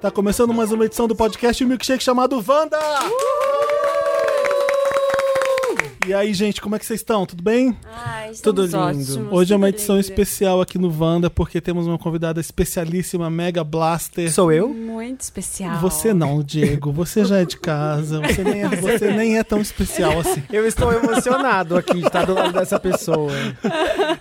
Tá começando mais uma edição do podcast um Milkshake chamado Vanda. E aí, gente, como é que vocês estão? Tudo bem? Ai, estamos Tudo lindo. ótimos, Hoje é uma tudo edição lindo. especial aqui no Vanda porque temos uma convidada especialíssima, Mega Blaster. Sou eu? Muito especial. Você não, Diego. Você já é de casa. Você nem é, você nem é tão especial assim. Eu estou emocionado aqui de estar do lado dessa pessoa.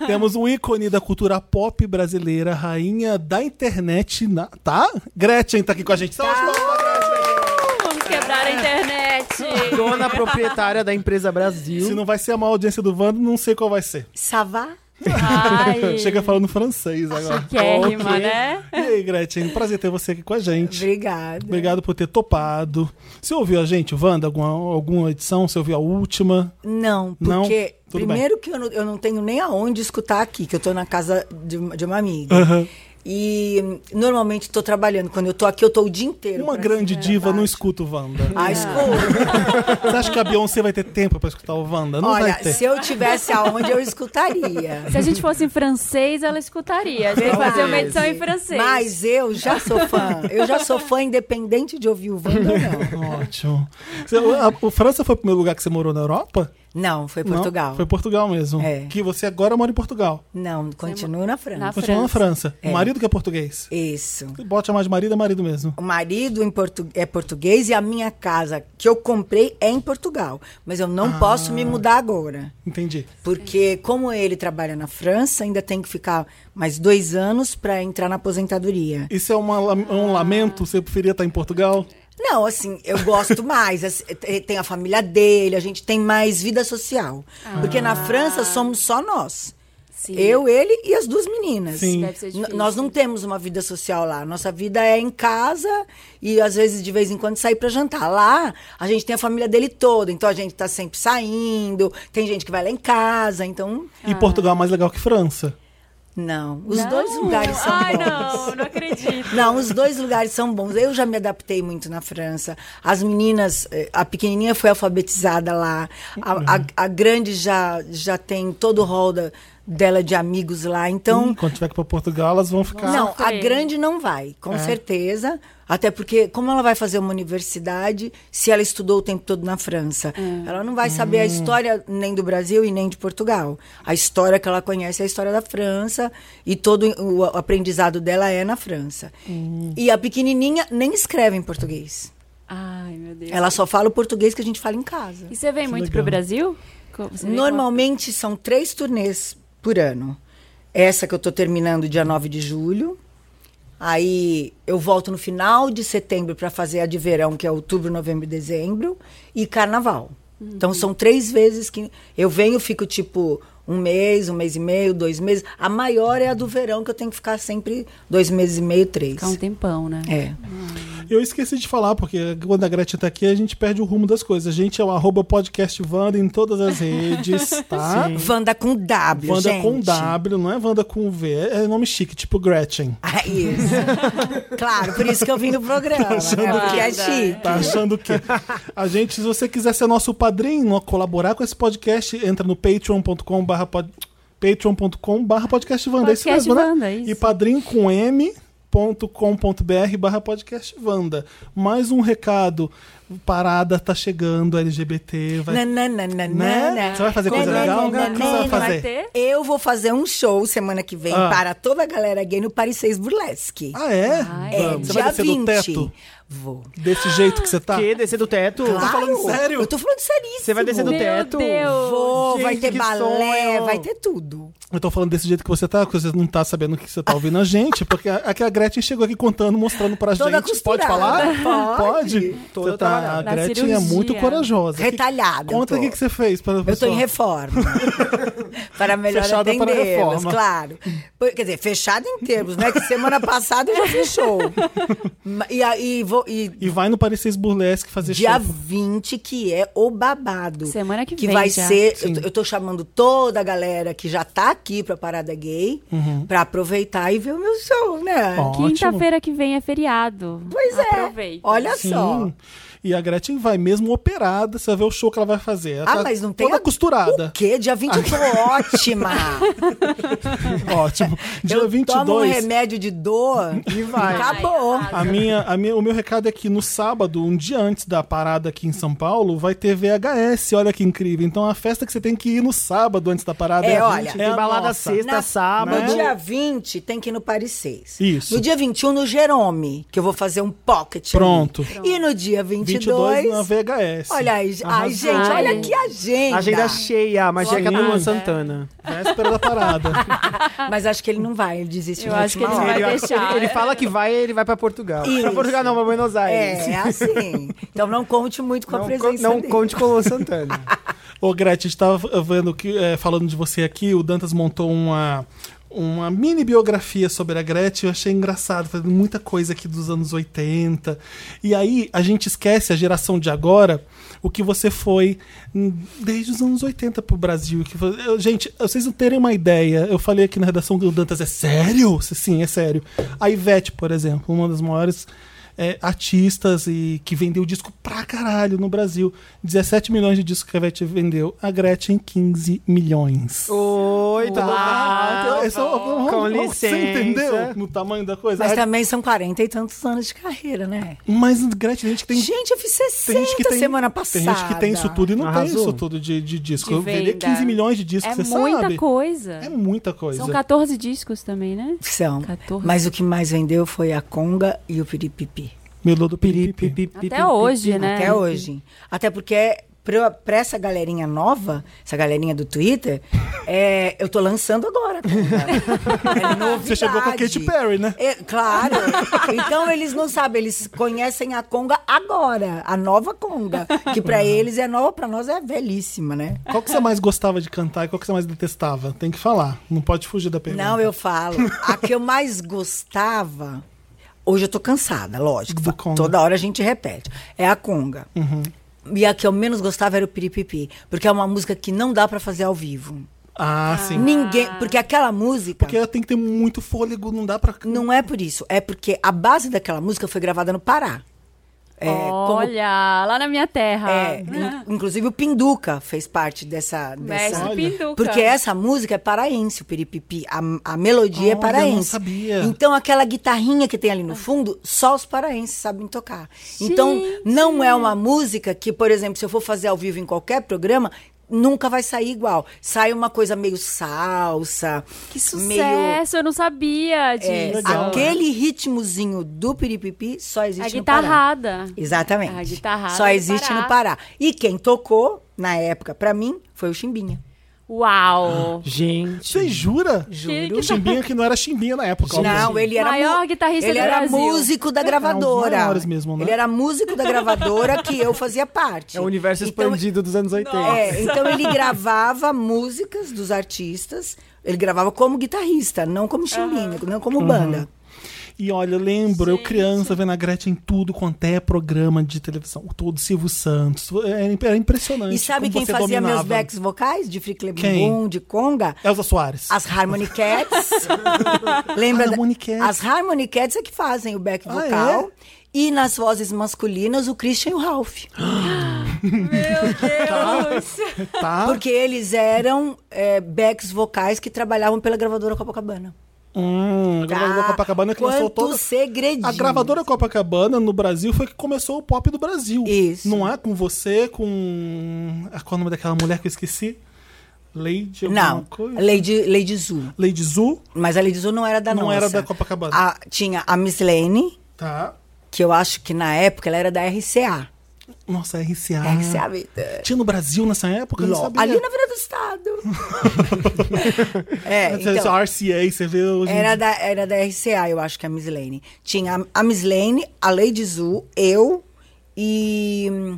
Temos um ícone da cultura pop brasileira, rainha da internet, na- tá? Gretchen tá aqui com a gente. Salve de palmas pra Gretchen! Vamos quebrar a internet. Dona proprietária da empresa Brasil. Se não vai ser a maior audiência do Wanda, não sei qual vai ser. Savá? Ai, Chega falando francês agora. chiquérrima, Ok. né? E aí, Gretchen, prazer ter você aqui com a gente. Obrigada. Obrigado por ter topado. Você ouviu a gente, Wanda, alguma, alguma edição? Você ouviu a última? Não, Não? porque Tudo primeiro que eu não, eu não tenho nem aonde escutar aqui, que eu tô na casa de, uma- de uma amiga. E hum, normalmente tô trabalhando. Quando eu tô aqui, eu tô o dia inteiro. Uma pra grande cima e pra diva não baixo. escuta o Wanda. Ah, escuta. Você acha que a Beyoncé vai ter tempo pra escutar o Wanda? Não vai Olha, ter. se eu tivesse aonde, eu escutaria. Se a gente fosse em francês, ela escutaria. A gente tem que fazer uma edição em francês. Mas eu já sou fã. Eu já sou fã independente de ouvir o Wanda ou não. Ótimo. Você- a- o França foi o primeiro lugar que você morou na Europa? Não, foi Não, Portugal. foi Portugal mesmo. É. Que você agora mora em Portugal. Não, continuo na Na França. Continua na França. É. O marido que é português. Isso. Bote mais de marido, é marido mesmo. O marido em portu- é português e a minha casa que eu comprei é em Portugal. Mas eu não posso me mudar agora. Entendi. Porque, como ele trabalha na França, ainda tem que ficar mais dois anos para entrar na aposentadoria. Isso é uma la- Ah. um lamento? Você preferia estar em Portugal? Não, assim, eu gosto mais. assim, te- Tem a família dele, a gente tem mais vida social. Porque na França somos só Ah. nós. Sim. Eu, ele e as duas meninas. Sim. Deve ser N- difícil. Nós não temos uma vida social lá. Nossa vida é em casa e às vezes de vez em quando sair para jantar. Lá a gente tem a família dele toda, então a gente tá sempre saindo. Tem gente que vai lá em casa, então E Portugal é mais legal que França. não. Os Não. dois lugares são Ai, bons. não, não acredito. Não, os dois lugares são bons. Eu já me adaptei muito na França. As meninas, eh, a pequenininha foi alfabetizada lá. A, a- a grande já, já tem todo o rol da- dela de amigos lá. Então, Ih, Hum, quando tiver que ir pra Portugal, elas vão ficar. não, a Sofrer. grande não vai, com certeza. Até porque, como ela vai fazer uma universidade se ela estudou o tempo todo na França? Ela não vai saber a história nem do Brasil e nem de Portugal. A história que ela conhece é a história da França e todo o aprendizado dela é na França. E a pequenininha nem escreve em português. Ai, meu Deus. Ela só fala o português que a gente fala em casa. E você vem muito pro legal. Brasil? Co- você é vem Normalmente são três turnês por ano. Essa que eu tô terminando dia 9 de julho. Aí eu volto no final de setembro para fazer a de verão, que é outubro, novembro e dezembro, e carnaval. Uhum. Então são três vezes que eu venho, fico tipo um mês, um mês e meio, dois meses. A maior é a do verão, que eu tenho que ficar sempre dois meses e meio, três. Ficar um tempão, né? É. Eu esqueci de falar, porque quando a Gretchen tá aqui, a gente perde o rumo das coisas. A gente é o arroba podcast Wanda em todas as redes, tá? Wanda com W, Wanda gente. com W, não é Wanda com V. É nome chique, tipo Gretchen. Ah, isso. claro, por isso que eu vim no programa, né? Porque é Wanda. chique. Tá achando que. A gente, se você quiser ser nosso padrinho, colaborar com esse podcast, entra no patreon.com barra pod- patreon.com barra podcast Wanda. É isso Podcast mesmo, né? Wanda, é isso. E padrinho com M. .com.br barra podcast Wanda. Mais um recado. Parada tá chegando, LGBT. Vai... Na, na, na, Né? na, na, na. Você vai fazer coisa Na, na, legal? na, O que na, você vai na, fazer? Vai ter? Eu vou fazer um show semana que vem Ah. para toda a galera gay no Paris 6 Burlesque. Ah, é? Ah, é, Vamos. Você dia vai descer 20. do teto? Vou. Desse jeito que você tá? Que descer do teto? Tá Claro, falando sério? Eu tô falando seríssimo. Você vai descer do Meu teto? Deus. Vou, Gente, vai ter que balé, sonho. vai ter tudo. Eu tô falando desse jeito que você tá, porque você não tá sabendo o que você tá ouvindo a gente, porque a- aqui a Gretchen chegou aqui contando, mostrando pra Toda gente. Pode costurada. falar? Pode. Toda Você tá, a trabalhada. Na Gretchen é cirurgia. muito corajosa. Que- Retalhada. eu Conta tô. o que, que você fez para Eu estou em reforma. para melhor Fechada para atendê-los, reforma. claro. Por- Quer dizer, fechada em termos, né? Que semana passada já fechou. Ma- E aí vou. E E vai no Parecer Burlesque fazer Dia show. 20, que é o babado. Semana que vem vai já. ser. Eu, tô- eu tô chamando toda a galera que já tá aqui pra Parada Gay pra aproveitar e ver o meu show, né? Uhum. Ó. Ótimo. Quinta-feira que vem é feriado. Pois é. Aproveita. Olha só. Sim. E E a Gretchen vai mesmo operada, você vai ver o show que ela vai fazer. Ela Ah, tá mas não tem. Toda a- costurada. O quê? Dia 20 eu tô ótima. Ótimo. Dia eu tomo um 22. remédio de dor e vai. Acabou. Ai, a minha, a minha, o meu recado é que no sábado, um dia antes da parada aqui em São Paulo, vai ter VHS. Olha que incrível. Então a festa que você tem que ir no sábado antes da parada É, é, a olha, gente- tem a balada nossa. sexta, Na- sábado. No dia 20 tem que ir no Paris 6. Isso. No dia 21 no Jerome, que eu vou fazer um pocket. ali. Pronto. E no dia 22, 22 na VHS. Olha aí, ai, Arrasou. gente, olha Ai. que agenda. Agenda cheia, mas Sim. chega da Luan Santana. É Véspera da parada. Mas acho que ele não vai, ele desiste Eu na acho que última ele hora. vai ele, deixar. ele fala que vai, ele vai pra Portugal. Isso. Pra Portugal não, pra Buenos Aires. É, é assim. Então não conte muito com a Não, presença con- não dele. conte com o Luan Santana. Ô, Gretchen, a gente tava vendo que, é, falando de você aqui, o Dantas montou uma, uma mini biografia sobre a Gretchen, eu achei engraçado, fazendo muita coisa aqui dos anos 80. E aí a gente esquece a geração de agora, o que você foi hum, desde os anos 80 pro Brasil. Que foi- eu- gente, vocês não terem uma ideia, eu falei aqui na redação que o Dantas é sério? Sim, é sério. A Ivete, por exemplo, uma das maiores é, artistas e que vendeu disco pra caralho no Brasil. 17 milhões de discos que a Ivete vendeu. A Gretchen, 15 milhões. Oi, tudo Então, bom? é só- vamos- Com vamos- licença. Você entendeu no tamanho da coisa? Mas tá- A- também são 40 e tantos anos de carreira, né? Mas Gretchen, tem gente que tem... gente, eu fiz 60 Tem gente, que tem, semana passada. tem gente que tem isso tudo e não tem Arrasou. isso tudo de, de disco. De Eu veria venda. 15 milhões de discos, é você muita sabe? coisa. É muita coisa. São 14 discos também, né? São. 14. Mas o que mais vendeu foi a conga e o piripipi. Melô do Piri, pi, Piripi. pi, pi, Até pi, hoje, pi. né? Até hoje. Até porque pra, pra essa galerinha nova, essa galerinha do Twitter, é, eu tô lançando agora. cara. É Você chegou com a novidade. Katy Perry, né? É, claro. Então eles não sabem, eles conhecem a conga agora, a nova conga, que pra eles é nova, pra nós é velhíssima, né? Qual que você mais gostava de cantar e qual que você mais detestava? Tem que falar, não pode fugir da pergunta. Não, eu falo. A que eu mais gostava. Hoje eu tô cansada, lógico. Do conga. Toda hora a gente repete. É a conga. E a que eu menos gostava era o piripipi, porque é uma música que não dá pra fazer ao vivo. Ah, sim. Ninguém, porque aquela música Porque ela tem que ter muito fôlego, não dá pra. não é por isso, é porque a base daquela música foi gravada no Pará. É, como Olha, lá na minha terra. Ah, É, in- inclusive o Pinduca fez parte dessa. Mestre dessa... Olha. Pinduca. Porque essa música é paraense, o Piripipi. A, a melodia é Olha, paraense. eu não sabia. Então, aquela guitarrinha que tem ali no Ah. fundo, só os paraenses sabem tocar. Então, não é uma música que, por exemplo, se eu for fazer ao vivo em qualquer programa, nunca vai sair igual. Sai uma coisa meio salsa. Que sucesso, Meio... eu não sabia É, disso. legal. né? aquele ritmozinho do Piripipi só A existe no Pará. guitarrada. Exatamente. A guitarrada Só do existe Pará. no Pará. E quem tocou, na época, pra mim, foi o Chimbinha. Uau! Gente. Você jura? Juro. O Chimbinha que não era Chimbinha na época. Não, obviamente. ele era. Maior mu- guitarrista Ele do era Brasil. músico da gravadora. maiores mesmo, né? Ele era músico da gravadora que eu fazia parte. É o universo Então, expandido dos anos 80. É, então ele gravava músicas dos artistas. Ele gravava como guitarrista, não como chimbinha, não como banda. Uhum. E olha, eu lembro, eu criança vendo a Gretchen em tudo quanto é programa de televisão. Todo Silvio Santos. Era imp- era impressionante. E sabe como quem você fazia dominava. meus backs vocais? De Quem? Friclebum, de Conga? Elza Soares. As Harmony Cats. Lembra? da- Harmony Cats. As Harmony Cats é que fazem o back Ah, vocal. E nas vozes masculinas, o Christian e o Ralph. Tá? Porque eles eram é, backs vocais que trabalhavam pela gravadora Copacabana. Hum, a gravadora Tá? Copacabana que lançou Quanto toda. segredinho. A gravadora Copacabana no Brasil foi que começou o pop do Brasil. Isso. Não é com você, com. ah, Qual é o nome daquela mulher que eu esqueci? Lady. alguma Não, Coisa? Lady, Lady Zu. Lady Zu. Mas a Lady Zu não era da Não nossa. era da Copacabana. A- tinha a Miss Lane, Tá. que eu acho que na época ela era da RCA. Nossa, RCA. RCA Vida. Tinha no Brasil nessa época? Eu não Ló. sabia. Ali na Vila do Estado. é, Essa- essa então, RCA, você vê hoje. em era, da, era da RCA, eu acho que é a Miss Lane. Tinha a- a Miss Lane, a Lady Zu, eu e hum,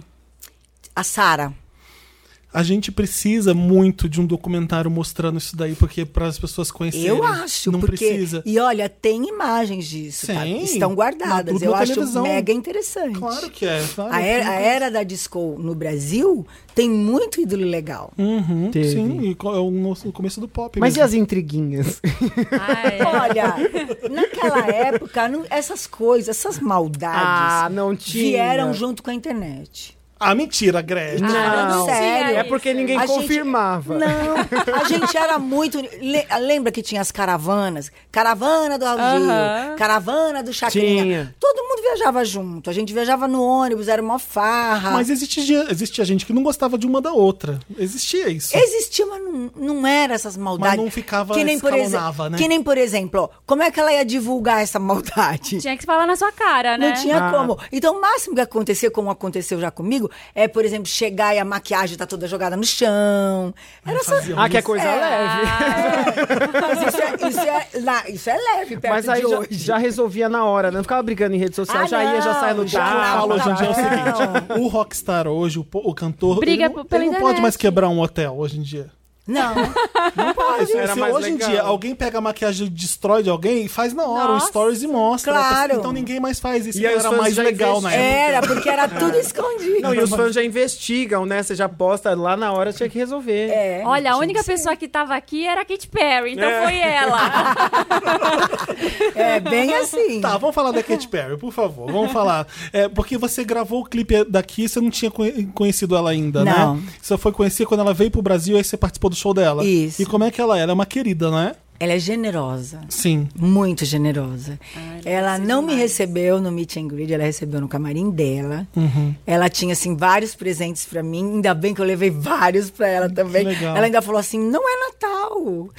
a Sara. dia. A gente precisa muito de um documentário mostrando isso daí, porque para as pessoas conhecerem. Eu acho, não porque. precisa. E olha, tem imagens disso, tá? Sim. Estão Na- guardadas. tudo Eu na acho televisão. mega interessante. Claro que é. Claro, A era, tudo a era da disco no Brasil tem muito ídolo legal. Uhum, Teve. sim, e co- é o nosso- o começo do pop. Mas e mesmo. as intriguinhas? Ah, é. Olha, naquela época, não- essas coisas, essas maldades Ah, não tinha. vieram junto com a internet. Ah, mentira, Gretchen. Não, Não, sério. é porque ninguém A gente- confirmava. Não, a gente era muito. le- Lembra que tinha as caravanas? Caravana do Raul Gil, Aham. caravana do Chacrinha. Tinha. Todo mundo viajava junto. A gente viajava no ônibus, era uma farra. Mas existia, existia gente que não gostava de uma da outra. Existia isso. Existia, mas não, não era essas maldades. Mas não ficava por escalonava, exe- né? Que nem, por exemplo, ó, como é que ela ia divulgar essa maldade? Tinha que falar na sua cara, né? Não tinha Ah. como. Então, o máximo que acontecia, como aconteceu já comigo, é, por exemplo, chegar e a maquiagem tá toda jogada no chão. Era essa... Fazia Ah, que é isso. coisa É. leve. Mas isso é, isso, é, lá- isso é leve perto Mas aí de já, hoje. já resolvia na hora, né? não ficava brigando em rede social. Ah, já ia, já não, saia no já tapa. Fala, não, hoje em dia é o não. seguinte: o rockstar hoje, o, po- o cantor, Briga ele não, pela ele não pode internet. mais quebrar um hotel hoje em dia. Não. Se- era se mais hoje legal. em dia alguém pega a maquiagem e destrói de alguém, faz na hora um Nossa, stories e mostra. claro. Então ninguém mais faz isso. então E aí os era fãs mais já legal na época. Era, porque era tudo escondido. Não, e os fãs já investigam, né? Você já posta lá na hora, tinha que resolver. É. Olha, a única pessoa que tava aqui era a Katy Perry, então É. foi ela. É bem assim. Tá, vamos falar da Katy Perry, por favor. Vamos falar. É, porque você gravou o clipe daqui, você não tinha conhe- conhecido ela ainda, Não. né? Você foi conhecer quando ela veio pro Brasil, aí você participou do show dela. Isso. E como é que ela é? Ela é uma querida, né? Ela é generosa. Sim. Muito generosa. ela ela deve ser não me demais. recebeu no meet and greet, ela recebeu no camarim dela. Uhum. Ela tinha, assim, vários presentes pra mim. Ainda bem que eu levei vários pra ela também. legal. Ela ainda falou assim, não é Natal.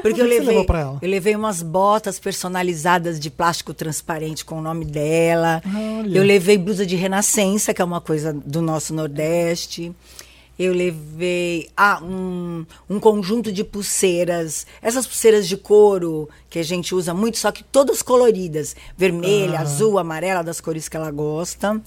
Porque eu que você levei, levou pra ela? eu levei umas botas personalizadas de plástico transparente com o nome dela. Olha. Eu levei blusa de renascença, que é uma coisa do nosso Nordeste. Eu levei ah, um, um conjunto de pulseiras, essas pulseiras de couro que a gente usa muito, só que todas coloridas: vermelha, Ah. azul, amarela, das cores que ela gosta.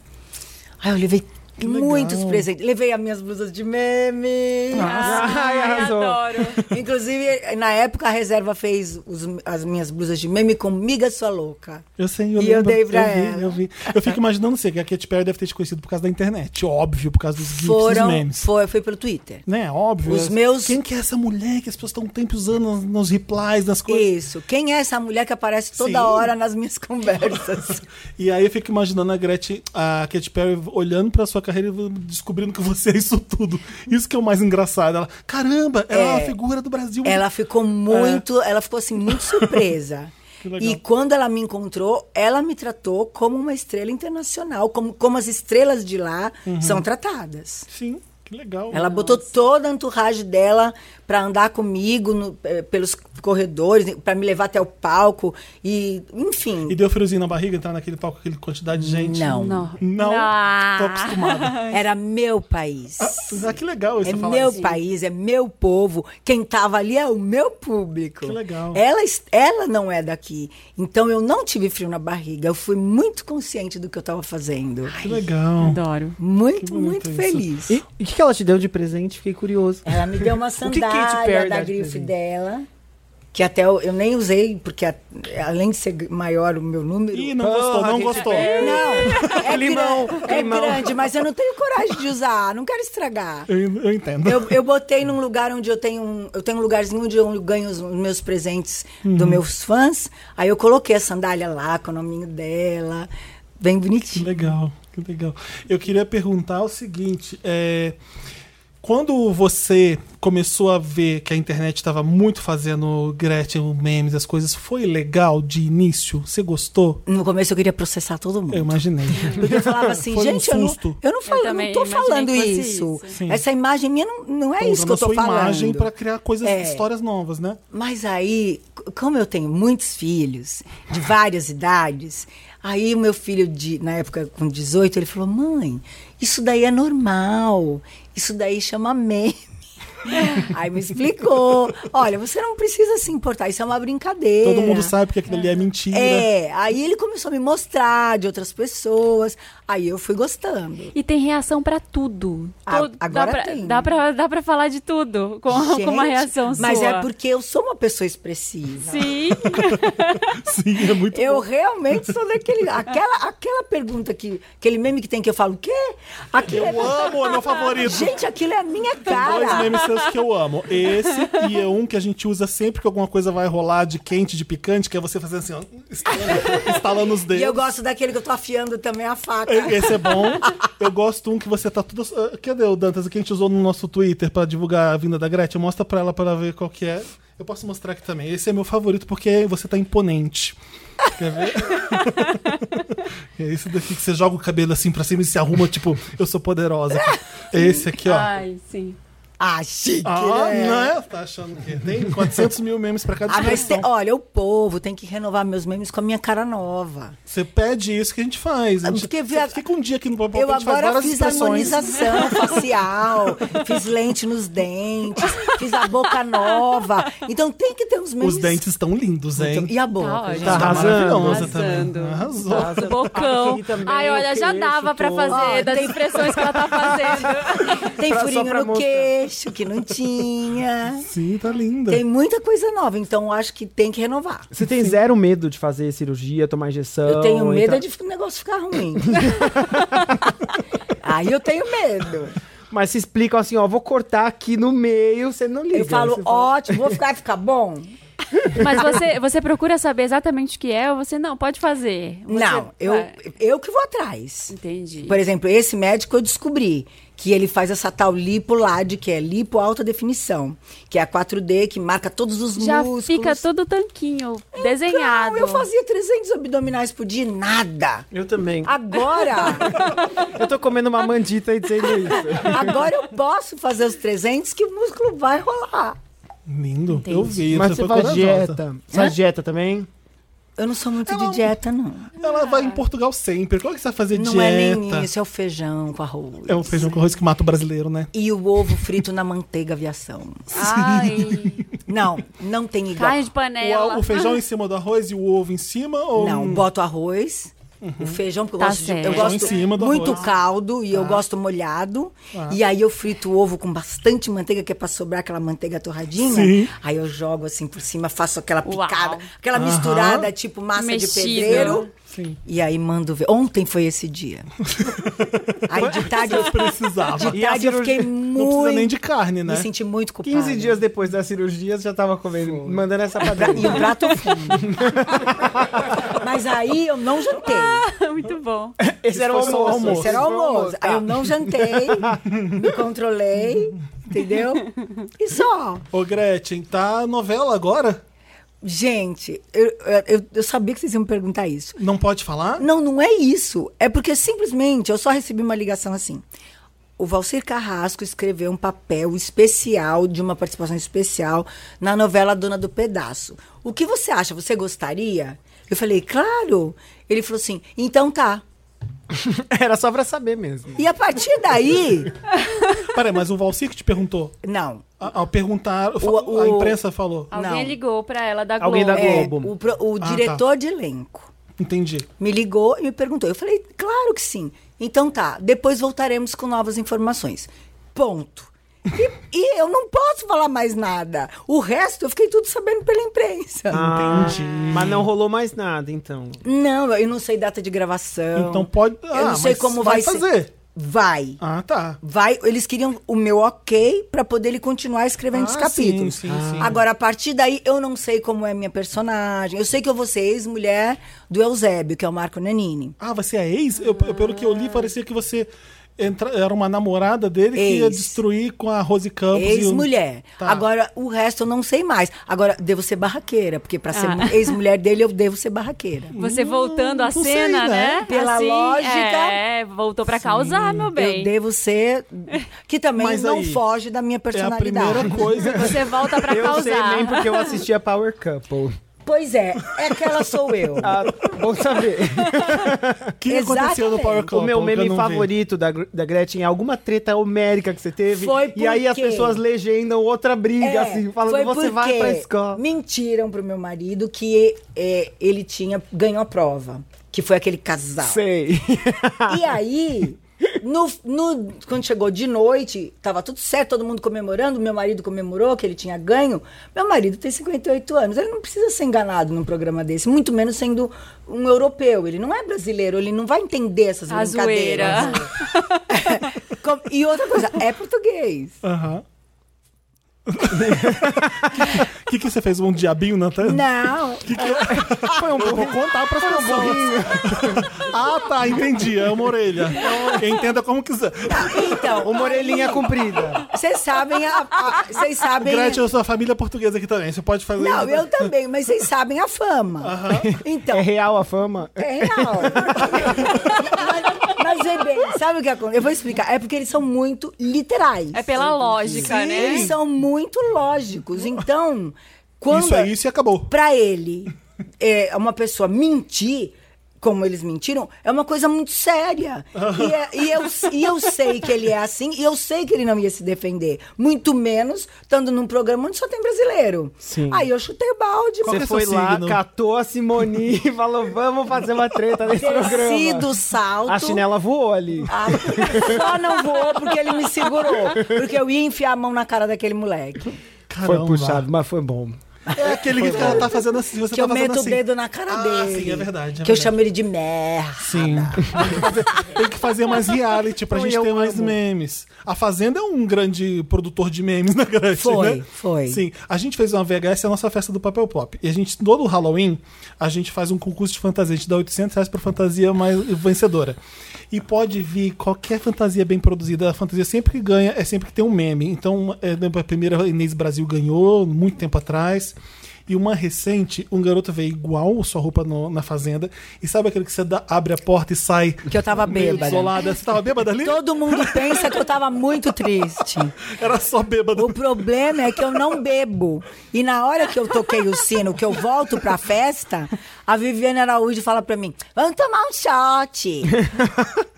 Ah, eu levei legal. muitos presentes. Levei as minhas blusas de meme. Ai, arrasou. adoro. Inclusive, na época, a reserva fez os- as minhas blusas de meme com Miga Sua Louca. Eu sei, eu E eu lembro. dei pra vi, ela. eu vi. Eu fico imaginando você, que a Katy Perry deve ter te conhecido por causa da internet. Óbvio, por causa dos gifs, dos Foram, memes. foi, foi pelo Twitter. Né, óbvio. Os meus- Quem que é essa mulher que as pessoas estão um tempo usando nos- nos replies, nas coisas? Isso. Quem é essa mulher que aparece toda Sim. hora nas minhas conversas? E aí eu fico imaginando a Gretchen, a Katy Perry olhando pra sua carreira e descobrindo que você é isso tudo. Isso que é o mais engraçado. Ela, caramba, ela é, uma figura do Brasil. ela ficou muito, ela ficou assim muito surpresa. Que legal. E quando ela me encontrou, ela me tratou como uma estrela internacional, como, como as estrelas de lá Uhum. são tratadas. Sim, que legal. Ela botou toda a entourage dela pra andar comigo no- eh, pelos corredores, pra me levar até o palco e, enfim. E deu friozinho na barriga entrar naquele palco com aquela quantidade de gente? Não. Não. Não? Não. Tô acostumada. Era meu país. Ah, que legal isso É você falar meu isso. país, é meu povo. Quem tava ali é o meu público. Que legal. Ela, es- ela não é daqui. Então eu não tive frio na barriga. Eu fui muito consciente do que eu tava fazendo. Que Então, legal. Adoro. Muito, bonito muito isso. feliz. E e o que, que ela te deu de presente? Fiquei curioso. Ela me deu uma que Katy sandália Perry da dá de grife assim? presente? dela. Que até eu, eu nem usei, porque a- além de ser maior o meu número. Ih, não gostou, Porra, não Katy gostou. Não, é Limão, gran- é limão. grande, mas eu não tenho coragem de usar, não quero estragar. Eu, eu entendo. Eu, eu botei num lugar onde eu tenho um, eu tenho um lugarzinho onde eu ganho os meus presentes Uhum. dos meus fãs. Aí eu coloquei a sandália lá com o nominho dela, bem Que bonitinho. legal, que legal. Eu queria perguntar o seguinte: é, quando você começou a ver que a internet estava muito fazendo Gretchen, memes, as coisas, foi legal de início? Você gostou? No começo eu queria processar todo mundo. Eu imaginei. Porque eu falava assim, Foi um gente, eu não, susto. eu não falo, eu também não tô imaginei falando que fosse isso. isso. Sim. Essa imagem minha não, não é isso que usando eu a tô sua falando. imagem para criar coisas, É. histórias novas, né? Mas aí, c- como eu tenho muitos filhos, de várias idades, aí o meu filho, de, na época com 18, ele falou: mãe, isso daí é normal, isso daí chama meme. Aí me explicou. Olha, você não precisa se importar, isso é uma brincadeira. Todo mundo sabe que aquilo ali é mentira. É, aí ele começou a me mostrar de outras pessoas. Aí eu fui gostando. E tem reação pra tudo. A- Todo- agora dá pra, tem. Dá pra, dá pra falar de tudo com, com uma Gente, reação Mas sua. é porque eu sou uma pessoa expressiva. Sim. Sim, é muito Eu bom. realmente sou daquele. Aquela, aquela pergunta que. Aquele meme que tem que eu falo, o quê? Aquilo Eu é- amo, é meu favorito. Gente, aquilo é a minha Dois cara. memes seus que eu amo. Esse e é um que a gente usa sempre que alguma coisa vai rolar de quente, de picante, que é você fazendo assim, ó, estalando, estalando os dedos. E eu gosto daquele que eu tô afiando também a faca. Esse é bom. Eu gosto um que você tá tudo. Ah, Cadê o Dantas? O que a gente usou no nosso Twitter pra divulgar a vinda da Gretchen? Mostra pra ela pra ela ver qual que é. Eu posso mostrar aqui também. Esse é meu favorito porque você tá imponente. Quer ver? é esse daqui que você joga o cabelo assim pra cima e se arruma, tipo, eu sou poderosa. É esse aqui, ó. Ai, sim. Ah, chique, Ah, né? né? Tá achando que tem 400 mil memes pra cada Ah, mas expressão. tem- olha, o povo tem que renovar meus memes com a minha cara nova. Você pede isso que a gente faz. A gente, Porque você a- fica um dia aqui no Papel, Eu a gente faz agora várias fiz expressões. harmonização facial, fiz lente nos dentes, fiz a boca nova. Então tem que ter uns memes. Os dentes estão lindos, hein? Então, e Tá a boca? Tá ótimo. gente? Tá Tá maravilhosa arrasando. também. Arrasou. um Nossa, Bocão. aqui também, Ai, o olha, já queixo dava pra todo. fazer Ó, das tem- expressões que ela tá fazendo. Tem Pra- só furinho pra no mostrar. queixo que não tinha. Sim, tá linda. Tem muita coisa nova, então acho que tem que renovar. Você tem zero medo de fazer cirurgia, tomar injeção? Eu tenho medo é entrar- de o negócio ficar ruim. Aí eu tenho medo. Mas se explicam assim, ó, vou cortar aqui no meio, você não liga. Eu falo, Você fala- ótimo, vou ficar, vai ficar bom? Mas você, você procura saber exatamente o que é ou você não pode fazer? Você- Não, eu, Vai. eu que vou atrás. Entendi. Por exemplo, esse médico eu descobri que ele faz essa tal lipolade, que é lipo alta definição, que é a 4D, que marca todos os Já músculos. fica todo tanquinho, desenhado. Não, eu fazia 300 abdominais por dia, e nada. Eu também. Ah. Agora, Eu tô comendo uma mandita e dizendo isso. agora eu posso fazer os 300 que o músculo vai rolar. Lindo. Eu vi. Mas você foi faz corajosa. dieta. Você faz Hã? dieta também? Eu não sou muito Ela- de dieta, não. Ela vai em Portugal sempre. Como é que você vai fazer Ah. Não dieta? é nem isso, é o feijão com arroz. É um feijão com arroz que mata o brasileiro, né? E o ovo frito na manteiga aviação. Ai, Não, não tem igual. carne de panela. O, o feijão em cima do arroz e o ovo em cima? Ou Não, boto arroz, o feijão, porque eu Tá gosto, de, certo. eu Feijão Uhum. em gosto cima do muito arroz. Tá. caldo e eu gosto molhado. E aí eu frito o ovo com bastante manteiga, que é pra sobrar aquela manteiga torradinha. Sim. Aí eu jogo assim por cima, faço aquela Uau. picada, aquela misturada, tipo massa Mexido. de pedreiro. Sim. E aí mando ver. Ontem foi esse dia. aí de tarde, eu- Precisava. de E a tarde eu cirurgia- fiquei Não muito... precisa nem de carne, né? Me senti muito culpada. 15 dias depois da cirurgia, você já tava comendo, mandando essa Pra- E padaria. o prato fundo. Mas aí eu não jantei. Muito bom. Esse era o Isso foi só o almoço. almoço. Isso era Esse foi um o almoço. Aí eu não jantei, me controlei, entendeu? E só. Ô, Gretchen, tá novela agora? Gente, eu, eu- eu, eu sabia que vocês iam me perguntar isso. Não pode falar? Não, não é isso. É porque simplesmente eu só recebi uma ligação assim. O Valcir Carrasco escreveu um papel especial, de uma participação especial, na novela Dona do Pedaço. O que você acha? Você gostaria? Eu falei, claro. Ele falou assim, então tá. Era só pra saber mesmo. E a partir daí. Peraí, mas o Valsir que te perguntou. Não, A- Ao perguntar, fa- O- a o- imprensa falou. Alguém Não. ligou pra ela da Globo. Alguém da É, Globo. tá. o, pro- o Ah, diretor de elenco Entendi. me ligou e me perguntou. Eu falei, claro que sim. Então tá, depois voltaremos com novas informações. Ponto. E, e eu não posso falar mais nada. O resto eu fiquei tudo sabendo pela imprensa. Ah. Ah, Entendi. Mas não rolou mais nada, então. Não, eu não sei data de gravação. Então pode. Ah, eu não sei mas como vai vai, fazer. Ser. Vai. Ah, tá. Vai, eles queriam o meu ok pra poder ele continuar escrevendo os Ah, capítulos. sim, sim, sim. Agora, a partir daí, eu não sei como é minha personagem. Eu sei que eu vou ser ex-mulher do Eusébio, que é o Marco Nanini. Ah, você é ex? Eu- pelo que eu li, parecia que você entra- era uma namorada dele que ia Ex. destruir com a Rose Campos. e o- Ex-mulher. Tá. Agora, o resto eu não sei mais. Agora, devo ser barraqueira, porque pra ser mu- ex-mulher dele, eu devo ser barraqueira. Você voltando à não sei, né? cena, né? Pela lógica. É, voltou pra causar, meu Eu bem. devo ser. Que também Mas não aí, foge da minha É a personalidade. primeira coisa. Você volta pra Eu sei causar. nem porque eu assisti a Power Couple. Pois é, é aquela sou eu. Ah, bom saber. O que aconteceu no Exatamente. Power o Couple? meu que eu meme não vi? favorito da, Gr- da Gretchen é alguma treta homérica que você teve. Foi E aí as porque- pessoas legendam outra briga, É, assim, falando foi você vai porque pra escola. Mentiram pro meu marido que é, ele tinha ganhou a prova, que foi aquele casal. Sei. E aí, no- no- quando chegou de noite, tava tudo certo, todo mundo comemorando, meu marido comemorou que ele tinha ganho. Meu marido tem 58 anos, ele não precisa ser enganado num programa desse, muito menos sendo um europeu. Ele não é brasileiro, ele não vai entender essas A brincadeiras. zoeira. Com- E outra coisa, é português. Aham. O que, que você fez? Um diabinho na tela? Não, Foi um Eu vou contar pras pessoas. ah, tá, entendi. É uma orelha. Entenda como quiser. então. Uma orelhinha é comprida. Vocês sabem a. a- Vocês sabem. Gretchen, né? eu sou a família portuguesa aqui também. Você pode fazer né? Não, isso. eu também, mas vocês sabem a fama. Então, É real a fama? é real. mas, mas é bem, sabe o que acontece? Eu vou explicar. É porque eles são muito literais. É pela lógica, né? Eles são muito lógicos. Então, quando. Isso é isso e acabou. Pra ele, é, uma pessoa mentir, como eles mentiram, é uma coisa muito séria. E, é- e eu, e eu sei que ele é assim, e eu sei que ele não ia se defender. Muito menos estando num programa onde só tem brasileiro. Sim. Aí eu chutei o balde. Qual que Você é seu foi lá, signo? catou a Simoni e falou: vamos fazer uma treta nesse Desci programa. do salto. Ah, A chinela voou ali. Ah, só não voou porque ele me segurou. Porque eu ia enfiar a mão na cara daquele moleque. Caramba. Foi puxado, mas foi bom. É aquele que ela tá fazendo assim. Você que tá eu fazendo meto assim. o dedo na cara Ah, dele. sim, é verdade, é que eu verdade. chamo ele de merda. Sim. Tem que fazer- Tem que fazer mais reality pra Ui, gente eu ter mais amo. memes. A Fazenda é um grande produtor de memes na Gretchen, Foi, né? foi. Sim. A gente fez uma VHS, é a nossa festa do papel pop. E a gente, todo Halloween, a gente faz um concurso de fantasia. A gente dá 800 reais pra fantasia mais vencedora. E pode vir qualquer fantasia bem produzida. A fantasia sempre que ganha é sempre que tem um meme. Então, é, lembra, a primeira Inês Brasil ganhou, muito tempo atrás. E uma recente, um garoto veio igual sua roupa no- na fazenda. E sabe aquele que você dá- abre a porta e sai Que eu tava meio bêbada. desolada? Você tava bêbada ali? Todo mundo pensa que eu tava muito triste. Era só bêbada. O problema é que eu não bebo. E na hora que eu toquei o sino, que eu volto pra festa, a Viviane Araújo fala pra mim: vamos tomar um shot.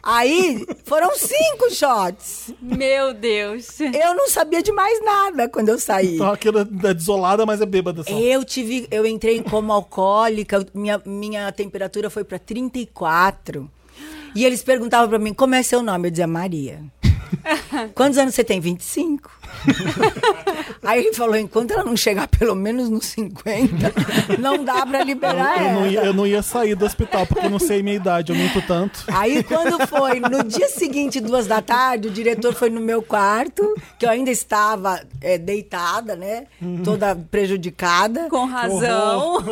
Aí foram cinco shots. Meu Deus. Eu não sabia de mais nada quando eu saí. Então aquela é desolada, mas é bêbada só. Eu tive, eu entrei em coma alcoólica, eu- minha, minha temperatura foi pra 34. E eles perguntavam pra mim, como é seu nome? Eu dizia, Maria. Quantos anos você tem? 25. Aí ele falou, enquanto ela não chegar pelo menos nos 50, não dá pra Eu, liberar eu ela. não ia, eu não ia sair do hospital, porque eu não sei a minha idade, eu minto tanto. Aí quando foi no dia seguinte, duas da tarde, o diretor foi no meu quarto, que eu ainda estava eh, deitada, né? Uhum. Toda prejudicada. Com razão.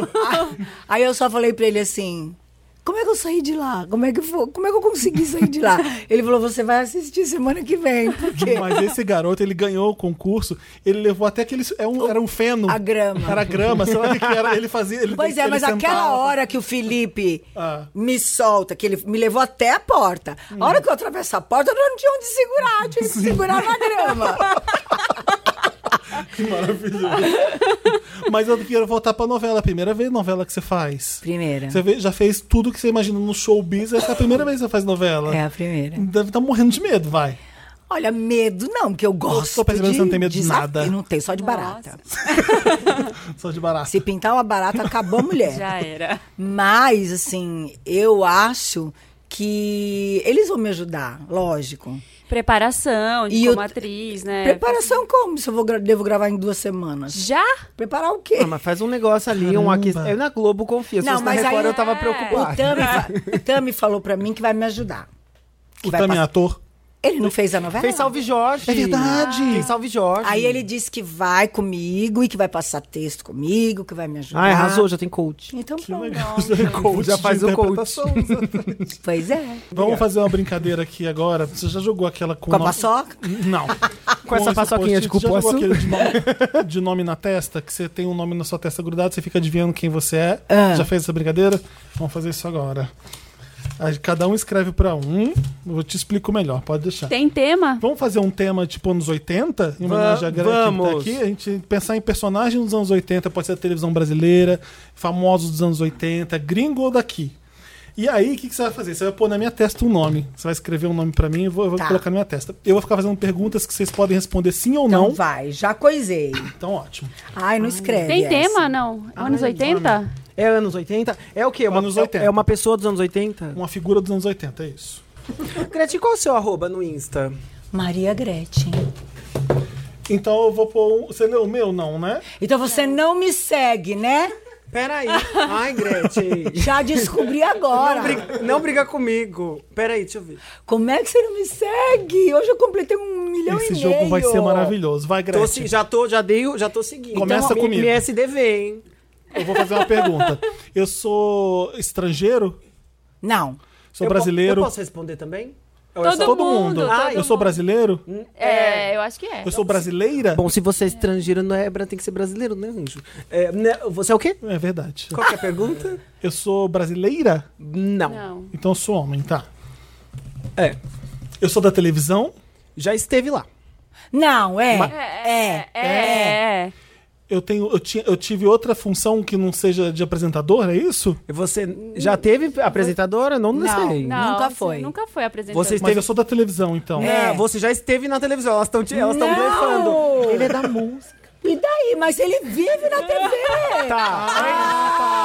Aí eu só falei pra ele assim: como é que eu saí de lá? Como é que, foi? Como é que eu consegui sair de lá? Ele falou: você vai assistir semana que vem, porque Mas esse garoto, ele ganhou o concurso, ele levou até aquele. É um, era um feno. a grama. Era grama, sei lá o que era. Ele fazia. Ele, Pois é, ele mas aquela sentava. hora que o Felipe Ah. Hum. me solta, que ele me levou até a porta. A hora que eu atravesso a porta, eu não tinha onde segurar, eu tinha que segurar na grama. Que maravilhoso. mas eu quero voltar pra novela. Primeira vez novela que você faz. Primeira. Você vê- já fez tudo que você imagina no showbiz, essa é a primeira vez que você faz novela. É a primeira. Deve estar morrendo de medo, vai. Olha, medo não, porque eu gosto. tô percebendo de, que você não tem medo de desafio. nada. Não tem, só de barata. Só de barato. Se pintar uma barata, acabou a mulher. Já era. Mas, assim, eu acho que eles vão me ajudar, lógico. Preparação de E como eu- atriz, né? Preparação como? Se eu vou gra- devo gravar em duas semanas? Já? Preparar o quê? Ah, mas faz um negócio ali, um Caramba. aqui. Eu na Globo confio. Se Não, fosse na mas aí- Record eu tava É. O preocupada. Tami, fa- o Tami falou pra mim que vai me ajudar. O vai também é passar. ator. Ele não fez a novela? Fez Salve Jorge. É verdade. Fez Salve Jorge. Aí ele disse que vai comigo e que vai passar texto comigo, que vai me ajudar. Ah, arrasou, já tem coach. Então Que pronto. legal. Já, é coach Já faz de o coach. né? interpretação. Pois é. Vamos fazer uma brincadeira aqui agora. Você já jogou aquela com. Com a no- paçoca? Não. Com essa esse paçoquinha de post-it, já jogou cupuaçu? aquele de nome, de nome na testa, que você tem um nome na sua testa grudado, você fica adivinhando quem você é. Ah. Já fez essa brincadeira? Vamos fazer isso agora. Aí Cada um escreve pra um. Eu te explico melhor, pode deixar. Tem tema? Vamos fazer um tema tipo anos 80, em Va- homenagem à Greta que tá vamos. aqui. A gente pensar em personagens dos anos 80, pode ser a televisão brasileira, famosos dos anos 80, gringo ou daqui. E aí, o que, que você vai fazer? Você vai pôr na minha testa um nome. Você vai escrever um nome pra mim e eu vou, eu vou Tá. colocar na minha testa. Eu vou ficar fazendo perguntas que vocês podem responder sim ou Então não. vai, já coisei. Então, ótimo. Ai, não escreve. Tem essa. tema, Ah, não? Anos 80? É anos 80? É o quê? Uma, Anos 80. É uma pessoa dos anos 80? Uma figura dos anos 80, é isso. Gretchen, qual o seu arroba no Insta? Maria Gretchen. Então eu vou pôr. um- Você leu o meu, não, né? Então você não me segue, né? Peraí. Ai, Gretchen. Já descobri agora. Não briga, não briga comigo. Peraí, deixa eu ver. Como é que você não me segue? Hoje eu completei um milhão Esse e meio. jogo vai ser maravilhoso. Vai, Tô Gretchen. se- já tô, já dei, o- já tô seguindo. Começa Então, me- comigo. Me SDV, hein? Eu vou fazer uma pergunta. Eu sou estrangeiro? Não. Sou Eu po- brasileiro? Eu posso responder também? Ou é Todo só- Todo mundo. mundo, Ah, todo eu sou mundo. brasileiro? É, eu acho que é. Eu sou brasileira? Bom, se você é estrangeiro, não é, tem que ser brasileiro, né, anjo? É, né, você é o quê? É verdade. Qual que é a pergunta? Eu sou brasileira? Não. Não. Então eu sou homem, tá. É. Eu sou da televisão? Já esteve lá. Não, é. É, é, é. Eu, tenho, eu, tinha, eu tive outra função que não seja de apresentador, é isso? Você já teve apresentadora? Não, assim, Não. sei. Não, Nunca você foi. Nunca foi apresentado. Vocês- Mas eu sou da televisão, então. É. Não, Você já esteve na televisão, elas estão elas estão Não! blefando. Ele é da música. E daí? Mas ele vive na TV. Tá.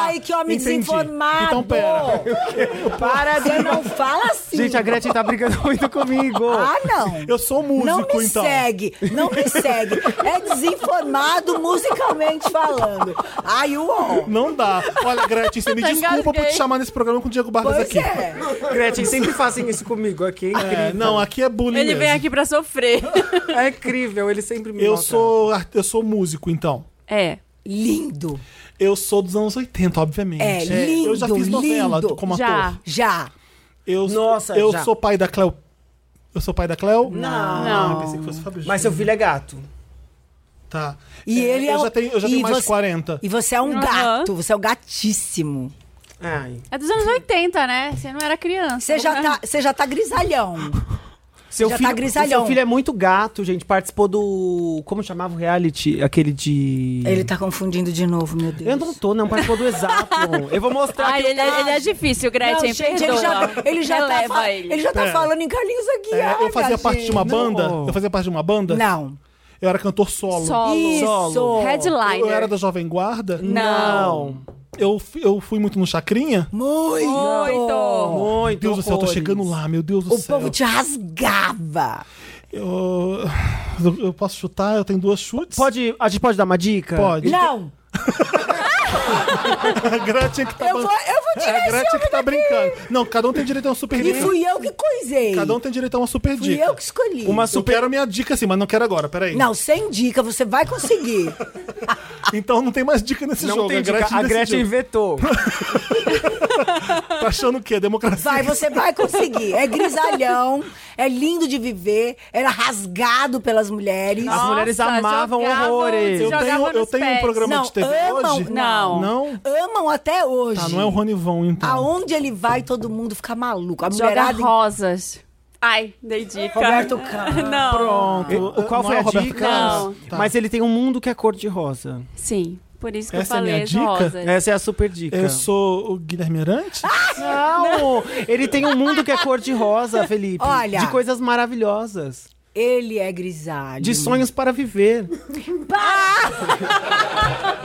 Ai, que homem Entendi. desinformado. Então, pera. Para de... Você não fala assim. Gente, a Gretchen tá brigando muito comigo. Ah, não. é Eu sou músico, não me então. segue, não me segue. É desinformado musicalmente falando. Ai, uó. Não dá. Olha, Gretchen, você me Tá desculpa por te engasguei. chamar nesse programa com o Diego Barras Pois aqui. é. Gretchen, sempre fazem isso comigo aqui. É incrível. É, não, aqui é bullying Ele mesmo. vem aqui pra sofrer. É incrível, ele sempre me Eu nota. sou, ar- eu sou músico, então. É. Lindo. Eu sou dos anos 80, obviamente. É, lindo, eu já fiz novela lindo. como Já. ator. Já. Eu, Nossa, eu já. sou pai da Cleo. Eu sou pai da Cleo? Não. Ah, pensei que fosse Fábio Mas seu Júnior. filho é gato. Tá. E É, ele é eu o- já tenho, eu já e tenho mais de você- 40. E você é um Aham. gato, você é um gatíssimo. Ai. É dos anos 80, né? Você não era criança. Né? Você já tá, você já tá grisalhão. Seu Já tá filho, grisalhão. Seu filho é muito gato, gente. Participou do. Como chamava o reality? Aquele de. Ele tá confundindo de novo, meu Deus. Eu não tô, não. Participou do exato. Eu vou mostrar Ai, tá aqui. ele, é, ele é difícil, Gretchen. Não, gente, ele perdoa. já, ele já tá, Releva fa- ele. ele já tá Pera. falando em Carlinhos É, Aguiar. eu fazia minha parte de uma gente. banda. Não. Eu fazia parte de uma banda. Não. Eu era cantor solo. Solo. Isso. Solo. Headliner. né? Eu era da Jovem Guarda. Não. Eu, f- eu fui muito no Chacrinha. Muito. Muito. Muito. Meu Deus do céu, eu tô horrores. chegando lá, meu Deus do O céu. povo te rasgava. Eu, eu posso chutar, eu tenho duas chutes. Pode, a gente pode dar uma dica? Pode. Não. A Gretchen que tá Eu ban- vou, eu vou É tirar a esse Gretchen que homem tá daqui. brincando. Não, cada um tem direito a uma super E dica. fui eu que coisei. Cada um tem direito a uma super fui dica. eu que escolhi. Uma Eu super. quero a minha dica assim, mas não quero agora, peraí. Não, sem dica, você vai conseguir. Então não tem mais dica nesse Não jogo. é tem dica. A decidiu. Gretchen vetou. Tá achando o quê? Democracia. Vai, você vai conseguir. É grisalhão, é lindo de viver, era rasgado pelas mulheres. As mulheres amavam jogavam- horrores. Eu jogavam tenho, eu nos tenho um pés. programa Não, de TV amam- hoje. não. Não? Amam até hoje. Tá, não é o Rony Von, então. Aonde ele vai, todo mundo fica maluco. A Joga mulherada. rosas. Ai, dei dica. Roberto Carlos. Não. Pronto. O- Qual Não foi é a o Roberto dica? Carlos? Não. Tá. Mas ele tem um mundo que é cor de rosa. Sim, por isso que Essa é eu a minha falei as dica? rosas. Essa é a super dica. Eu sou o Guilherme Arante? Não! Ele tem um mundo que é cor de rosa, Felipe. Olha. De coisas maravilhosas. Ele é grisalho. De sonhos para viver.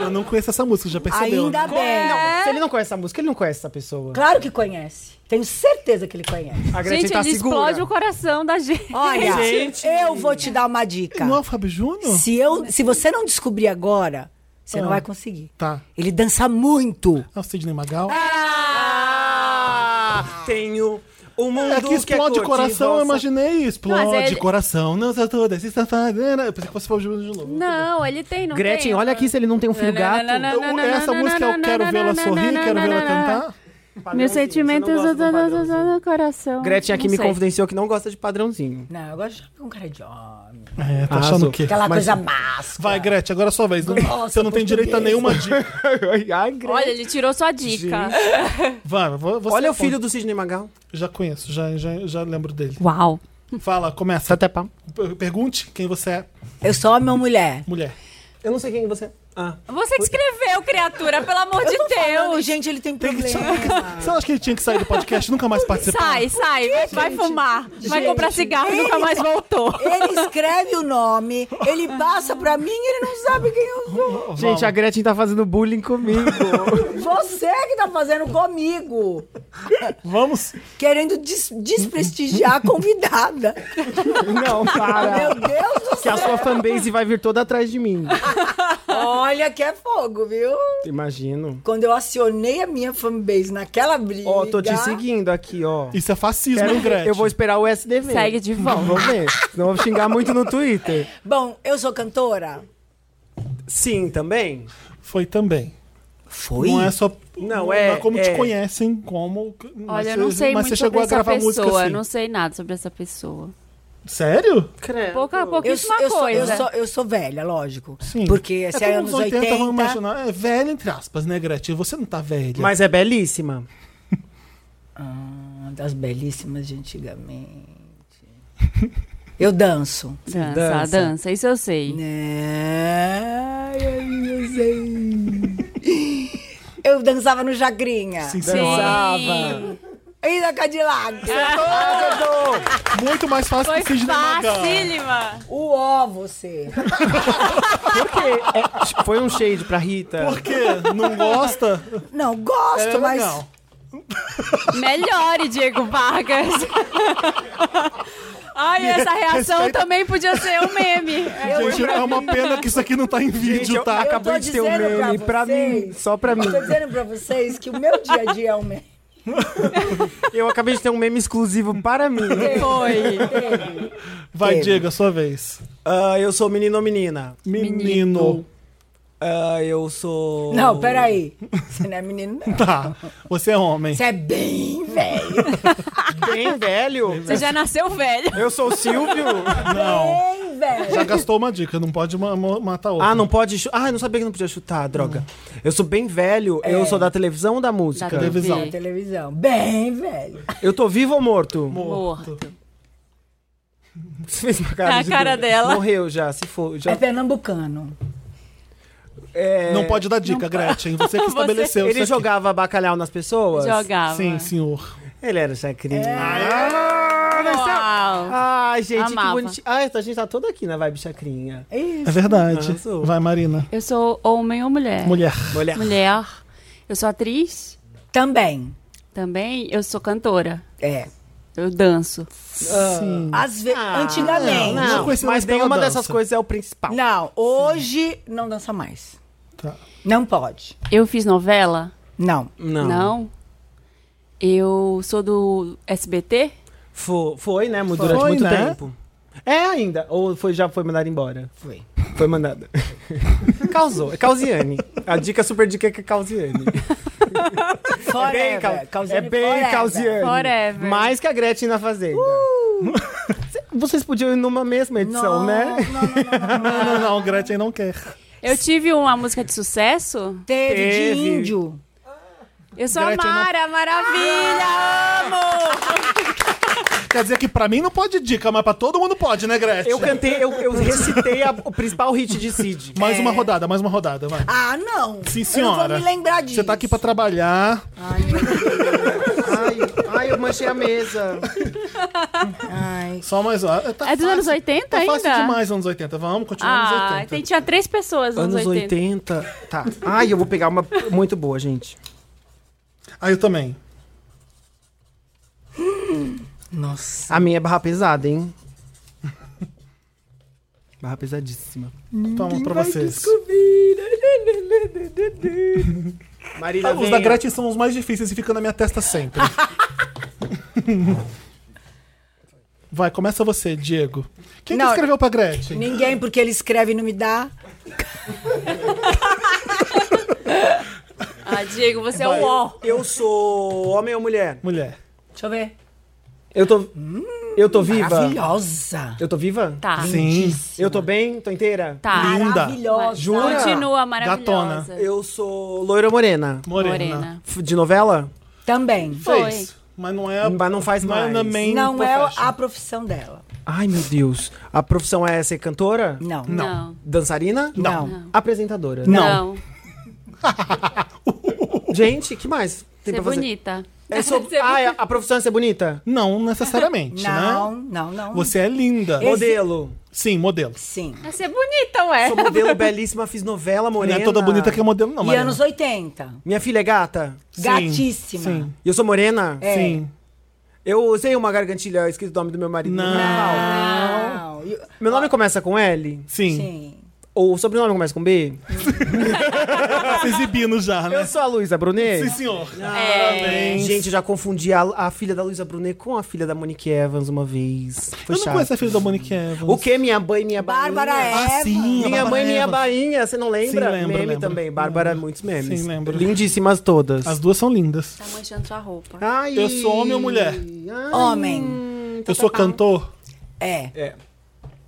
Eu não conheço essa música, já percebeu. Ainda né? bem. Não, É. se ele não conhece essa música, ele não conhece essa pessoa. Claro que conhece. Tenho certeza que ele conhece. A Gretchen Gente, tá ele segura. explode o coração da gente. Olha, Gente. eu vou te dar uma dica. Não é o Fábio Júnior? Se, eu, se você não descobrir agora, você Ah. não vai conseguir. Tá. Ele dança muito. É o Sidney Magal? Ah, tenho o mundo É que explode é cor coração, eu de rosa. imaginei. Explode Mas ele- coração, não sei toda, se está fazendo. né? Eu pensei que fosse Fábio Júnior de novo. Não, ele tem, né? não Gretchen, tem? olha aqui se ele não tem um filho gato. Eu- essa música eu quero vê-la sorrir, quero vê-la cantar. Meus Padrãozinho, sentimentos você não gosta de um do, assim. padrãozinho. no coração. Gretchen aqui Não me sei. confidenciou que não gosta de padrãozinho. Não, eu gosto de com cara de homem. É, tá Arrasou. achando o quê? Aquela Mas- coisa máscara. Vai, Gretchen, agora é sua vez. Não- Nossa, você não tem direito a português. nenhuma dica. Ai, Gretchen. Olha, ele tirou sua dica. Vai, vo- você Olha o aponta. filho do Sidney Magal. Já conheço, já, já, já lembro dele. Uau. Fala, começa. Tá Até pá. P- Pergunte quem você é, Eu sou homem ou mulher? mulher. Eu não sei quem você é. Ah. Você que escreveu, criatura, pelo amor de Eu tô falando, Deus. gente, ele tem Tem que, tá. problema. você acha que ele tinha que sair do podcast e nunca mais participar? Sai, sai, vai, vai fumar, vai gente, comprar cigarro, ele- nunca mais voltou. Ele escreve o nome, ele passa pra mim e ele não sabe quem eu sou. Vamos. Gente, a Gretchen tá fazendo bullying comigo. Você que tá fazendo comigo. Vamos. Querendo des- desprestigiar a convidada. não, Meu para. Deus do Que a céu. sua fanbase vai vir toda atrás de mim. Olha que é fogo, viu? Imagino. Quando eu acionei a minha fanbase naquela briga... Ó, tô te seguindo aqui, ó. Isso é fascismo, Quero um hein, ver. Gretchen? Eu vou esperar o SDV. Segue de volta. Vou ver. Não vou xingar muito no Twitter. Bom, eu sou cantora? Sim, também. Foi também. Foi. Não é só. Não, é- como é. te conhecem, como. mas Olha, eu você- não sei Mas você muito chegou sobre a gravar essa música pessoa, assim. não sei nada sobre essa pessoa. Sério? Credo. Pouca, Eu, pouquíssima eu, sou, eu, é coisa. sou, eu sou velha, lógico. Sim. Porque se é, como anos nos 80... vamos imaginar. É velha, entre aspas, né, Gretchen? Você não tá velha. Mas é belíssima. Ah, das belíssimas de antigamente. Eu danço. Dança, dança, dança. isso eu sei. Né? Ai, eu sei. Eu dançava no Jagrinha. Sim, senhora. Dançava. E na Cadillac. Muito mais fácil Foi que Sidney Magal. facílima. O ó, você. Porque é, foi um shade pra Rita. Por quê? Não gosta? Não, gosto, É mas. legal. Melhore, Diego Vargas. Ai, essa reação Respeita- também podia ser um meme. Gente, é uma pena que isso aqui não tá em vídeo, Gente, eu tá? eu- acabei tô de ter um dizendo pra meme pra, vocês. mim. Só pra mim. Tô dizendo pra vocês que o meu dia a dia é um mês. Eu acabei de ter um meme exclusivo para mim. Foi. Vai, Teve. Diego, é a sua vez. Ah, eu sou menino ou menina? Menino. Ah, eu sou. Não, peraí. Você não é menino, não. Tá. Você é homem. Você é bem velho. Bem velho. Você já nasceu velho. Eu sou o Silvio. Não. Bem velho. Já gastou uma dica, não pode ma- ma- matar outra. ah, não pode. chu- Ah, eu não sabia que não podia chutar, droga. Eu sou bem velho. Eu É. sou da televisão ou da música? Da televisão. Na televisão. Bem velho. É Eu tô vivo ou morto? Morto. Você fez uma cara É a de cara dúvida. dela. Morreu já, se for. Já... É pernambucano. É, Não pode dar dica, Gretchen. Você que estabeleceu Ele isso aqui. jogava bacalhau nas pessoas? Jogava. Sim, senhor. Ele era chacrinha. É. Uau. Ai, gente, Amava. que bonitinho. Ai, a gente tá toda aqui na vibe chacrinha. Isso. É verdade. Arrasou. Vai, Marina. Eu sou homem ou mulher? Mulher. Olha. Mulher. Eu sou atriz Também. também. Eu sou cantora. É. Eu danço. Ah. Sim. Às vezes. Ah, não. antigamente. Não. Eu conheci mas mais pela nenhuma dança. dessas coisas é o principal. hoje não dança mais. Tá. Não pode. Eu fiz novela? Não. Não. Não. Eu sou do SBT? Fo- Foi, né? mu- Foi, Durante muito né? tempo. É ainda. Ou foi, já foi mandada embora? Foi. Foi mandada. Causou. É Causiane. A dica, super dica é que é Causiane. Forever. É cau- Causando é bem forever. Causiane. Forever. Mais que a Gretchen na Fazenda. Uh! Vocês podiam ir numa mesma edição, Não, né? não, não, não, não. Ah, Não, não, não. Gretchen não quer. Eu tive uma música de sucesso? Teve, Teve. de índio. Eu sou Gretchen, a não- Mara, maravilha! Amo! Quer dizer que pra mim não pode dica, mas pra todo mundo pode, né, Gretchen? Eu cantei, eu, eu recitei a- o principal hit de Cid. Mais uma rodada, mais uma rodada, vai. Ah, não. Sim, É. Eu não senhora. vou me lembrar disso. Você tá aqui pra trabalhar. Ai, ai, eu manchei a mesa. Ai. Só mais. ah, Tá É dos fácil. anos 80 tá ainda? fácil demais, anos 80. Vamos continuar nos anos Ah, 80. tem, tinha três pessoas nos Anos 80. 80. Tá. Ai, eu vou pegar uma muito boa, gente. Ah, eu também. Nossa. A minha é barra pesada, hein? Barra pesadíssima. Toma pra vocês. Marília, Ah, Os da Gretchen são os mais difíceis e ficam na minha testa sempre. Vai, começa você, Diego. Quem que Não. escreveu pra Gretchen? Ninguém, porque ele escreve e não me dá. Ah, lá, Diego, você é o ó. Eu sou homem ou mulher? Hum, Mulher. Deixa eu ver. Eu tô. eu tô viva? Maravilhosa. Eu tô viva? Tá. Sim. Eu tô bem? Tô inteira? Tá. Linda. Maravilhosa. Jura? Continua maravilhosa. Gatona. Eu sou loira ou morena? Morena. F- De novela? Também. Foi. Fez. Mas não é. Mas não faz Não é mais. na main Não é profession. a profissão dela. Ai, meu Deus. A profissão é ser cantora? Não. Não. Dançarina? Não. Apresentadora. Não. Gente, que mais tem Ser pra fazer? bonita. É sobre- Ser Ah, é- a profissão é ser bonita? Não necessariamente, Não, né? não, não. Você é linda. Esse- Modelo. Sim, modelo. Sim. É ser bonita, ué. Sou modelo belíssima, fiz novela, morena. Não é toda bonita que é modelo, não, E Mariana. anos 80. Minha filha é gata? Sim, Gatíssima. Sim. E eu sou morena? É. Sim. Eu usei uma gargantilha escrito o nome do meu marido. Não. Não. E- Meu nome começa com L? Sim. Sim. Ou o sobrenome começa com B? Tá se exibindo já, né? Eu sou a Luísa Brunet? Sim, senhor. É. Parabéns. Gente, eu já confundi a, a filha da Luísa Brunet com a filha da Monique Evans uma vez. Foi eu não chato. conheço a filha da Monique Evans. O que? Minha mãe, minha Bárbara é. bainha? Ah, Eva. sim. a Minha Bárbara mãe, minha Evans. bainha. Você não lembra? Sim, lembro, Meme lembro. também. Bárbara, muitos memes. Sim, lembro. Lindíssimas todas. As duas são lindas. Tá manchando sua roupa. Ai. Eu sou homem ou mulher? Ai. Homem. tá Eu sou cantor? É. É.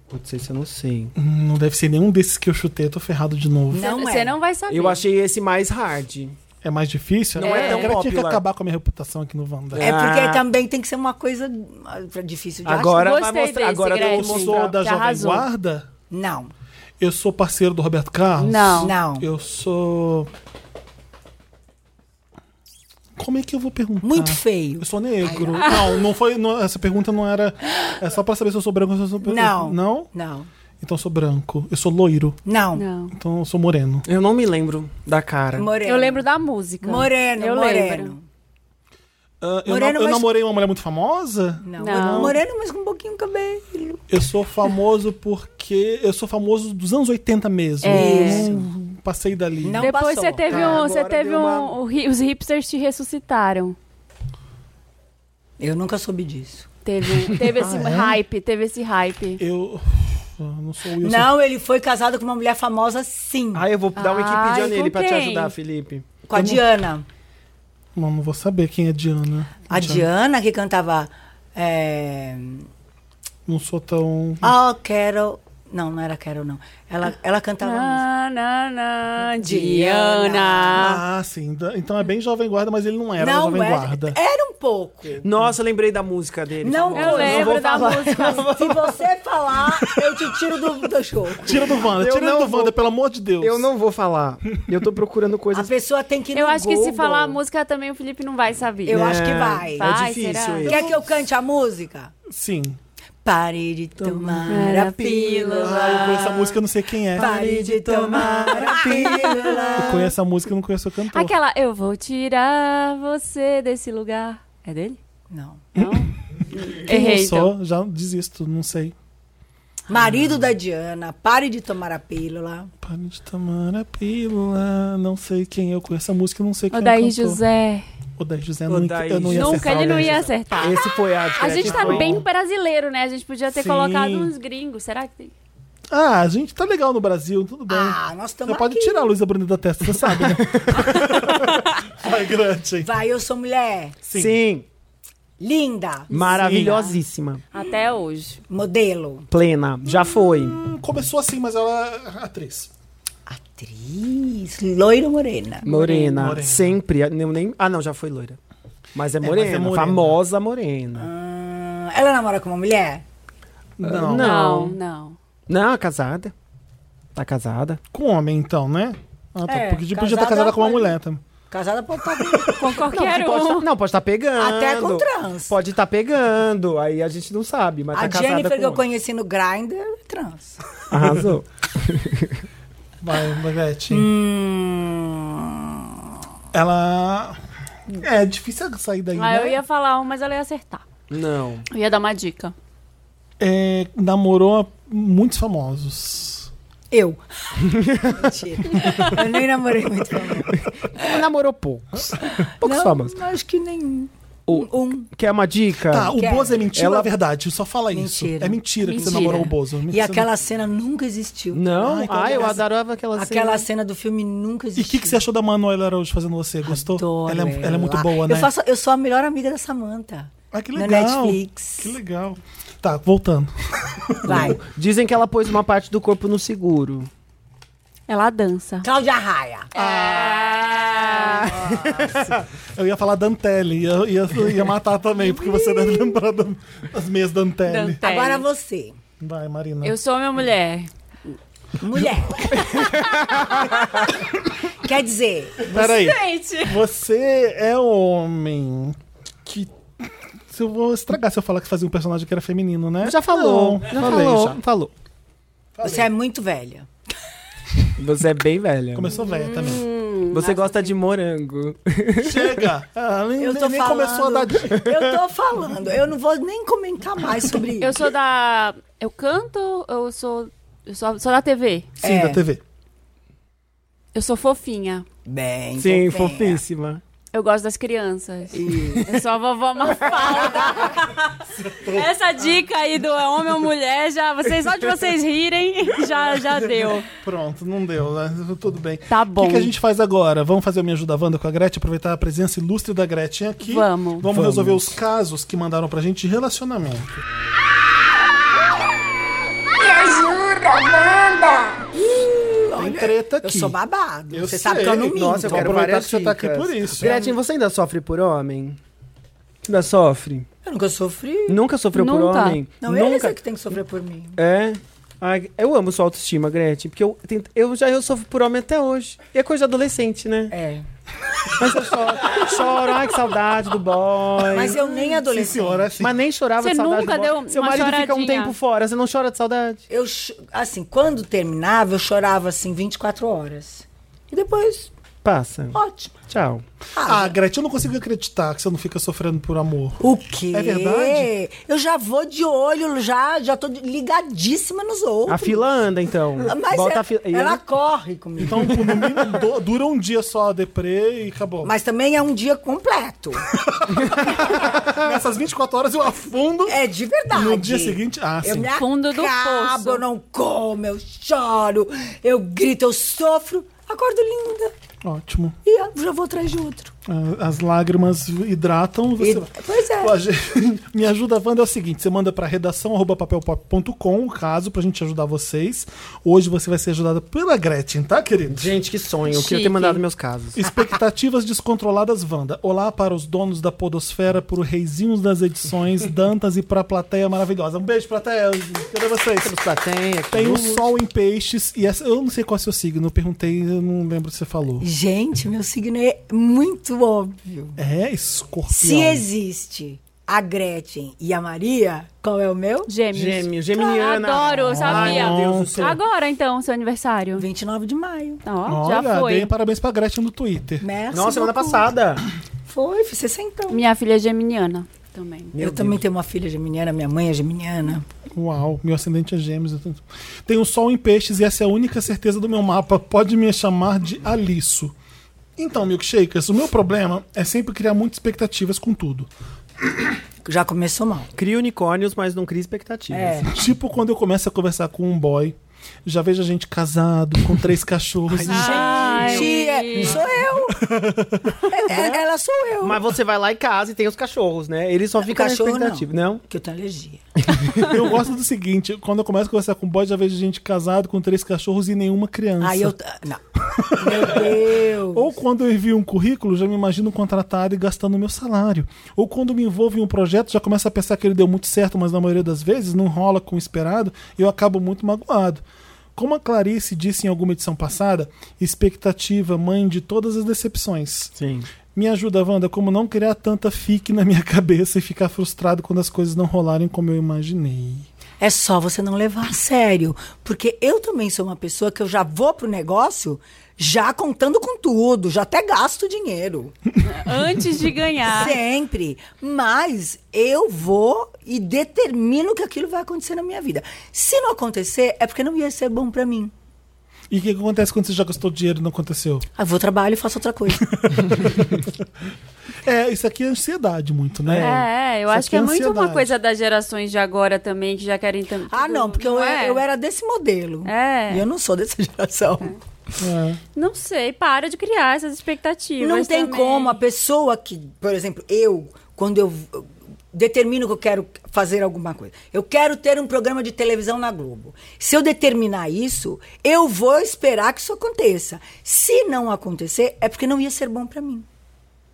Pode ser, se eu não sei. Hum, Não deve ser nenhum desses que eu chutei, eu tô ferrado de novo. Não Você é. não vai saber. Eu achei esse mais hard. É mais difícil? Não é tão O cara tinha que popular. acabar com a minha reputação aqui no Wanda. É porque Ah. também tem que ser uma coisa ah, difícil de Agora vai Gostei mostrar. desse, agora tem Eu Gretchen. que sou mostrar. da Já Jovem arrasou. Guarda? achar. Não. Eu sou parceiro do Roberto Carlos? Não. Não. Eu sou. Como é que eu vou perguntar? Muito Ah. feio. Eu sou negro. Não, não foi. não- essa pergunta não era. É só pra saber se eu sou branco ou se eu sou. Não. Não? Não. Então eu sou branco. Eu sou loiro. Não. Não. Então eu sou moreno. Eu não me lembro da cara. Moreno. Eu lembro da música. Moreno, eu moreno. lembro. Ah, eu Moreno, na- eu mas- namorei uma mulher muito famosa? Não. Não. Moreno, mas com um pouquinho de cabelo. Eu sou famoso porque. Eu sou famoso dos anos 80 mesmo. É. Eu não passei dali. Não. Depois passou. você teve Tá, um. agora Você teve deu um. uma- o hi- Os hipsters te ressuscitaram. Eu nunca soube disso. Teve, teve esse Ah, é? hype, teve esse hype. Eu. eu não sou o Wilson. Não, ele foi casado com uma mulher famosa, sim. Ah, Ai, eu vou dar Ai, uma Wikipedia com nele pra te quem? ajudar, Felipe. com a Diana. Não, não vou saber quem é Diana. A Diana que cantava. É... Hum. Não sou tão. Oh, Carol. Não, não era Carol, não. Ela, ela cantava. música. Na, na, na, Diana. Diana. Ah, sim. Da- Então é bem Jovem Guarda, mas ele não era não, Jovem era, Guarda. era um pouco. Nossa, eu lembrei da música dele. Não, um famosa. Eu lembro vou da falar. música. Se você falar, eu te tiro do, do show. Tira do Wanda, Eu tira não ele do vou- Wanda, pelo amor de Deus. Eu não vou falar. Eu tô procurando A coisas. pessoa tem que ir Eu no acho que se Google. falar a música também o Felipe não vai saber. Eu Né? acho que vai. É Vai, difícil será? isso. Quer que eu cante a música? Sim. Pare de tomar a Ah, eu pílula. conheço a música, eu não sei quem é. né? Pare de tomar a Eu pílula. conheço a música, eu não conheço o cantor. Aquela, eu vou tirar você desse lugar. É dele? Não. Não? Quem eu Errei, então. sou, já desisto, não sei. Marido da Diana, pare de tomar a pílula. Para de tomar a pílula, não sei quem eu conheço a música, eu não sei quem é o Odair cantor. José. Odair José, não, Odair eu não ia Nunca, acertar. ele não Odair ia José. acertar. Esse foi a. A gente tá foi- bem brasileiro, né? A gente podia ter Sim. colocado uns gringos. Será que tem? Ah, gente, tá legal no Brasil, tudo bem. Ah, nós estamos Você pode aqui. tirar a Luísa Bruna da testa, você sabe, né? Vai, Gretchen. Vai, eu sou mulher. Sim. Linda. Maravilhosíssima. Até hoje. Modelo. Plena. Já foi. Hum, Começou assim, mas ela é atriz. Atriz. Loira ou morena. Morena. Morena. Sempre. Eu Nem... Ah, não, já foi loira. Mas é morena. mas é morena. Famosa morena. Hum, ela namora com uma mulher? Ah, Não. Não. Não, não. Não, casada. Tá casada. Com homem, então, né? Ah, tá. É, Porque podia estar casada casada com uma pode- mulher também. Casada pode estar com... Com qualquer Pode um. tá- não, pode estar pegando. Até com trans. Pode estar pegando. Aí a gente não sabe, mas A tá casada Jennifer com que eu homem. conheci no Grindr é trans. Arrasou. Vai, Gretchen. Hum, Ela. É difícil sair daí. Ah, né? eu ia falar um, mas ela ia acertar. não. Eu ia dar uma dica. É, namorou muitos famosos. eu. Mentira. Eu nem namorei muito famoso. Namorou poucos. Poucos Não, famosos. Acho que nem. O, Um. Quer uma dica? Tá, o Quer. Bozo é mentira Ela- ou é verdade? Só fala isso. Mentira. É um mentira, que você Mentira. namorou o Bozo. E aquela cena nunca existiu. Ah, Não, ah, então eu essa- adorava aquela cena. Aquela cena do filme nunca E existiu. o que, que você achou da Manuela Araújo fazendo você? Gostou? Adoro ela, é, ela é muito boa, né? Eu, faço, eu sou a melhor amiga da Samantha. Ah, que na legal. Netflix. Que legal. Tá, voltando. Vai. Dizem que ela pôs uma parte do corpo no seguro. Ela dança. Cláudia Raia. Eu ia falar Dantelli, ia, ia, ia matar também, porque você deve lembrar da- das meias Dantelli. Dantelli. Agora você. Vai, Marina. Eu sou minha mulher. Mulher. Quer dizer, Peraí. Gente! Você é um homem que. Se eu vou estragar se eu falar que fazia um personagem que era feminino, né? Já falou. Não, já falei falou. já. Falou. você é muito velha. Você é bem velha. Começou velha também. Você gosta de morango. Chega! Ah, nem Eu tô nem falando. começou a dar dica. Eu tô falando. Eu não vou nem comentar mais sobre isso. Eu sou da. Eu canto, eu sou. Eu sou, sou da TV. Sim, É. da TV. Eu sou fofinha. Bem, Sim, fofinha. fofíssima. Eu gosto das crianças. Eu sou a vovó Mafalda. Essa dica aí do é homem ou mulher, já, vocês, só de vocês rirem, já, já deu. Pronto, não deu, né? Tudo bem. Tá O bom. que, que a gente faz agora? Vamos fazer o Me Ajuda Wanda com a Gretchen, aproveitar a presença ilustre da Gretchen aqui. Vamos. Vamos, resolver os casos que mandaram pra gente de relacionamento. Me ajuda, Amanda! Tem treta Eu aqui. sou babado. Eu você sei. sabe que eu não minto. Nossa, eu eu, quero aproveitar que você tá aqui por isso. Gretchen, você ainda sofre por homem? Ainda sofre? nunca sofri. Nunca sofreu por Nunca. homem? Não, eles é Nunca. que tem que sofrer por mim. É. Ai, eu amo sua autoestima, Gretchen, porque eu, tento- eu já eu sofro por homem até hoje. E é coisa de adolescente, né? É. Mas eu choro, choro, ai que saudade do boy. Mas eu nem Sim, adolescente. senhora, sim. Mas nem chorava Você de saudade. nunca do boy. deu Seu uma marido fica um choradinha. tempo fora, você não chora de saudade? Eu, cho- assim, quando terminava, eu chorava, assim, 24 horas. E depois, Passa. ótimo. Tchau. Ah, Gretchen, eu não consigo acreditar que você não fica sofrendo por amor. O quê? É verdade? Eu já vou de olho, já, já tô de- ligadíssima nos outros. A fila anda, então. Mas Bota é- a fila. E ela eu- corre comigo. Então, no mínimo, do- dura um dia só a deprê e acabou. Mas também é um dia completo. Nessas 24 horas eu afundo. É de verdade. No dia seguinte- ah, eu sim. me Fundo do acabo, poço. Eu não como, eu choro, eu grito, eu sofro. Acordo linda Ótimo. e eu já vou atrás de outro. Ah, As lágrimas hidratam. Você... E- pois é. Ó, a gente- Me ajuda, Wanda, é o seguinte: você manda pra redação arroba papelpop.com o caso pra gente ajudar vocês. Hoje você vai ser ajudada pela Gretchen, tá, querido? Gente, que sonho. Eu queria Chique. ter mandado meus casos. Expectativas descontroladas, Wanda. Olá para os donos da Podosfera, para os reizinhos das edições, Dantas e pra plateia maravilhosa. Um beijo, plateia. Cadê vocês? Temos plateia, Tem um o luz. sol em peixes e essa, eu não sei qual é o seu signo, eu perguntei, eu não lembro se você falou. Gente, meu signo é muito óbvio. É escorpião. Se existe a Gretchen e a Maria, qual é o meu? Gêmeos. Gêmeo, geminiana. Ah, Adoro, eu sabia. Ai, meu Deus do céu. Agora então, seu aniversário. 29 de maio. Ó, Olha, já foi. dei um parabéns pra Gretchen no Twitter. Merci Nossa, semana beaucoup. passada. Foi, você sentou. Minha filha é geminiana também. Meu eu Deus. também tenho uma filha geminiana, minha mãe é geminiana. Uau, meu ascendente é gêmeos. eu tenho- Tem o sol em peixes e essa é a única certeza do meu mapa. Pode me chamar de Alisso. Então, milkshakers, o meu problema é sempre criar muitas expectativas com tudo. Já começou mal. Cria unicórnios, mas não cria expectativas. É. Tipo quando eu começo a conversar com um boy, já vejo a gente casado, com três cachorros. Ai. Tia, sou eu. É, é- Ela sou eu. Mas você vai lá em casa e tem os cachorros, né? Ele só fica na cachorro, expectativa. Não. Que eu tenho alergia. Eu gosto do seguinte, quando eu começo a conversar com boy, já vejo gente casado com três cachorros e nenhuma criança. Aí eu. ah, Não. Meu Deus. Ou quando eu envio um currículo, já me imagino contratado e gastando meu salário. Ou quando me envolvo em um projeto, já começo a pensar que ele deu muito certo, mas na maioria das vezes não rola com o esperado e eu acabo muito magoado. Como a Clarice disse em alguma edição passada, expectativa, mãe de todas as decepções. Sim. Me ajuda, Wanda, como não criar tanta fique na minha cabeça e ficar frustrado quando as coisas não rolarem como eu imaginei. É só você não levar a sério. Porque eu também sou uma pessoa que eu já vou pro negócio já contando com tudo, já até gasto dinheiro. Antes de ganhar. Sempre. Mas eu vou e determino que aquilo vai acontecer na minha vida. Se não acontecer, é porque não ia ser bom pra mim. E o que acontece quando você já gastou dinheiro e não aconteceu? Ah, vou trabalho e faço outra coisa. É, isso aqui é ansiedade muito, né? É, é, eu Isso acho que aqui é é muito uma ansiedade. coisa das gerações de agora também, que já querem é? também. ah, não, porque eu, eu era desse modelo. É. E eu não sou dessa geração. É. Não sei, para de criar essas expectativas. Não tem também. como. A pessoa que, por exemplo, eu, quando eu eu determino que eu quero fazer alguma coisa, eu quero ter um programa de televisão na Globo. Se eu determinar isso, eu vou esperar que isso aconteça. Se não acontecer, é porque não ia ser bom pra mim.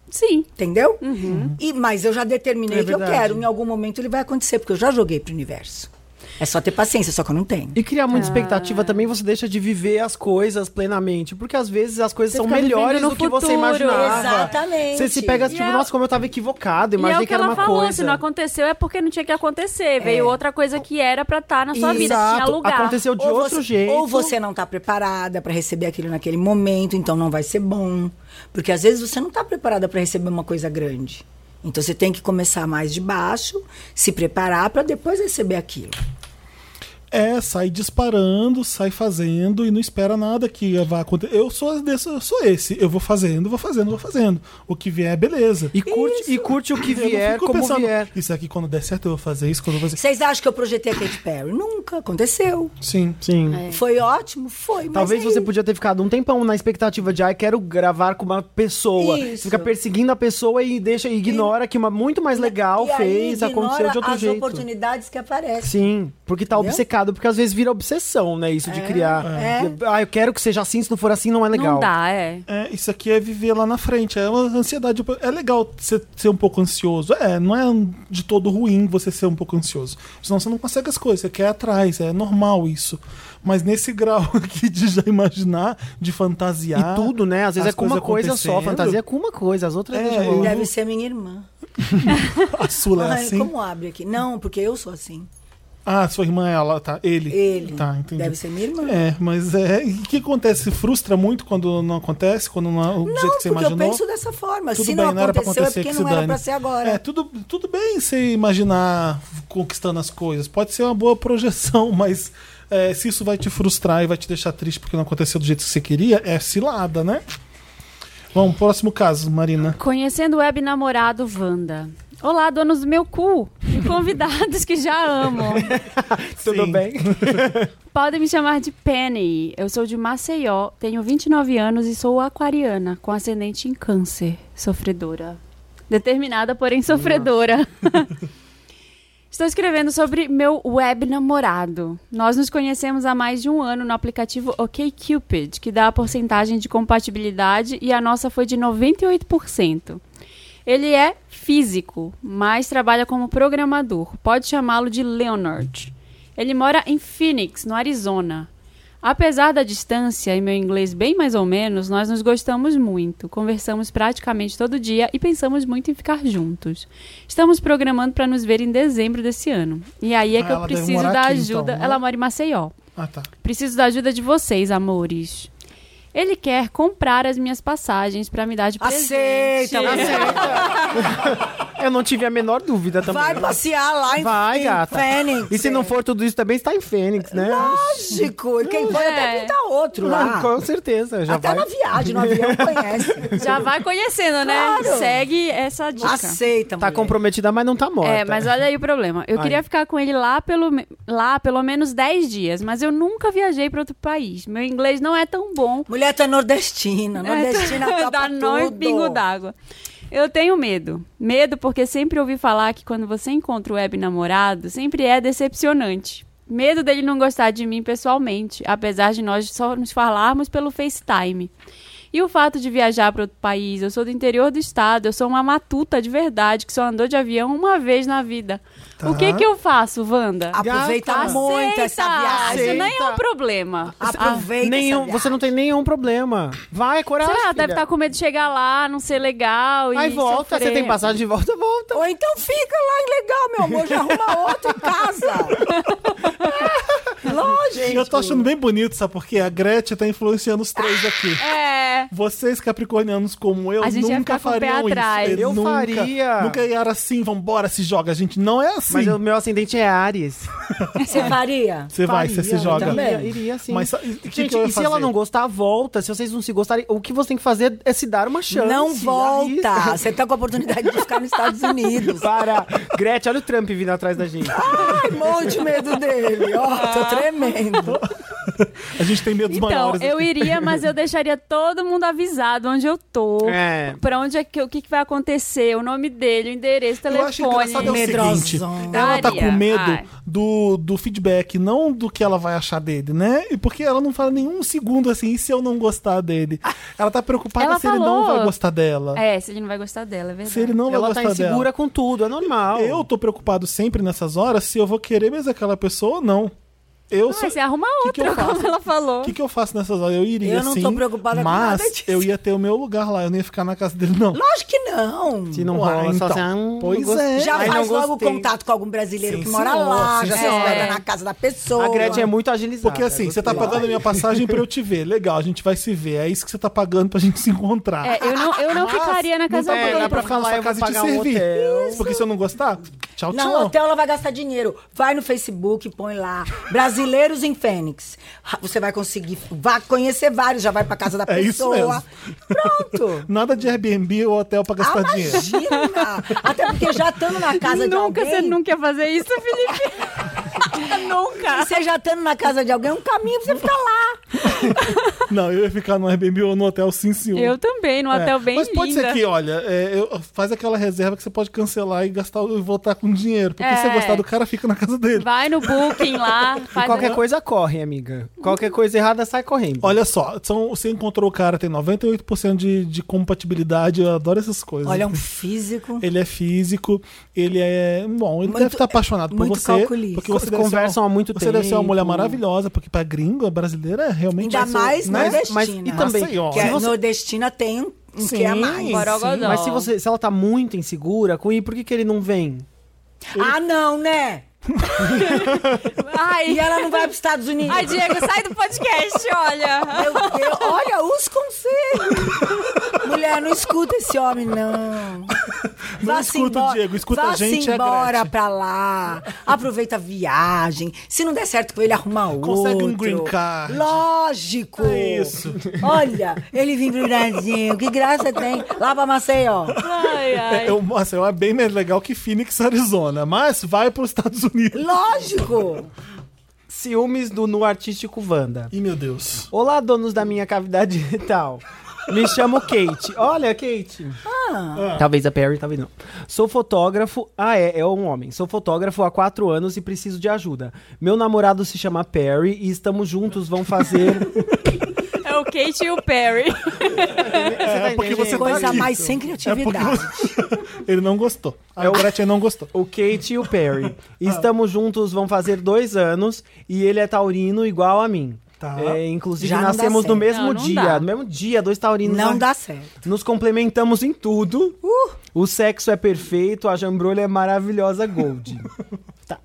Sim. Entendeu? Uhum. E, mas eu já determinei É que eu verdade. quero. Em algum momento ele vai acontecer, porque eu já joguei pro universo. É só ter paciência, só que eu não tenho. E criar Ah. muita expectativa também, você deixa de viver as coisas plenamente. Porque às vezes as coisas Você são fica vivendo melhores do no que você futuro. imaginava. Exatamente. Você se pega tipo, E é- nossa, como eu tava equivocado, E é imaginei o que que era ela uma falou, coisa. se não aconteceu é porque não tinha que acontecer. Veio outra coisa que era pra estar na sua vida, Exato. tinha lugar. Aconteceu de ou outro você, jeito. Ou você não está preparada para receber aquilo naquele momento, então não vai ser bom. Porque às vezes você não está preparada para receber uma coisa grande. Então você tem que começar mais de baixo, se preparar para depois receber aquilo. É, sai disparando, sai fazendo e não espera nada que vá acontecer. Eu sou desse, eu sou esse. Eu vou fazendo, vou fazendo, vou fazendo. O que vier, é beleza. E curte, e curte o que Eu não vier, fico como pensando, vier. Isso aqui quando der certo eu vou fazer isso, quando eu vou fazer. Vocês acham que eu projetei a Katy Perry? Nunca aconteceu. Sim. É. Sim. Foi ótimo, foi. mas É. é Talvez aí- você podia ter ficado um tempão na expectativa de, ai, quero gravar com uma pessoa. Isso. Você fica perseguindo a pessoa e deixa, ignora que uma muito mais legal E aí fez, ignora aconteceu de outro as jeito. oportunidades que aparecem. Sim, porque tá Entendeu? obcecado, porque às vezes vira obsessão, né? Isso de É, criar. Ah, eu quero que seja assim, se não for assim, não é legal. Não dá, é. É, isso aqui é viver lá na frente. É uma ansiedade. É legal ser, ser um pouco ansioso. É, não é de todo ruim você ser um pouco ansioso. Senão você não consegue as coisas, você quer ir atrás, é normal isso. Mas nesse grau aqui de já imaginar, de fantasiar. E tudo, né? Às vezes Tá. as é com uma coisas coisa só, acontecendo. fantasia é com uma coisa, as outras É, deixa eu- rolar. Deve ser minha irmã. A Sula é Ai, assim. como abre aqui? Não, porque eu sou assim. Ah, sua irmã é ela, tá? Ele. Ele. Tá, entendi. Deve ser minha irmã. É, mas é. E o que acontece? Se frustra muito quando não acontece, quando não é o jeito Não, que você porque imaginou? eu penso dessa forma. Tudo se bem, não, não era pra aconteceu, acontecer é que porque se não era dane. pra ser agora. É, tudo, tudo bem você imaginar conquistando as coisas. Pode ser uma boa projeção, mas é, se isso vai te frustrar e vai te deixar triste porque não aconteceu do jeito que você queria, é cilada, né? Vamos, próximo caso, Marina. Conhecendo o web namorado Wanda. Olá, donos do meu cu e convidados que já amam. Tudo Sim. bem? Podem me chamar de Penny. Eu sou de Maceió, tenho 29 anos e sou aquariana, com ascendente em câncer, sofredora. Determinada, porém sofredora. Estou escrevendo sobre meu web namorado. Nós nos conhecemos há mais de um ano no aplicativo OkCupid, que dá a porcentagem de compatibilidade e a nossa foi de 98%. Ele é físico, mas trabalha como programador. Pode chamá-lo de Leonard. Ele mora em Phoenix, no Arizona. Apesar da distância e meu inglês bem mais ou menos, nós nos gostamos muito, conversamos praticamente todo dia e pensamos muito em ficar juntos. Estamos programando para nos ver em dezembro desse ano. E aí é Ah, que eu ela deve preciso morar da aqui, então, ajuda. né? Ela mora em Maceió. Ah, tá. Preciso da ajuda de vocês, amores. Ele quer comprar as minhas passagens para me dar de presente. Aceita, aceita. Eu não tive a menor dúvida também. Vai passear lá em, Vai, em gata. Fênix. E se não for tudo isso também, está em Fênix, né? Lógico. E quem pode até É. pintar outro lá. Com certeza, já até vai. Tá na viagem, no avião, conhece. Já vai conhecendo, né? Claro. Segue essa dica. Aceita, Tá mulher. comprometida, mas não tá morta. É, mas olha aí o problema. Eu Ai. queria ficar com ele lá pelo, me- lá pelo menos 10 dias, mas eu nunca viajei para outro país. Meu inglês não é tão bom. Mulher tá nordestina. Nordestina É, topa dá nó e tudo. pingo d'água. Eu tenho medo. Medo porque sempre ouvi falar que quando você encontra o web namorado, sempre é decepcionante. Medo dele não gostar de mim pessoalmente, apesar de nós só nos falarmos pelo FaceTime. E o fato de viajar para outro país, eu sou do interior do estado, eu sou uma matuta de verdade que só andou de avião uma vez na vida. O que que eu faço, Wanda? Aproveita Gata, muito essa viagem. Isso Aceita. nem é um problema. Aproveita Nenhum, essa é viagem. tá você não tem nenhum problema. Vai, coragem. Será? filha. Deve estar com medo de chegar lá, não ser legal e Aí volta, sofrer. você tem passagem de volta, volta. Ou então fica lá, legal, meu amor. Já arruma outro em casa. Lógico. eu tô achando bem bonito, sabe? Porque a Gretchen tá influenciando os três aqui. É, É. Vocês capricornianos como eu A gente ia nunca ficar com o pé fariam isso. atrás. Eu nunca, faria. Nunca era assim, vambora, se joga. A gente não é assim. Mas o meu ascendente é Ares. Você faria? Você vai, você se Faria, joga. também. Iria, iria sim. Mas sa- e- que Gente, que eu ia e se ela fazer? não gostar, volta. Se vocês não se gostarem, o que você tem que fazer é se dar uma chance. Não arrisca. volta. Você tá com a oportunidade de ficar nos Estados Unidos. Para. Gretchen, olha o Trump vindo atrás da gente. Ai, morro de medo dele. Ó, Ah. tô tremendo. A gente tem medos Então, maiores. assim. eu iria, mas eu deixaria todo mundo avisado onde eu tô. É. Pra onde é que o que, que vai acontecer, o nome dele, o endereço, o Eu acho engraçado é o telefone. seguinte, Medrosona. ela tá com Daria, medo ai. do, do feedback, não do que ela vai achar dele, né? E porque ela não fala nenhum segundo assim, e se eu não gostar dele? Ela tá preocupada Ah, Ela se ele não falou. vai gostar dela. É, se ele não vai gostar dela, é verdade. Se ele não vai Ela tá gostar insegura dela. com tudo, é normal. Eu tô preocupado sempre nessas horas se eu vou querer mesmo aquela pessoa ou não. Eu Ah, sou... você arruma Que que eu outra, faço? como ela falou. O que, que eu faço nessas horas? Eu iria Eu não tô sim, preocupada com mas nada disso. eu ia ter o meu lugar lá, eu não ia ficar na casa dele, não. Lógico que não. Se não Uai, rola, só então. assim, ah, hum, Pois não gostei. é. Já Ai, não faz logo gostei. contato com algum brasileiro Sim, que mora senhora, lá, sim, já se senhora. hospeda na casa da pessoa. A Gretchen é muito agilizada. Porque assim, você tá gostei. pagando a minha passagem pra eu te ver. Legal, a gente vai se ver. É isso que você tá pagando pra gente se encontrar. É, eu não, eu não ficaria na casa Não é, tá dele. pagando pra dá pra ficar na falar, sua eu casa e vou te pagar um servir. hotel. Porque se eu não gostar, tchau, Não, tchau. hotel ela vai gastar dinheiro. Vai no Facebook, põe lá. Brasileiros em Fênix. Ra- Você vai conseguir. Vai conhecer vários, já vai pra casa da É isso pessoa. mesmo. Pronto. Nada de Airbnb ou hotel pra gastar Ah, dinheiro. imagina! Até porque já estando na casa de nunca, alguém. você nunca ia fazer isso, Felipe. nunca. Você já estando na casa de alguém, um caminho pra você ficar lá. Não, eu ia ficar no Airbnb ou no hotel, sim, senhor. Eu também, num hotel É, bem Mas pode linda. ser que, olha, é, eu- faz aquela reserva que você pode cancelar e gastar e voltar com dinheiro. Porque se você É. gostar do cara, fica na casa dele. Vai no booking lá, faz um- Qualquer coisa corre, amiga. Qualquer coisa errada sai correndo. Olha só, são, você encontrou o cara, tem 98% de, de compatibilidade. Eu adoro essas coisas. Olha, é um físico. Ele é físico, ele é. Bom, ele Muito- deve estar apaixonado por muito você. calculista. Porque você Eles deve ser conversam uma- há muito você deve ser uma tempo. mulher maravilhosa, porque pra gringa brasileira realmente. Ainda é mais né? nordestina. Mas- e também, é Maceió. Que Se a você- nordestina tem um um Sim, que é mais. sim. Borogodó. assim, Mas se, você, se ela tá muito insegura com ele, por que, que ele não vem? Ah, não, né? Ai, E ela não vai pros Estados Unidos. ai, Diego, sai do podcast, olha. Meu Deus, olha os conselhos. Mulher, não escuta esse homem, não. Não se escuta o embora- Diego, escuta a gente, Vá-se é a embora Gretchen. pra lá. Aproveita a viagem. Se não der certo com ele, arruma outro. Consegue um green card. Lógico. É isso. Olha, ele vem pro Brasil. Que graça tem. Lá pra Maceió. Ai, ai. É, eu, Maceió é bem mais legal que Phoenix, Arizona. Mas vai pros Estados Unidos. Lógico. Ciúmes do nu artístico Wanda. Ih, meu Deus. Olá, donos da minha cavidade retal. Me chamo Kate. Olha, Kate. Talvez a Perry, talvez não. Sou fotógrafo. Ah, é, é um homem. Sou fotógrafo há quatro anos e preciso de ajuda. Meu namorado se chama Perry e estamos juntos, vão fazer. É o Kate e o Perry. É, porque você tá Coisa aqui. mais sem É porque criatividade. você- Ele não gostou. A É Ah. o- Gretchen não gostou. O Kate e o Perry. Estamos juntos, vão fazer dois anos e ele é taurino igual a mim. Tá. É, inclusive, Já não dá nascemos no certo. mesmo Não, não dia. dá. No mesmo dia, dois taurinos. Não na- dá certo. Nos complementamos em tudo. O sexo é perfeito, a jambrolha é maravilhosa, Gold. tá.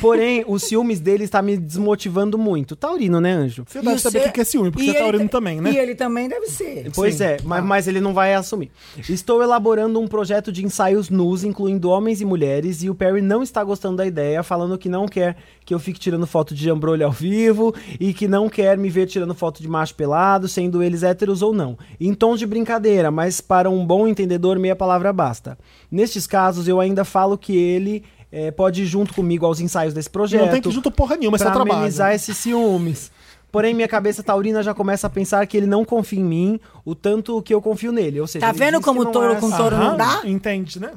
Porém, os ciúmes dele está me desmotivando muito. Taurino, né, anjo? Você deve E saber o você- que que é ciúme, porque e você tá ele orando te- também, né? E ele também deve ser. Pois é, ma- mas, ele não vai assumir. Estou elaborando um projeto de ensaios nus, incluindo homens e mulheres, e o Perry não está gostando da ideia, falando que não quer que eu fique tirando foto de jambrolho ao vivo e que não quer me ver tirando foto de macho pelado, sendo eles héteros ou não. Em tom de brincadeira, mas para um bom entendedor, meia palavra basta. Nestes casos, eu ainda falo que ele. eh, pode ir junto comigo aos ensaios desse projeto Não tem que ir junto porra nenhuma, esse é pra trabalho. amenizar esses ciúmes. Porém, minha cabeça taurina já começa a pensar que ele não confia em mim o tanto que eu confio nele. Ou seja, Tá ele vendo diz como que não touro é com assim. touro não Aham, dá? Entende, né?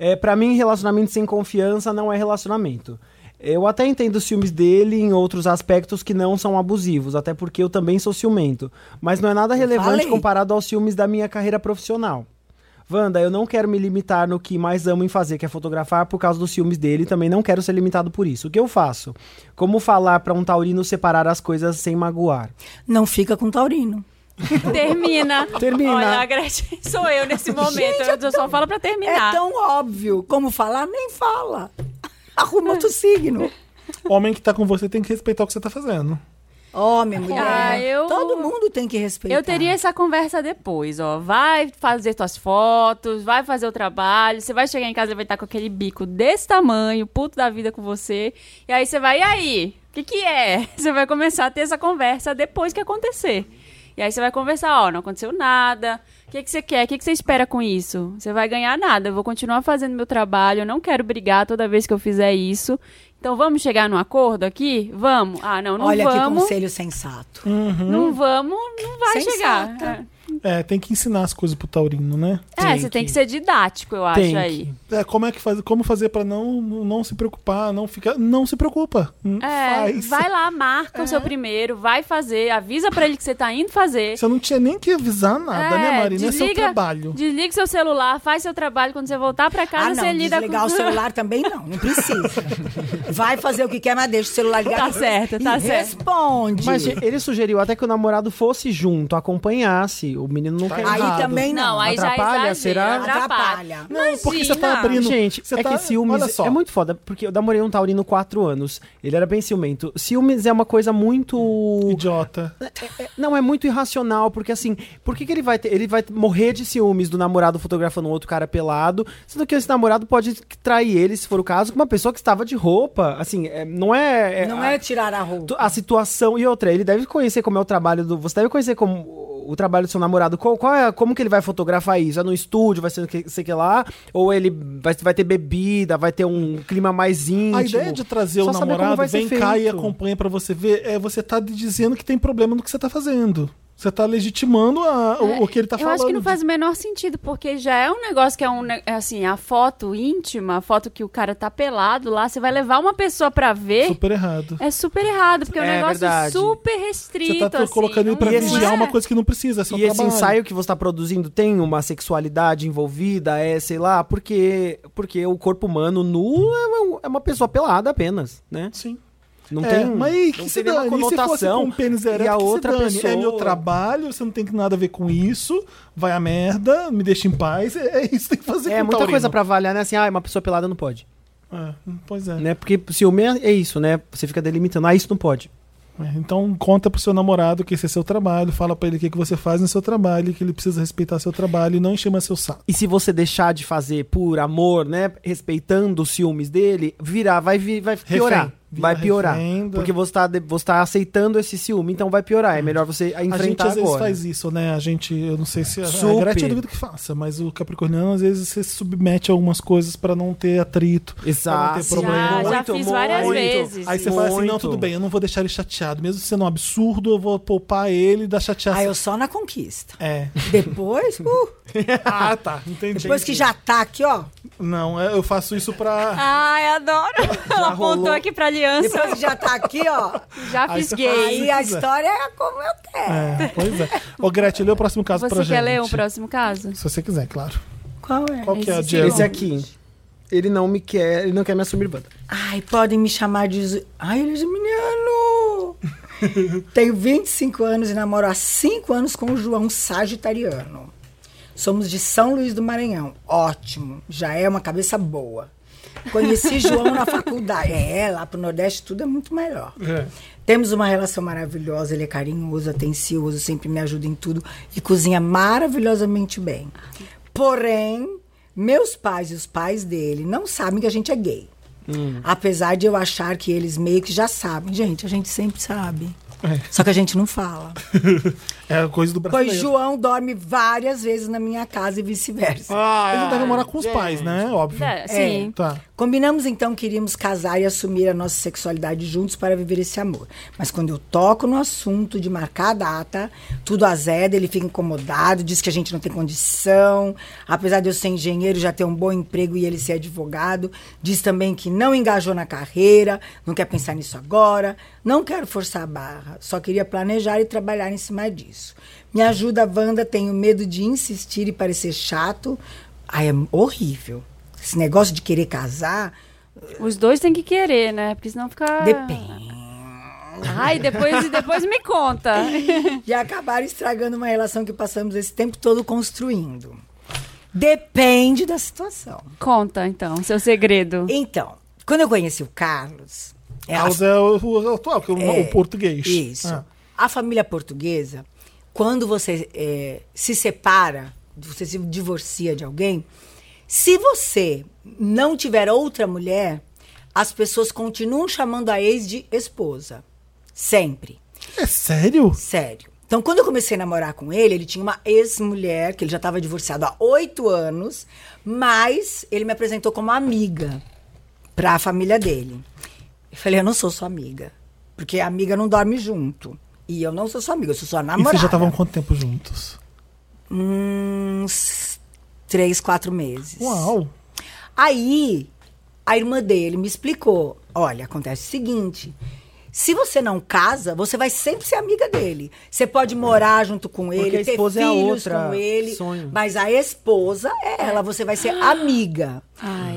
É, para mim, relacionamento sem confiança não é relacionamento. Eu até entendo os ciúmes dele em outros aspectos que não são abusivos, até porque eu também sou ciumento. Mas não é nada relevante falei. comparado aos ciúmes da minha carreira profissional. Wanda, eu não quero me limitar no que mais amo em fazer, que é fotografar, por causa dos ciúmes dele. Também não quero ser limitado por isso. O que eu faço? Como falar pra um taurino separar as coisas sem magoar? Não fica com taurino. Termina. Termina. Olha, a Gretchen sou eu nesse momento. eu só falo pra terminar. É tão óbvio. Como falar, nem fala. Arruma outro signo. É. O homem que tá com você tem que respeitar o que você tá fazendo. Homem, mulher. Ah, eu- Todo mundo tem que respeitar. Eu teria essa conversa depois, ó. Vai fazer suas fotos, vai fazer o trabalho. Você vai chegar em casa e vai estar com aquele bico desse tamanho, puto da vida com você. E aí você vai, e aí? O que, que é? Você vai começar a ter essa conversa depois que acontecer. E aí você vai conversar, ó, não aconteceu nada. O que, que você quer? O que, que você espera com isso? Você vai ganhar nada. Eu vou continuar fazendo meu trabalho. Eu não quero brigar toda vez que eu fizer isso. Então vamos chegar num acordo aqui? Vamos. Ah, não, não Olha que vamos. conselho sensato. Não vamos, não vai Sensata. chegar. É, tem que ensinar as coisas pro taurino, né? É, você tem que ser didático, eu acho Tem aí. que. É, como é que faz, como fazer pra não não se preocupar, não ficar, não se preocupa. Hum, É, faz. É. vai lá, marca o seu primeiro, vai fazer, avisa pra ele que você tá indo fazer. Você não tinha nem que avisar nada, É, né, Marina? é seu desliga- trabalho. Desliga seu celular, faz seu trabalho. Quando você voltar pra casa, ah, não, você lida desligar com o celular também não, não precisa. Vai fazer o que quer, mas deixa o celular ligado. Tá certo, tá e certo. responde. Mas ele sugeriu até que o namorado fosse junto, acompanhasse. O menino não quer Tá aí errado. também não. Não, aí já Atrapalha, exagera, será? Atrapalha. Não, porque você tá Imagina. abrindo. Gente, você é tá, que Olha ciúmes só. é muito foda, porque eu namorei um taurino quatro anos. Ele era bem ciumento. Ciúmes é uma coisa muito... idiota. É- Não, é muito irracional, porque assim, por que, que ele vai ter- Ele vai morrer de ciúmes do namorado fotografando um outro cara pelado, sendo que esse namorado pode trair ele, se for o caso, com uma pessoa que estava de roupa. Assim, é- não é. Não a- é tirar a roupa. tu- A situação e outra, ele deve conhecer como é o trabalho do. Você deve conhecer como o trabalho do seu namorado. Qual, qual é, como que ele vai fotografar isso? É no estúdio, vai ser no que, sei que lá? Ou ele vai, vai ter bebida, vai ter um clima mais íntimo? A ideia de trazer Só o saber como namorado, vai ser vem cá e feito. acompanha pra você ver, é você tá dizendo que tem problema no que você tá fazendo. Você tá legitimando a- o, o que ele tá É, eu falando. acho que não faz o menor sentido, porque já é um negócio que é um. ne- é Assim, a foto íntima, a foto que o cara tá pelado lá, você vai levar uma pessoa pra ver. Super errado. É super errado, porque é um É negócio verdade. super Você restrito. tá assim, colocando ele não- pra não vigiar é. uma coisa que não precisa, é seu E esse trabalho. ensaio que você está produzindo tem uma sexualidade envolvida, é, sei lá, porque, porque o corpo humano nu é uma, é uma pessoa pelada apenas, né? Sim. Não É, tem. Mas aí, que não se tem nenhuma dane, E se fosse com conotação. um pênis E ereto, a que se outra dane? pessoa- É meu trabalho, você não tem nada a ver com isso, vai a merda, me deixa em paz, é, é isso que tem que fazer É com o muita coisa taurino. pra avaliar, né? Assim, ah, uma pessoa pelada não pode. É, pois é. Né? Porque ciúme é é isso, né? Você fica delimitando, ah, isso não pode. É, Então conta pro seu namorado que esse é seu trabalho, fala pra ele o que, que você faz no seu trabalho, que ele precisa respeitar seu trabalho e não encher mais seu saco. E se você deixar de fazer por amor, né? Respeitando os ciúmes dele, virar, vai, vi- vai piorar. Vira Vai piorar. refém da- Porque você tá, de- você tá aceitando esse ciúme, então vai piorar. É melhor você A gente enfrentar às vezes agora. faz isso, né? A gente, eu não sei se é, a, a Super. Gretchen eu duvido que faça, mas o Capricorniano às vezes se submete a algumas coisas pra não ter atrito. Exato. Pra não ter problema. Já, já Muito, fiz várias muito. vezes. Aí você fala assim, não, Muito. tudo bem, eu não vou deixar ele chateado. Mesmo sendo um absurdo, eu vou poupar ele da chateação. Aí eu só na conquista. É. Depois, uh, Ah, tá. Entendi. depois que já Ah. tá aqui, ó. Não, é, eu faço isso pra. Ai, adoro. Ela apontou rolou. aqui pra aliança. Depois que já tá aqui, ó. Já Aí fiz você gay. Aí a história é como eu quero. É, pois é. Ô, Gretchen, lê o próximo caso Você pra quer gente. ler um próximo caso? Se você quiser, claro. Qual é? Qual que é a Esse Diego? Esse aqui. Ele não me quer, ele não quer me assumir banda. Ai, podem me chamar de. Zu- Ai, ele é geminiano! Tenho 25 anos e namoro há 5 anos com o João Sagitariano. Somos de São Luís do Maranhão. Ótimo, já é uma cabeça boa. Conheci João na faculdade. É, lá pro Nordeste tudo é muito melhor. É. Temos uma relação maravilhosa, ele é carinhoso, atencioso, sempre me ajuda em tudo e cozinha maravilhosamente bem. Porém, meus pais e os pais dele não sabem que a gente é gay. Apesar de eu achar que eles meio que já sabem. Gente, a gente sempre sabe. Só que a gente não fala. É a coisa do brasileiro. Pois João dorme várias vezes na minha casa e vice-versa. Ele deve morar com os pais, né? Óbvio. É, sim. Tá. Combinamos então que iríamos casar e assumir a nossa sexualidade juntos para viver esse amor. Mas quando eu toco no assunto de marcar a data, tudo azeda, ele fica incomodado, diz que a gente não tem condição. Apesar de eu ser engenheiro, já ter um bom emprego e ele ser advogado, diz também que não engajou na carreira, não quer pensar nisso agora. Não quero forçar a barra, só queria planejar e trabalhar em cima disso. Me ajuda, Wanda, tenho medo de insistir e parecer chato. Ai, é horrível. Esse negócio de querer casar Os dois têm que querer, né? Porque senão fica. depende. Ai, depois, e depois me conta. E acabaram estragando uma relação que passamos esse tempo todo construindo. Depende da situação. conta, então, seu segredo. Então, quando eu conheci o Carlos, É a- House é o, o atual, que é o, É, o português. Isso. Ah, A família portuguesa, quando você eh, se separa, você se divorcia de alguém, se você não tiver outra mulher, as pessoas continuam chamando a ex de esposa. Sempre. É sério? Sério. Então, quando eu comecei a namorar com ele, ele tinha uma ex-mulher, que ele já estava divorciado há oito anos, mas ele me apresentou como amiga para a família dele. Eu falei, eu não sou sua amiga, porque amiga não dorme junto. E eu não sou sua amiga, eu sou sua E namorada. vocês já estavam quanto tempo juntos? Uns três, quatro meses. Uau! Aí a irmã dele me explicou: olha, acontece o seguinte. Se você não casa, você vai sempre ser amiga dele. Você pode morar junto com ele, a ter filhos esposa é a outra, com ele, sonho. mas a esposa é ela, você vai ser amiga.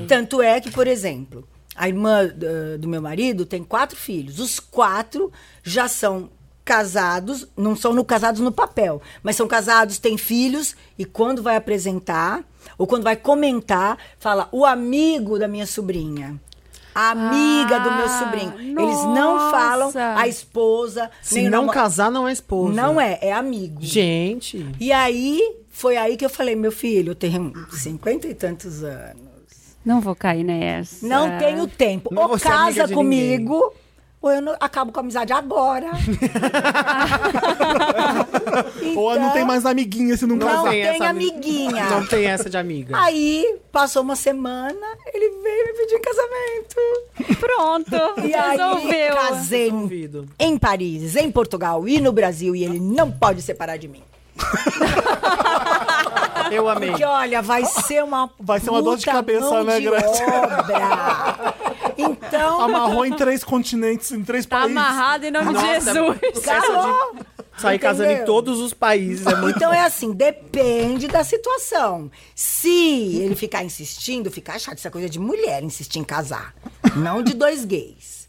Tanto é que, por exemplo, a irmã eh, do meu marido tem quatro filhos. Os quatro já são casados, não são no, casados no papel, mas são casados, têm filhos, e quando vai apresentar, ou quando vai comentar, fala o amigo da minha sobrinha. A amiga do meu Ah, sobrinho. Eles não falam nossa. a esposa, Se nem o não namor- casar, não é esposa. Não é, é amigo. Gente. E aí, foi aí que eu falei, meu filho, eu tenho cinquenta e tantos anos. Não vou cair nessa. Não tenho tempo. Não vou ou ser amiga casa de comigo, ou eu não- acabo com a amizade agora. Ou não Então, tem mais amiguinha se não não casar. tem essa ami- amiguinha. Não tem essa de amiga. Ah, Aí, passou uma semana, ele veio me pedir em casamento. Pronto, E aí, resolveu. casei Resolvido. em Paris, em Portugal e no Brasil, e ele não pode separar de mim. Eu amei. Porque, olha, vai ser uma Vai ser uma dor de puta cabeça, mão né, de Graça? obra. Então, Amarrou em três continentes, em três Tá países. amarrado em nome de Nossa, Jesus. essa calou. de sair casando em Entendeu? todos os países é muito Então é assim, depende da situação. Se ele ficar insistindo, ficar chato. Isso é coisa de mulher insistir em casar. Não de dois gays.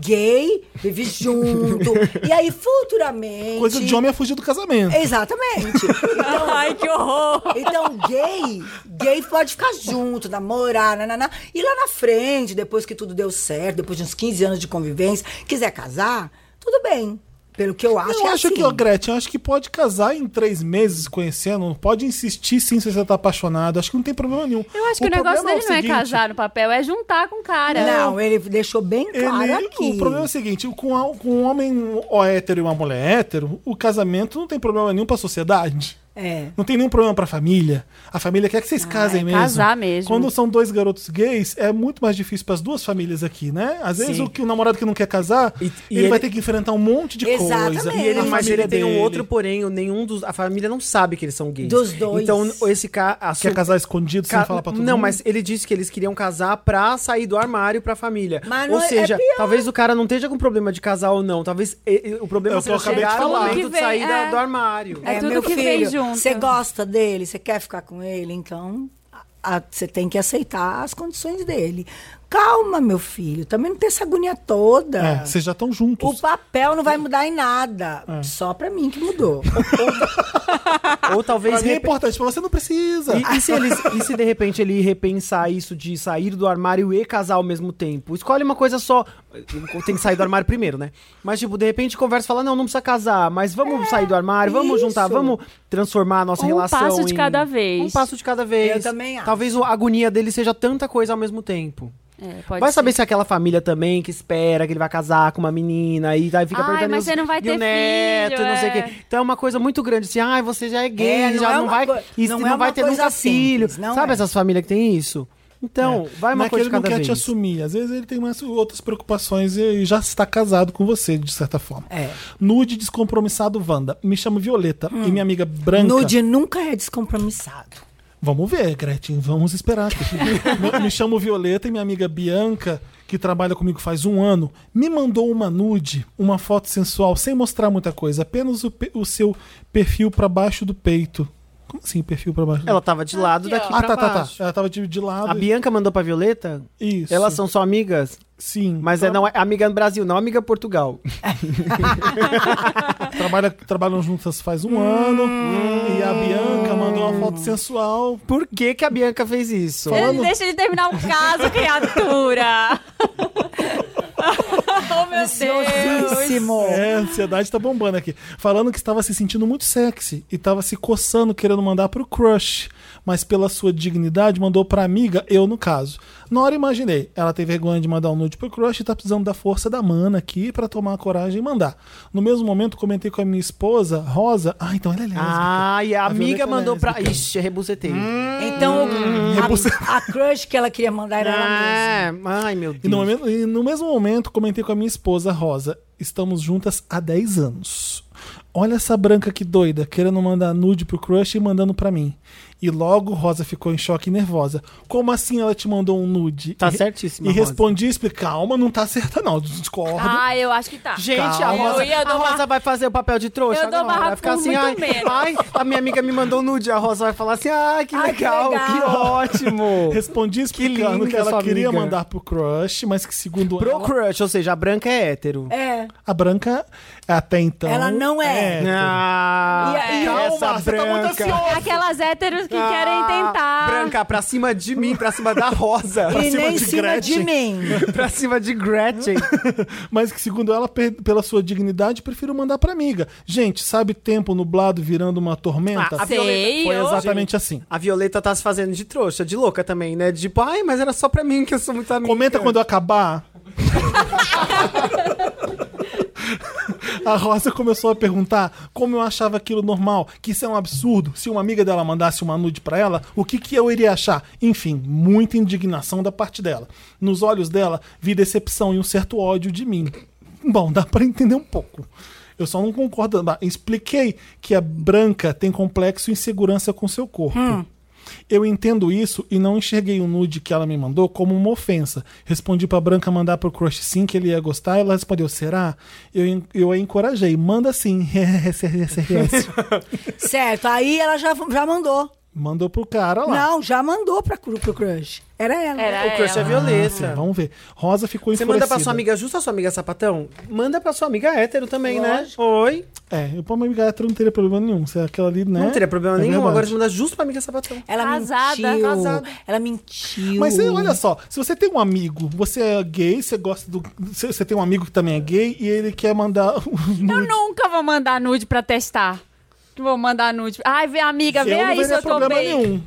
Gay, vive junto. E aí, futuramente. Coisa de homem é fugir do casamento. Exatamente. Então, Ai, que horror. então, gay, gay pode ficar junto, namorar, nananá. E lá na frente, depois que tudo deu certo, depois de uns 15 anos de convivência, quiser casar, tudo bem. Pelo que eu acho, eu é acho assim. que, ó, Gretchen, eu acho que pode casar em três meses conhecendo. Pode insistir sim se você tá apaixonado. Acho que não tem problema nenhum. Eu acho que o, problema negócio dele não seguinte, é casar no papel, é juntar com o cara. Não, ele deixou bem claro Ele, aqui. o problema é o seguinte: com, a- com um homem ó, hétero e uma mulher hétero, o casamento não tem problema nenhum pra sociedade. É. Não tem nenhum problema pra família. A família quer que vocês casem é mesmo. casar mesmo. Quando são dois garotos gays, é muito mais difícil pras duas famílias aqui, né? Às vezes Sim. o, que- o namorado que não quer casar, E- e ele, ele- vai ter que enfrentar um monte de coisa. Exatamente. E ele- a mas ele família tem um dele. outro porém, nenhum dos a família não sabe que eles são gays. Dos dois. Então esse cara a Quer su- casar escondido ca- sem falar pra todo Não, mundo? mas ele disse que eles queriam casar pra sair do armário pra família. Mas ou não é- é seja, pior. talvez o cara não esteja com problema de casar ou não, talvez e- e- o É problema o que eu seja acabei de chegar no falar. momento Tudo de que sair vem, da- é. do armário. É tudo meu que vem filho, junto. Você gosta dele, você quer ficar com ele, então a- a- você tem que aceitar as condições dele. Calma, meu filho, também não tem essa agonia toda. É, vocês já estão juntos. O papel não vai mudar em nada. Só pra mim que mudou. Ou talvez Pra mim é repe- importante, pra você não precisa. E, e se eles- e se de repente ele repensar isso de sair do armário e casar ao mesmo tempo? Escolhe uma coisa só. Tem que sair do armário primeiro, né? Mas, tipo, de repente conversa e fala: não, não precisa casar, mas vamos sair do armário, vamos isso. juntar, vamos transformar a nossa É, Um relação. passo de em- cada vez. Um passo de cada vez. Eu também acho. Talvez a agonia dele seja tanta coisa ao mesmo tempo. É, pode vai ser. saber se é aquela família também que espera que ele vai casar com uma menina e aí fica Ai, perguntando. mas e os- você não vai e ter o neto, filho, não sei o é. quê. Então é uma coisa muito grande, assim, ai, você já é gay, É, não já é não uma vai. coi- E não não, é uma vai ter coisa nunca filho. simples, não Sabe é. essas famílias que tem isso? Então, vai Mas uma que coisa de ele É. não cada quer vez. te assumir. Às vezes ele tem mais outras preocupações e e já está casado com você, de certa forma. É. Nude descompromissado, Wanda. Me chamo Violeta Hum. e minha amiga Branca. Nude nunca é descompromissado. Vamos ver, Gretchen, vamos esperar. Me- me chamo Violeta e minha amiga Bianca, que trabalha comigo faz um ano, me mandou uma nude, uma foto sensual, sem mostrar muita coisa, apenas o, pe- o seu perfil para baixo do peito. Como assim, perfil para baixo? do- Ela tava de lado daqui ah, pra tá, tá, tá. baixo. Ela tava de, de lado. A Bianca mandou pra Violeta? Isso. Elas são só amigas? Sim. Mas é, não, é amiga no Brasil, não amiga Portugal. Trabalha, trabalham juntas faz um ano. Hum. E a Bianca mandou uma foto sensual. Por que, que a Bianca fez isso? é um Ele deixa ele terminar o caso, criatura. Oh, meu Deus! Ansiosíssimo. É, a ansiedade tá bombando aqui. Falando que estava se sentindo muito sexy e tava se coçando, querendo mandar pro crush. Mas pela sua dignidade, mandou pra amiga, eu no caso. Na hora imaginei, ela tem vergonha de mandar um nude pro crush e tá precisando da força da mana aqui pra tomar a coragem e mandar. No mesmo momento, comentei com a minha esposa, Rosa. Ah, então ela é lésbica. Ah, e a A amiga Violeta mandou pra. lésbica. Ixi, é rebuzetei. Então, rebuce- a, a crush que ela queria mandar era ela é mesma. Ah, ai, meu Deus. E é no, momento- e no mesmo momento, comentei com a minha esposa, Rosa. Estamos juntas há 10 anos. Olha essa branca que doida, querendo mandar nude pro crush e mandando pra mim. E logo Rosa ficou em choque e nervosa. Como assim ela te mandou um nude? Tá E- certíssima, E Rosa. respondi, explica, calma, não tá certa não, discordo. Ah, eu acho que tá. Gente, a Calma. Rosa, Eu ia a dar uma- Rosa vai fazer o papel de trouxa. Eu dou agora, barraco vai ficar por assim, muito ai, menos." ai, a minha amiga me mandou um nude. A Rosa vai falar assim, ai, que Ai, que legal, que, legal. ótimo. Respondi explicando que, linda ela sua queria amiga. mandar pro crush, mas que segundo Pro ela, crush, ou seja, a branca é hétero. É. a branca até então... Ela não é. hétero. Ah, E aí, calma, Calma, essa você tá muito branca. ansiosa. Aquelas héteros que querem Ah, tentar. Branca, pra cima de mim, pra cima da Rosa. E cima nem em de cima de Gretchen. mim. pra cima de Gretchen. mas que segundo ela, per- pela sua dignidade, prefiro mandar pra amiga. Gente, sabe tempo nublado virando uma tormenta? Ah, a Sei, Violeta Foi eu- exatamente assim. A Violeta tá se fazendo de trouxa, de louca também, né? Tipo, ai, mas era só pra mim que eu sou muito amiga. Comenta quando eu acabar. A Rosa começou a perguntar como eu achava aquilo normal, que isso é um absurdo. Se uma amiga dela mandasse uma nude pra ela, o que, que eu iria achar? Enfim, muita indignação da parte dela. Nos olhos dela, vi decepção e um certo ódio de mim. Bom, dá pra entender um pouco. Eu só não concordo. Bah, Expliquei que a branca tem complexo e insegurança com seu corpo. Eu entendo isso e não enxerguei o nude que ela me mandou como uma ofensa. Respondi pra Branca mandar pro crush sim que ele ia gostar. Ela respondeu, será? Eu, en- eu a encorajei. Manda sim. Certo. Aí ela já, já mandou. Mandou pro cara lá. Ah, Não, já mandou pra, cru- pro crush. Era ela. Era O crush é ela. Violeta. Vamos ver. Rosa ficou Você enfurecida. manda pra sua amiga justa, sua amiga sapatão? Manda pra sua amiga hétero também, né? Oi. É, eu pra uma amiga hétero não teria problema nenhum. Se é aquela ali, né? Não teria problema É nenhum. verdade. Agora você manda justo pra amiga sapatão. Ela Casada, mentiu. casada. Ela mentiu. Mas você- olha só, se você tem um amigo, você é gay, você gosta do. Você você tem um amigo que também é gay e ele quer mandar. um Eu nunca vou mandar nude pra testar. Vou mandar nude. Ai, vê Tá É amiga, vê eu não aí se veria eu tô problema bem. nenhum.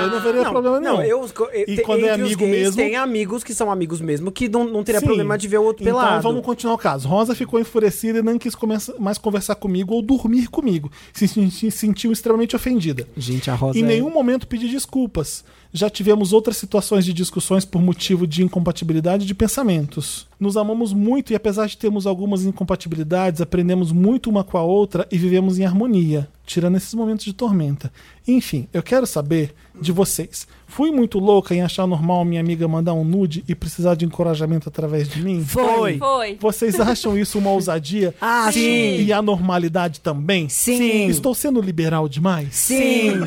Eu não veria problema nenhum. Ah, Não, eu, eu- E te- quando é entre os amigo gays, mesmo- Tem amigos que são amigos mesmo, que não, não teria Sim. problema de ver o outro pelado. Então vamos continuar o caso. Rosa ficou enfurecida e não quis começa- mais conversar comigo ou dormir comigo. Se, sen- se sentiu extremamente ofendida. Gente, a Rosa Em é- nenhum momento pedi desculpas. Já tivemos outras situações de discussões por motivo de incompatibilidade de pensamentos. Nos amamos muito e apesar de termos algumas incompatibilidades, aprendemos muito uma com a outra e vivemos em harmonia, tirando esses momentos de tormenta. Enfim, eu quero saber de vocês. Fui muito louca em achar normal minha amiga mandar um nude e precisar de encorajamento através de mim? Foi. Foi. Vocês acham isso uma ousadia? Ah, sim. E a normalidade também? Sim. Estou sendo liberal demais? Sim.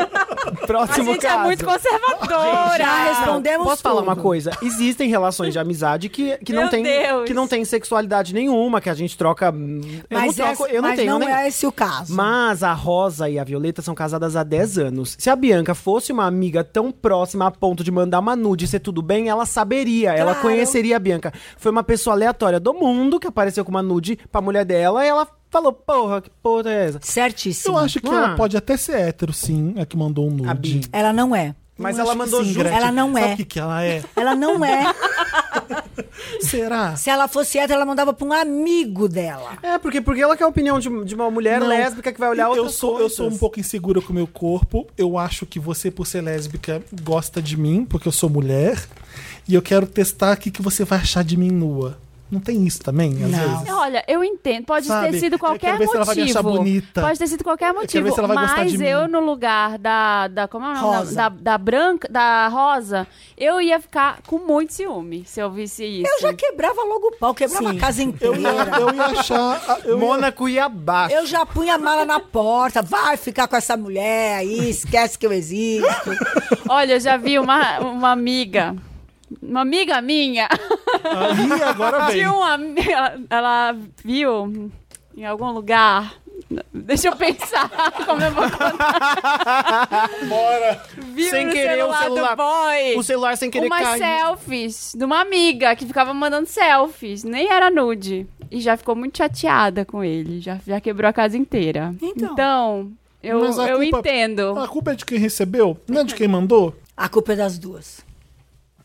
A Próximo gente caso. é muito conservadora. Já respondemos Posso falar tudo. uma coisa? Existem relações de amizade que, que, não Meu tem, Deus. que não tem sexualidade nenhuma, que a gente troca. hum, Eu Mas, não troco, essa- eu não mas tenho, não né? é esse o caso. Mas a Rosa e a Violeta são casadas há 10 anos. Se a Bianca fosse uma amiga tão próxima a ponto de mandar uma nude e ser tudo bem, ela saberia, ela Claro. conheceria a Bianca. Foi uma pessoa aleatória do mundo que apareceu com uma nude pra mulher dela e ela falou: porra, que porra é essa? Certíssimo. Eu acho que Ah. ela pode até ser hétero, sim, a que mandou um A Bi. nude. Ela não é. Mas Eu acho ela que mandou sim, junto. Gretchen. Ela não Sabe é. o que, que ela é? Ela não é. Será? Se ela fosse hétero, ela mandava pra um amigo dela. É, porque, porque ela quer a opinião de, de uma mulher Não. lésbica que vai olhar eu outras sou, eu coisas. sou um pouco insegura com o meu corpo. Eu acho que você, por ser lésbica, gosta de mim, porque eu sou mulher. E eu quero testar o que, que você vai achar de mim nua. Não tem isso também, às Não. vezes? É, Olha, eu entendo. Pode Sabe, ter sido eu quero qualquer ver se ela vai me motivo. achar bonita. Pode ter sido qualquer motivo. ver se ela vai mas gostar de mim. eu, no lugar da. da como é o nome? Rosa. Da, da branca, da rosa, eu ia ficar com muito ciúme se eu visse isso. Eu já quebrava logo o pau, quebrava Sim. a Eu casa ia, inteira. eu ia achar. Eu ia Mônaco e abaixo. Eu já punha a mala na porta, vai ficar com essa mulher aí, esquece que eu existo. Olha, eu já vi uma, uma amiga. Uma amiga minha. Ih, agora vem. Tinha uma amiga. Ela viu em algum lugar Deixa eu pensar como eu vou contar. Bora! Viu Sem no querer, o celular celular- do boy. O celular sem querer umas cair. selfies de uma amiga que ficava mandando selfies, nem era nude. E já ficou muito chateada com ele, já, já quebrou a casa inteira. Então. eu, Mas a eu culpa- entendo. A culpa é de quem recebeu, não é de quem mandou? A culpa é das duas.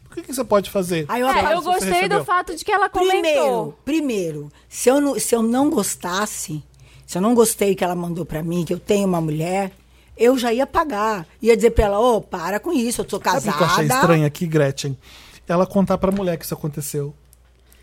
O que, que você pode fazer? Aí eu É, abraço. eu gostei do recebeu. fato de que ela Primeiro, comentou. primeiro se, eu não, se eu não gostasse, se eu não gostei que ela mandou pra mim, que eu tenho uma mulher, eu já ia pagar. Ia dizer pra ela, ô, para com isso, eu sou Sabe casada. o que eu achei estranho aqui, Gretchen? Ela contar pra mulher que isso aconteceu.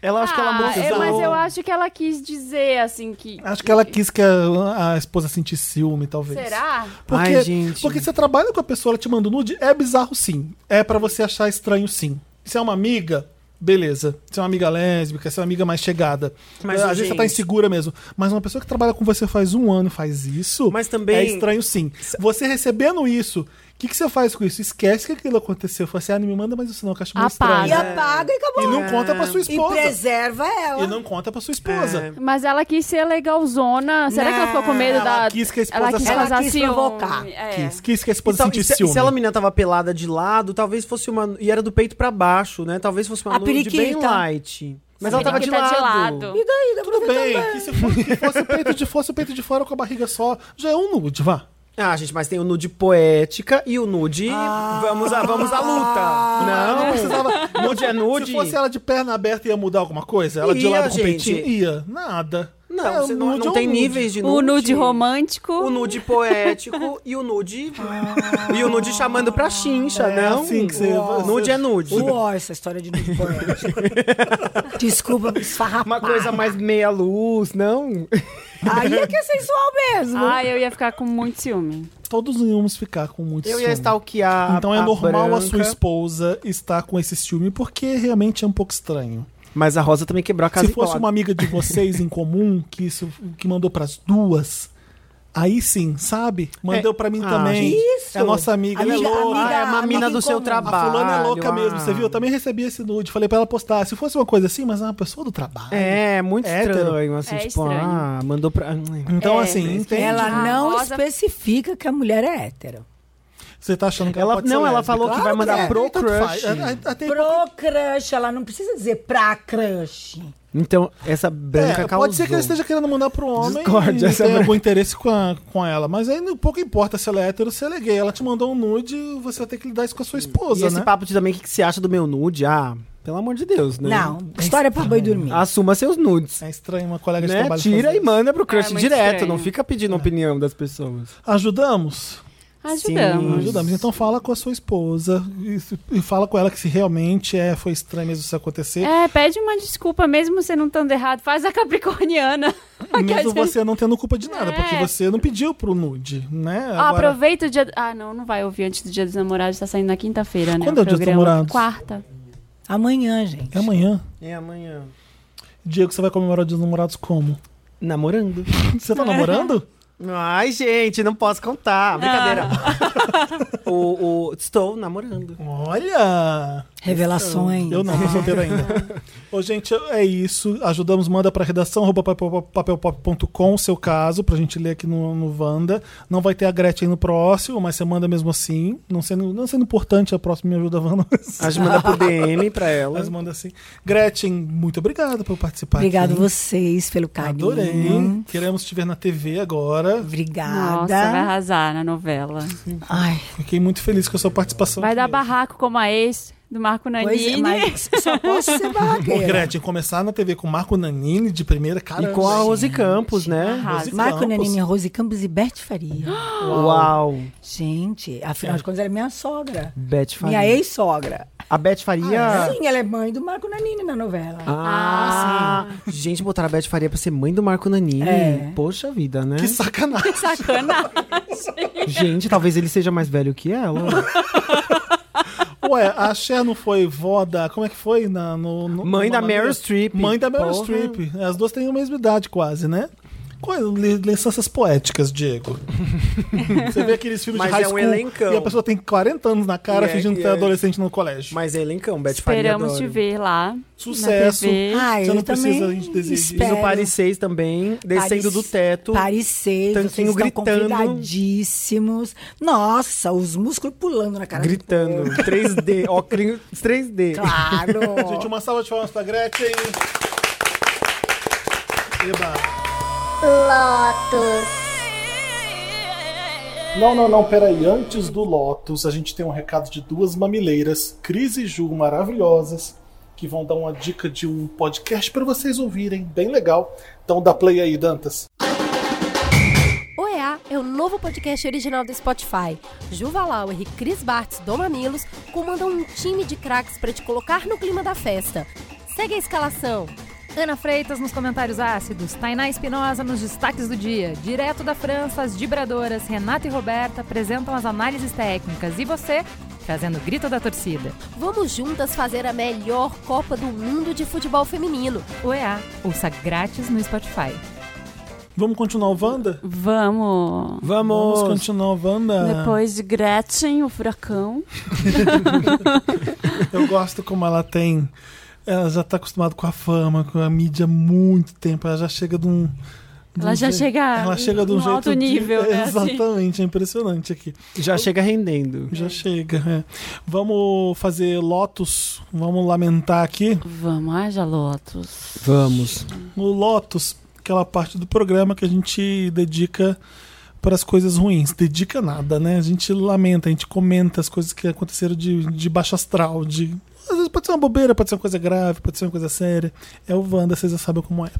Ela acha que ela é Ah, é, precisou. eu- mas eu acho que ela quis dizer, assim, que... Acho que ela quis que a, a esposa sentisse ciúme, talvez. Será? Porque, Ai, gente. porque você trabalha com a pessoa, ela te manda nude, é bizarro sim. É pra você achar estranho sim. Se é uma amiga, beleza. Se é uma amiga lésbica, se é uma amiga mais chegada. Mas, Às vezes você tá gente- insegura mesmo. Mas uma pessoa que trabalha com você faz um ano faz isso, Mas também- é estranho sim. Você recebendo isso, o que, que você faz com isso? Esquece que aquilo aconteceu. Fala assim, ah, não me manda mais isso não, que eu acho meio Apaga. E estranho. apaga e acabou. E não conta pra sua E esposa. preserva ela. E não conta pra sua esposa. É. Mas ela quis ser legalzona. Será que ela ficou com medo Não, da... ela quis que a esposa Ela quis Ela causar quis ciúme. provocar. É. Quis, quis que a E esposa tal- Então, e sentisse se, e ciúme. se ela menina tava pelada de lado, talvez fosse uma. E era do peito pra baixo, né? Talvez fosse uma A nude bem periquita. light. Mas ela tava de Periquita lado. tá de lado. E daí? Dá pra Tudo ver bem, também. que se fosse, que fosse o peito de fosse o peito de fora com a barriga só, já é um nude, vá. Ah, gente, mas tem o nude poética e o nude. Vamos, a, vamos à luta. não, não precisava. Nude é nude. Se fosse ela de perna aberta, ia mudar alguma coisa? Ela de Ia, lado com o gente. peitinho? Ia. Nada. Não, É, você não, nude não é um tem nude. níveis de nude. O nude romântico. O nude poético e o nude. e o nude chamando pra chincha, É não? assim que você- Nude é nude. Uó, essa história de nude poético. Desculpa me esfarrapar. Uma coisa mais meia luz, não? Aí é que é sensual mesmo. Ah, eu ia ficar com muito ciúme. Todos íamos ficar com muito Eu ciúme. ia stalkear. Então é a normal a sua branca. esposa estar com esse ciúme, porque realmente é um pouco estranho. Mas a Rosa também quebrou a casa Se fosse inteira. uma amiga de vocês em comum, que isso que mandou pras duas, aí sim, sabe? Mandou pra mim Ah, também. gente. É nossa amiga, ela é Amiga- louca. Ah, é uma amiga mina em do seu comum. A trabalho. fulana é louca mesmo, ah. você viu? Eu também recebi esse nude. Falei pra ela postar. Se fosse uma coisa assim, mas é uma pessoa do trabalho. É, muito Hétero. estranho. Assim, É tipo, estranho. ah, mandou pra. Então, É. assim, entende? Ela Ah, não Rosa- especifica que a mulher é hétero. Você tá achando que ela, Ela- pode ser não, ela lésbica? falou que vai mandar é. pro Tanto faz. crush. É, é, até- Pro crush, ela não precisa dizer pra crush. Então, essa é, branca causou. pode ser que ela esteja querendo mandar pro homem Discórdia, e essa é tenha mulher. algum interesse com, a- com ela. Mas aí pouco importa se ela é hétero ou se ela é gay. Ela te mandou um nude, você vai ter que lidar isso com a sua E esposa, esse né? papo de também, o que, que você acha do meu nude? Ah, pelo amor de Deus, né? Não, história é pra boi dormir. Assuma seus nudes. É estranho uma colega de né? trabalho Tira fazer e manda pro É, crush muito direto. estranho. Não fica pedindo É. opinião das pessoas. isso. Ajudamos? Ajudamos. Ajudamos. Então fala com a sua esposa e, se- e fala com ela que se realmente é, foi estranho mesmo isso acontecer. É, pede uma desculpa, mesmo você não estando errado. Faz a capricorniana. Que a Mesmo gente- você não tendo culpa de nada, É. porque você não pediu pro nude, né? Ó, Agora- aproveita o dia. Ah, não, não vai ouvir antes do dia dos namorados, tá saindo na quinta-feira, né? Quando é o dia dos programa? namorados? Quarta. Amanhã, gente. É amanhã. É amanhã. Diego, você vai comemorar o Dia dos namorados como? Namorando. Você tá namorando? Ai, gente, não posso contar. Brincadeira. o, o- estou namorando. Olha! Revelações. Eu não, tô solteiro ainda. Ô, gente, é isso. Ajudamos, manda pra redação, arroba papel- papelpop.com o seu caso, pra gente ler aqui no, no Wanda. Não vai ter a Gretchen no próximo, mas você manda mesmo assim. Não sendo, não sendo importante, a próxima me ajuda, Wanda. Mas, A gente manda pro DM pra ela. mas manda assim. Gretchen, muito obrigado por participar Obrigado aqui. vocês pelo carinho. Adorei. Queremos te ver na TV agora. Obrigada. Nossa, vai arrasar na novela. Ai, Fiquei muito feliz com a sua participação. Vai aqui. dar barraco como a ex do Marco pois é, Nanini. mas só posso ser Ô, barraqueira. Gretchen, começar na TV com Marco Nanini de primeira, cara. E com a Rose Campos, né? Arrasa. Marco Campos. Nanini, Rose Campos e Beth Faria. Uau. Gente, afinal de contas, era minha sogra. Beth Faria. Minha ex-sogra. A Beth Faria. Sim, ela é mãe do Marco Nanini na novela. Ah, sim. Gente, botaram a Beth Faria pra ser mãe do Marco Nanini. É. Poxa vida, né? Que sacanagem. Sacana. Gente, talvez ele seja mais velho que ela. Ué, a Cher não foi vó da. Como é que foi? Na, no, no- Mãe numa da Meryl maneira? Streep. Mãe da Meryl É, Porra. Streep. As duas têm a mesma idade, quase, né? Qual- li- Licenças poéticas, Diego. Você vê aqueles filmes Mas de high é um school elencão. e a pessoa tem 40 anos na cara E é- fingindo e que é é- adolescente no colégio. Mas é elencão, Beth Esperamos te Paniadoro. ver lá. Sucesso. Na TV. Ah, Você eu não também precisa de desejo. Fiz espero. o Paris 6 também, descendo Paris- do teto. Paris 6, vocês Tanquinho estão gritando. convidadíssimos. Nossa, os músculos pulando na cara. do Gritando, 3D, óculos 3D. povo. Claro. Gente, uma salva de palmas pra Gretchen. Eba. Lotus, Não, não, não, peraí. Antes do Lotus, a gente tem um recado de duas mamileiras, Cris e Ju, maravilhosas, que vão dar uma dica de um podcast pra vocês ouvirem, bem legal. Então dá play aí, Dantas. OEA é o novo podcast original do Spotify. Juva Lauer e Cris Bartz do Mamilos comandam um time de craques para te colocar no clima da festa. Segue a escalação. Ana Freitas nos comentários ácidos, Tainá Espinosa nos destaques do dia, direto da França, as vibradoras Renata e Roberta apresentam as análises técnicas e você trazendo o grito da torcida. Vamos juntas fazer a melhor Copa do Mundo de futebol feminino. OEA, ouça grátis no Spotify. Vamos continuar o Wanda? Vamos. Vamos Vamos! continuar o Wanda. Depois de Gretchen, o furacão. Eu gosto como ela tem. Ela já tá acostumada com a fama, com a mídia há muito tempo. Ela já chega de um. de Ela um já je- chega Ela chega de um num jeito. alto de- nível, né, assim. Exatamente, é impressionante aqui. Já chega rendendo. Já chega. é. Vamos fazer Lotus. Vamos lamentar aqui. Vamos, haja Lotus. Vamos. O Lotus, aquela parte do programa que a gente dedica para as coisas ruins. Dedica nada, né? A gente lamenta, a gente comenta as coisas que aconteceram de, de baixo astral, de. Às vezes pode ser uma bobeira, pode ser uma coisa grave, pode ser uma coisa séria. É o Wanda, vocês já sabem como é.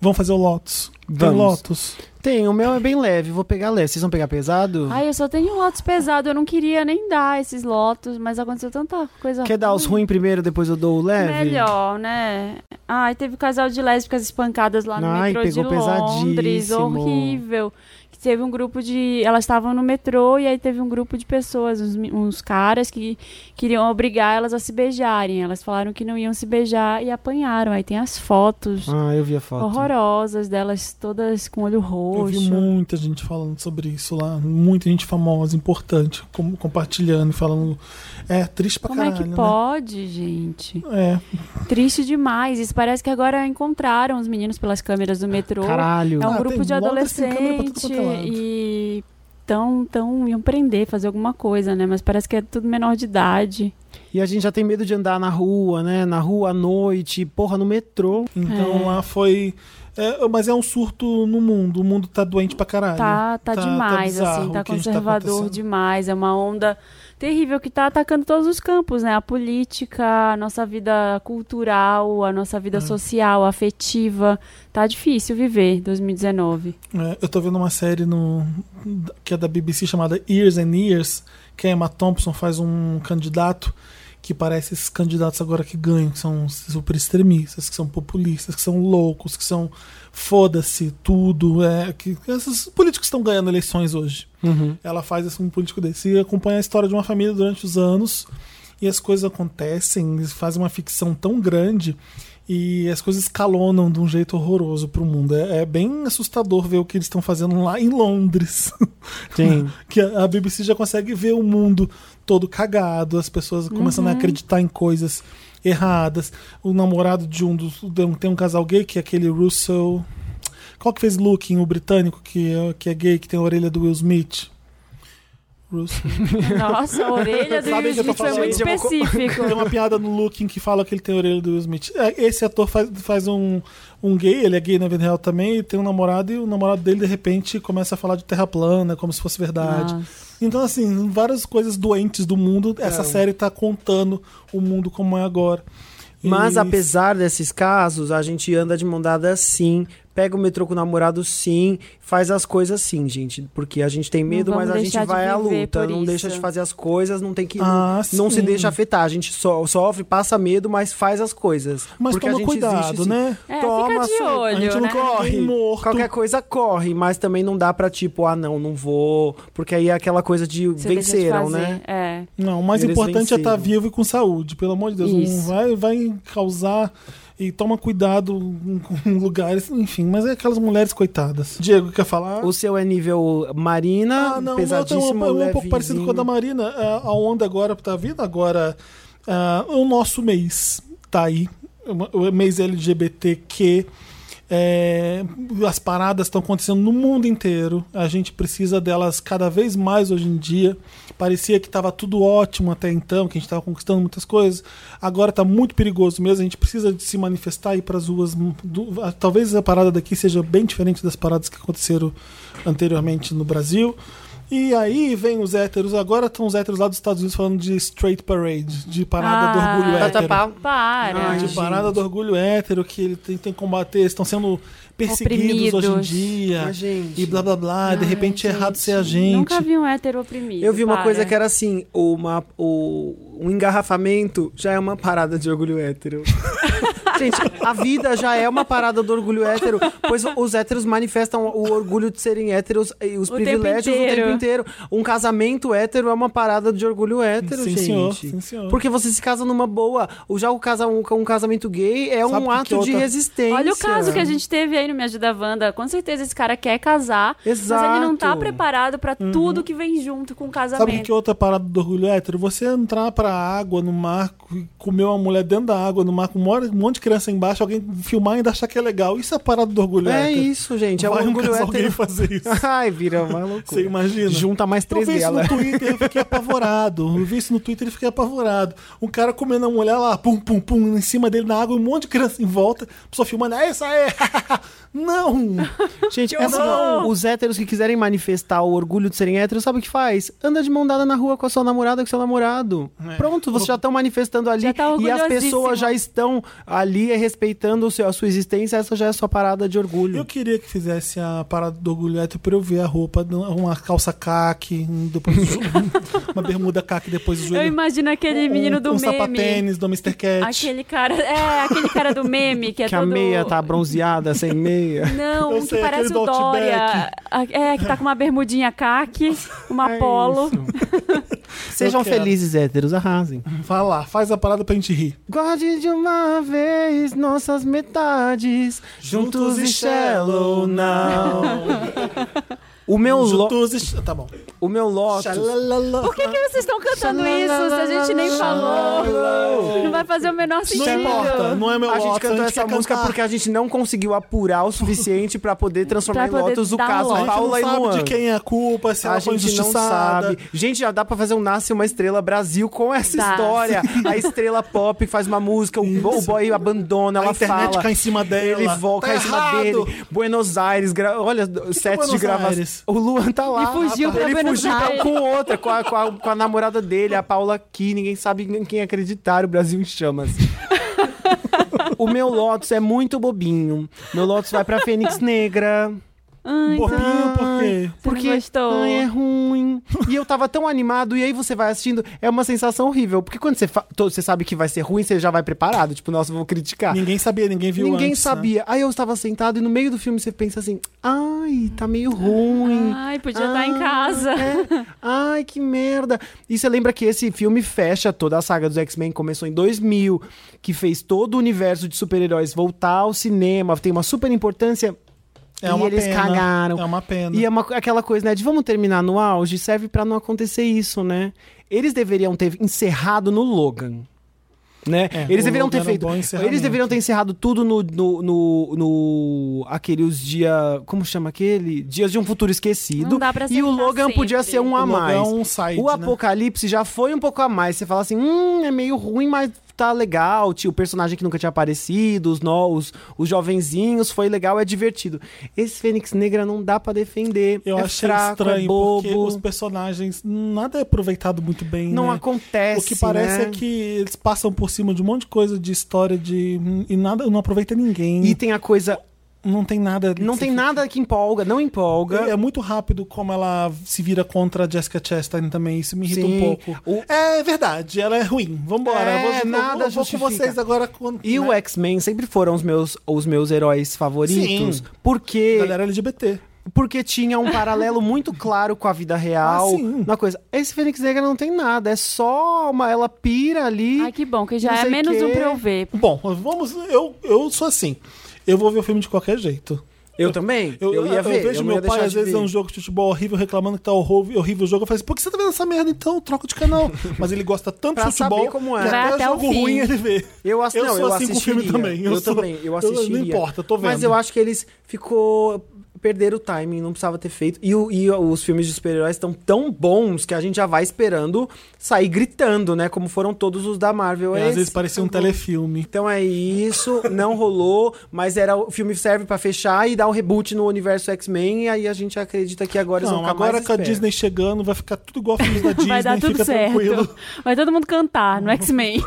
Vamos fazer o Lotus. Tem Vamos. Lotus. Tem, o meu é bem leve, vou pegar leve. Vocês vão pegar pesado? Ai, eu só tenho lotos pesado. Eu não queria nem dar esses lotos, mas aconteceu tanta coisa. Quer dar os ruins primeiro, depois eu dou o leve? Tá Melhor, né? Ai, teve um casal de lésbicas espancadas lá no Ai, metrô de pegou Londres. pesadíssimo. Horrível. Que teve um grupo de. Elas estavam no metrô e aí teve um grupo de pessoas, uns, mi- uns caras que queriam obrigar elas a se beijarem. Elas falaram que não iam se beijar e apanharam. Aí tem as fotos. Ah, eu vi a foto. um Horrorosas delas todas com olho Eu roxo. vi muita gente falando sobre isso lá. Muita gente famosa, importante, com- compartilhando, falando. É triste pra Como é caralho. que pode, gente? Né? É. Triste demais. Isso parece que agora encontraram os meninos pelas câmeras do metrô. Caralho. É um Ah, grupo tem de Londres, tem câmera pra tudo adolescente quanto é lado. e tão, tão iam prender, fazer alguma coisa, né? Mas parece que é tudo menor de idade. E a gente já tem medo de andar na rua, né? Na rua à noite, porra, no metrô. Então É. lá foi. é, mas é um surto no mundo. O mundo tá doente pra caralho. Tá, tá, Tá- tá demais, bizarro assim, o tá que a gente tá conservador acontecendo. demais. É uma onda terrível que tá atacando todos os campos, né? A política, a nossa vida cultural, a nossa É. vida social, afetiva. Tá difícil viver 2019. É, eu tô vendo uma série no, que é da BBC chamada Years and Years, que a Emma Thompson faz um candidato que parece esses candidatos agora que ganham, que são super extremistas, que são populistas, que são loucos, que são foda-se tudo. É, que, esses políticos estão ganhando eleições hoje. Ela faz assim, um político desse e acompanha a história de uma família durante os anos e as coisas acontecem, eles fazem uma ficção tão grande e as coisas escalonam de um jeito horroroso pro mundo. É, é bem assustador ver o que eles estão fazendo lá em Londres. Tem. que a, a BBC já consegue ver o mundo todo cagado, as pessoas começando a acreditar em coisas erradas. O namorado de um dos. de um- Tem um casal gay que é aquele Russell. Qual que fez Looking, o britânico, que é, que é gay, que tem a orelha do Will Smith? Russell. Nossa, a orelha do Sabe Will o que eu tô Smith foi falando? muito Gente, eu vou co- específico. Tem é uma piada no Looking que fala que ele tem a orelha do Will Smith. É, Esse ator faz, faz um, um gay, ele é gay na vida real também, e tem um namorado, e o namorado dele, de repente, começa a falar de terra plana, como se fosse verdade. Então, assim, várias coisas doentes do mundo, É. essa série tá contando o mundo como é agora. E- Mas apesar desses casos, a gente anda de mão dada sim, pega o metrô com o namorado sim, faz as coisas sim, gente. Porque a gente tem medo, vamos mas a deixar gente de vai à viver luta, por não isso. deixa de fazer as coisas, não tem que. Ah, não, não se sim. deixa afetar. A gente so- sofre, passa medo, mas faz as coisas. Mas porque a toma gente cuidado, existe, sim. né? É, Toma, fica de assim, a A olho, gente não né? corre um morto. Qualquer coisa corre, mas também não dá pra tipo, ah não, não vou, porque aí é aquela coisa de Você deixa de venceram, fazer, né? É. Não, o mais Eles importante é estar venceram. vivo e com saúde, pelo amor de Deus. Não Isso. vai, vai causar e toma cuidado com lugares, enfim, mas é aquelas mulheres coitadas. Diego, quer falar? O seu é nível Marina, Ah, não, pesadíssimo, não, é um, é um pouco parecido com a da Marina. A, a onda agora tá vindo agora. ah, o nosso mês tá aí. O mês LGBTQ. É, as paradas estão acontecendo no mundo inteiro. A gente precisa delas cada vez mais hoje em dia. Parecia que estava tudo ótimo até então, que a gente estava conquistando muitas coisas. Agora está muito perigoso mesmo. A gente precisa de se manifestar e ir para as ruas. do- ah, talvez a parada daqui seja bem diferente das paradas que aconteceram anteriormente no Brasil. E aí vem os héteros. Agora estão os héteros lá dos Estados Unidos falando de straight parade, de parada do Ah, orgulho tá, hétero. Para. De parada do orgulho hétero que ele tem, tem que combater, eles estão sendo perseguidos Oprimidos. hoje em dia. Ah, gente. E blá blá blá, de repente é errado ser a gente. Nunca vi um hétero oprimido. Eu vi uma para. coisa que era assim, uma, o, um engarrafamento já é uma parada de orgulho hétero. Gente, a vida já é uma parada do orgulho hétero, pois os héteros manifestam o orgulho de serem héteros e os O tempo privilégios o tempo inteiro. inteiro. Um casamento hétero é uma parada de orgulho hétero, Sim, gente. senhor, sim, senhor. Porque você se casa numa boa. O- Já o casa, um, um casamento gay é Sabe um que ato de outra- resistência. Olha o caso né? que a gente teve aí no Me Ajuda Wanda. Com certeza esse cara quer casar, mas ele não tá Exato. preparado pra tudo que vem junto com o casamento. Sabe o que é outra parada do orgulho hétero? Você entrar pra água no mar, c- comer uma mulher dentro da água no mar, com um mo- um monte de criança embaixo, alguém filmar e ainda achar que é legal. Isso é parada do orgulho É hétero. isso, gente. É o Vai um orgulho casal gay hétero. fazer isso. Ai, vira uma loucura. Você imagina? Junta mais Então Eu três vi isso dela. no Twitter, eu fiquei apavorado. Eu vi isso no Twitter e fiquei apavorado. Um cara comendo a mulher lá, pum, pum, pum, em cima dele na água, um monte de criança em volta, a pessoa filmando, é isso aí! Não! Gente, é assim, ó, os héteros que quiserem manifestar o orgulho de serem héteros, sabe o que faz? Anda de mão dada na rua com a sua namorada, com o seu namorado. Pronto, vocês já estão manifestando ali Já tá e as orgulhosíssimo. pessoas já estão ali eh, respeitando o seu, a sua existência, essa já é a sua parada de orgulho. Eu queria que fizesse a parada do orgulho hétero pra eu ver a roupa, uma calça caque, um, depois o jo- uma bermuda caque, depois o Eu joelho. imagino aquele menino do um, um meme. sapatênis do Mr. Cat. Aquele cara. É, aquele cara do meme que é que todo. a meia tá bronzeada, sem meia. Não, Eu um que sei, parece aquele o do Dória. Outback. A- É, que tá com uma bermudinha caque, uma É polo. Sejam quero. felizes, héteros, arrasem. Vai lá, faz a parada pra gente rir. Guarde de uma vez nossas metades, juntos e shallow now. O meu, lo Juntos e... Tá bom. o meu Lotus Por que, que vocês estão cantando isso se a gente nem falou? Não vai fazer o menor Não sentido. importa, não é meu a gente Lotus, cantou essa quer música cantar. porque a gente não conseguiu apurar o suficiente pra poder transformar Pra em poder Lotus o dar caso um a gente Lotus. Paula e não sabe Luan. de quem é a culpa, se A ela foi gente não injustiçada. sabe. Gente, já dá pra fazer um Nasce Uma Estrela Brasil com essa Dá. história. A estrela pop faz uma música, o, bo- o boy abandona, A ela internet fala. cai em cima dela. Ele volta Tá cai em cima errado. dele. Buenos Aires, gra- olha, sete de Buenos gravação. Aires? O Luan tá lá. E fugiu pra ele Buenos fugiu pra- Aires. com outra, com a, com, a, com a namorada dele, a Paula aqui. Ninguém sabe em quem acreditar. O Brasil em chamas. O meu Lotus é muito bobinho. Meu Lotus vai pra Fênix Negra. Um Bobinho, tá. por quê? Você não gostou? ai, é ruim. E eu tava tão animado, e aí você vai assistindo, é uma sensação horrível. Porque quando você, fa- to- você sabe que vai ser ruim, você já vai preparado. Tipo, nossa, eu vou criticar. Ninguém sabia, ninguém viu Ninguém antes, né? sabia. Aí eu estava sentado e no meio do filme você pensa assim: ai, tá meio ruim. Ah, Ai, Ah, podia estar Ah, em casa. é. Ai, que merda. E você lembra que esse filme fecha toda a saga dos X-Men, começou em 2000, que fez todo o universo de super-heróis voltar ao cinema, tem uma super importância. É uma e eles pena. cagaram. É uma pena. E é uma, aquela coisa, né, de vamos terminar no auge, serve pra não acontecer isso, né? Eles deveriam ter encerrado no Logan. Né? É, eles o deveriam Logan ter era um feito. bom eles encerramento. deveriam ter encerrado tudo no. no, no, no- aquele os dia. Como chama aquele? Dias de um futuro esquecido. Não dá pra e o acertar Logan podia sempre. ser um a O Logan mais. é um side, o né? Apocalipse já foi um pouco a mais. Você fala assim, hum, é meio ruim, mas tá legal. Tinha o personagem que nunca tinha aparecido, os novos, os jovenzinhos, foi legal, é divertido. Esse Fênix Negra não dá pra defender. Eu é achei fraco, estranho, é bobo. porque os personagens, nada é aproveitado muito bem, Não né? acontece. O que parece né? é que eles passam por cima de um monte de coisa de história de e nada, não aproveita ninguém. E tem a coisa. não tem nada. Não tem nada que empolga, não empolga. É muito rápido como ela se vira contra a Jessica Chastain também, isso me irrita Sim. um pouco. O- É verdade, ela é ruim. Vambora. É, vou, vou- nada vou, vou com justifica. vocês agora. Quando, E É né? o X-Men sempre foram os meus, os meus heróis favoritos. Sim. Porque. Galera LGBT. porque tinha um paralelo muito claro com a vida real. Ah, sim. na coisa. Esse Fênix Negra não tem nada, é só uma. Ela pira ali. Ai, que bom, que já Não é sei menos quê. um pra eu ver. Bom, vamos. Eu, eu sou assim. Eu vou ver o filme de qualquer jeito. eu também? Eu, ia ver. vejo eu não meu ia pai, deixar às de vezes, ver. é um jogo de futebol horrível, reclamando que tá horror- horrível o jogo. Eu falo assim, por que você tá vendo essa merda então? Troca de canal. Mas ele gosta tanto Pra de futebol saber como é. que Vai até, até o jogo fim. ruim ele vê. Eu, ass... Eu não, sou eu assim com o filme assistiria. também, eu Eu, sou- também, eu eu- assistiria. não importa, tô Mas vendo. eu acho que eles ficou perderam o timing, não precisava ter feito. E, o- e os filmes de super-heróis estão tão bons que a gente já vai esperando sair gritando, né? Como foram todos os da Marvel. É, Esse às vezes parecia um tá bom. telefilme. Então é isso, não rolou, mas era o filme serve pra fechar e dar um reboot no universo X-Men e aí a gente acredita que agora eles vão Não, ficar agora mais com a espertos. Disney chegando, vai ficar tudo igual filmes da Disney, Vai dar tudo fica certo. tranquilo. Vai todo mundo cantar no X-Men.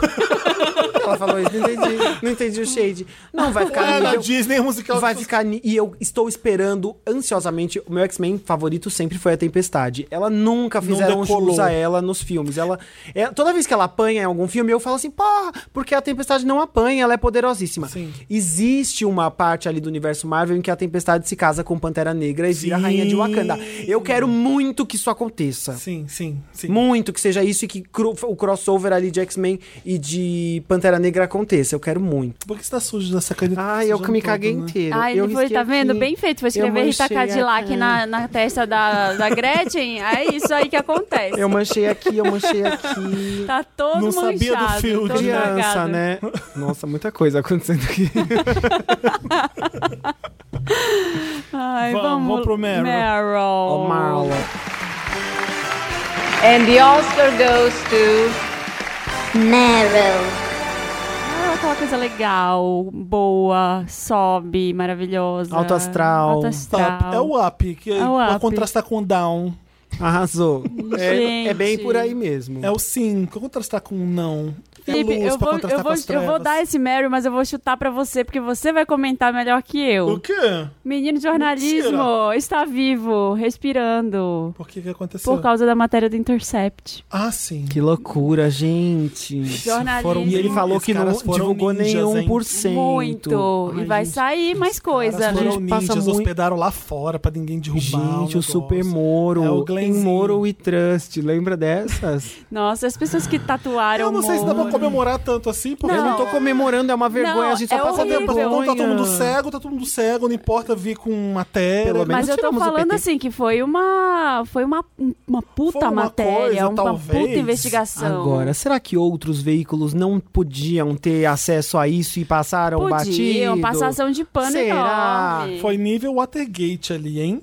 Ela falou isso, não entendi, não entendi o shade. Não vai ficar É, na nível- Disney é musical. Vai ficar. ni- E eu estou esperando ansiosamente. O meu X-Men favorito sempre foi a Tempestade. Ela nunca fizeram um decolou. jus a ela nos filmes. Ela, é- toda vez que ela apanha em algum filme, eu falo assim, porra, porque a Tempestade não apanha, ela é poderosíssima. Sim. Existe uma parte ali do universo Marvel em que a Tempestade se casa com Pantera Negra e vira a Sim. rainha de Wakanda. Eu quero muito que isso aconteça. Sim, sim, sim. Muito que seja isso e que cro- o crossover ali de X-Men e de Pantera Negra aconteça. Eu quero muito. Por que você tá sujo dessa caneta? Ai, Ah, eu Sujando me tudo, caguei né? inteiro. Ai, eu ele foi, risquei tá vendo? aqui. Bem feito. Foi Eu escrever Rita manchei Cadillac aqui. na, na testa da, da Gretchen. É isso aí que acontece. Eu manchei aqui, eu manchei aqui. Tá todo Não manchado. sabia do fio todo de estragado. Criança, né? Nossa, muita coisa acontecendo aqui. Ai, Vamos, vamos, vamos pro Meryl. Meryl. Ó, Marla. And the Oscar goes to. Meryl. Ah, aquela coisa legal, boa, sobe, maravilhosa. Alto astral. Alto Tá, astral. é o up, que é, É o pra up. contrastar com o down. Arrasou. É, Gente. é bem por aí mesmo. É o sim, pra contrastar com o não. É Felipe, luz pra eu vou, contrastar com eu, vou, as eu vou trevas. dar esse Meryl, mas eu vou chutar pra você, porque você vai comentar melhor que eu. O quê? Menino de jornalismo Mentira. está vivo, respirando. Por que que aconteceu? Por causa da matéria do Intercept. Ah, sim. Que loucura, gente. Jornalismo. E ele falou Esses que não caras foram divulgou ninjas, nenhum hein? por cento. Muito. Ai, e vai gente. sair mais coisa, Caras né? foram Gente, passa ninjas, muito- hospedaram lá fora pra ninguém derrubar Gente, o negócio. Super Moro. É o em Glenzinho. Moro e Trust. Lembra dessas? Nossa, as pessoas que tatuaram. Eu não sei se dá pra Moro. comemorar tanto assim, porque... Eu não tô comemorando, é uma vergonha. Não, a gente só é passa horrível. Tá todo- vergonha. tá todo mundo cego, tá todo mundo cego, não importa vir com matéria. Pelo Mas Não eu tô tiramos o falando PT. assim que foi uma foi uma, uma puta Foi uma matéria, coisa, uma talvez. puta investigação. Agora, será que outros veículos não podiam ter acesso a isso e passaram Podiam, um é batido? passação de pano Será? enorme. Foi nível Watergate ali, hein?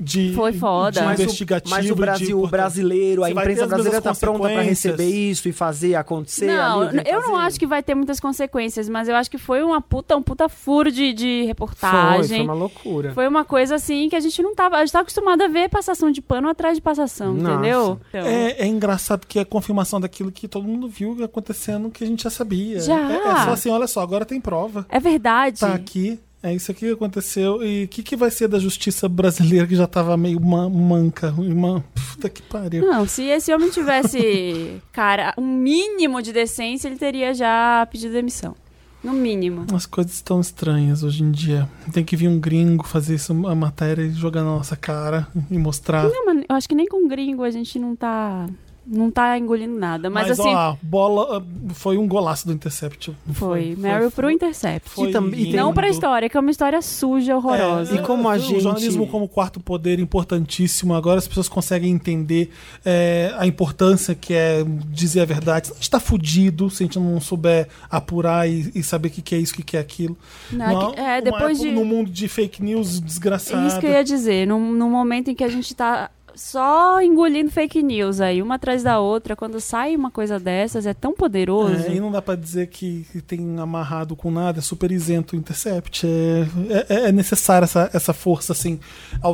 De, Foi foda. De Mas o- investigativo. Mas o de Brasil, o importância. brasileiro, a Você vai ter imprensa as mesmas brasileira tá pronta pra consequências. receber isso e fazer acontecer. Não, ali, eu não fazer? acho que vai ter muitas consequências, mas eu acho que foi uma puta, um puta furo de, de foi, foi reportagem. uma loucura. Foi uma coisa assim que a gente não tava. A gente tá acostumado a ver passação de pano atrás de passação, Nossa. entendeu? Então, É, é engraçado porque é a confirmação daquilo que todo mundo viu acontecendo que a gente já sabia. Já. É, é só assim, olha só, agora tem prova. é verdade. Tá aqui, é isso aqui que aconteceu. E o que, que vai ser da justiça brasileira que já tava meio ma- manca? Irmã, puta que pariu. Não, se esse homem tivesse, cara, um mínimo de decência, ele teria já pedido demissão. No mínimo. As coisas estão estranhas hoje em dia. Tem que vir um gringo fazer isso, a matéria e jogar na nossa cara e mostrar. Não, mas eu acho que nem com gringo a gente não tá. Não tá engolindo nada. Mas, assim, ó, a bola ah, foi um golaço do Intercept. foi. Meryl pro Intercept. foi E tam- e tem- Não lindo. pra história, que é uma história suja, horrorosa. É, E como a gente- O jornalismo como quarto poder importantíssimo. Agora as pessoas conseguem entender é, a importância que é dizer a verdade. A gente está fudido se a gente não souber apurar e, e saber o que, que é isso, o que, que é aquilo. Não, Uma- que- é, uma depois época de- No mundo de fake news É desgraçado. isso que eu ia dizer. Num, num momento em que a gente tá só engolindo fake news aí, uma atrás da outra, quando sai uma coisa dessas, é tão poderoso. É, e não dá pra dizer que que tem amarrado com nada, é super isento o Intercept. É, é, é necessária essa, essa força assim,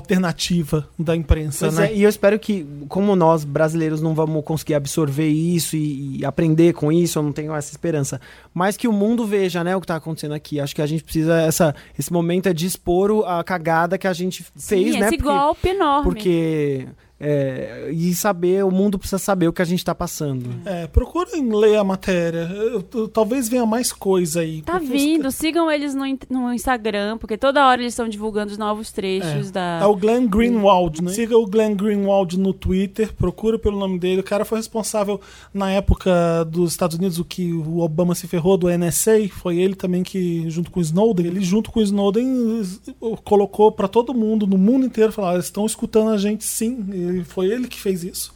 alternativa da imprensa, Pois né? é, e eu espero que, como nós brasileiros não vamos conseguir absorver isso e, e aprender com isso, eu não tenho essa esperança, mas que o mundo veja, né, o que tá acontecendo aqui. Acho que a gente precisa, essa, esse momento é de expor o- a cagada que a gente fez, Sim, né? esse porque- golpe enorme. Porque é, e saber, o mundo precisa saber o que a gente tá passando. É, procurem ler a matéria. Eu- eu- Talvez venha mais coisa aí. Tá Porque os- vindo, sigam eles no, in- no Instagram, porque toda hora eles estão divulgando os novos trechos da. É o Glenn Greenwald, né? Siga o Glenn Greenwald no Twitter, procura pelo nome dele. O cara foi responsável na época dos Estados Unidos, o que o Obama se ferrou do NSA, foi ele também que, junto com o Snowden, ele junto com o Snowden eh, colocou pra todo mundo, no mundo inteiro, falar, "Ah, eles estão escutando a gente sim, e foi ele que fez isso.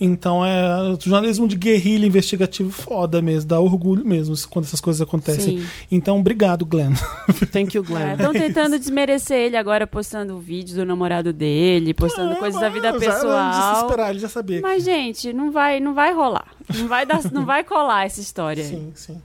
Então é jornalismo de guerrilha investigativo foda mesmo, dá orgulho mesmo quando essas coisas acontecem. Sim. Então, obrigado, Glenn. Thank you, Glenn. Estão é, tentando desmerecer ele agora, postando vídeos do namorado dele, postando coisas da vida Ah, já- Já, pessoal. desesperar, ele já sabia. Mas, gente, não vai, não vai rolar. Não vai, dar, não vai colar essa história. É. aí. Sim, sim.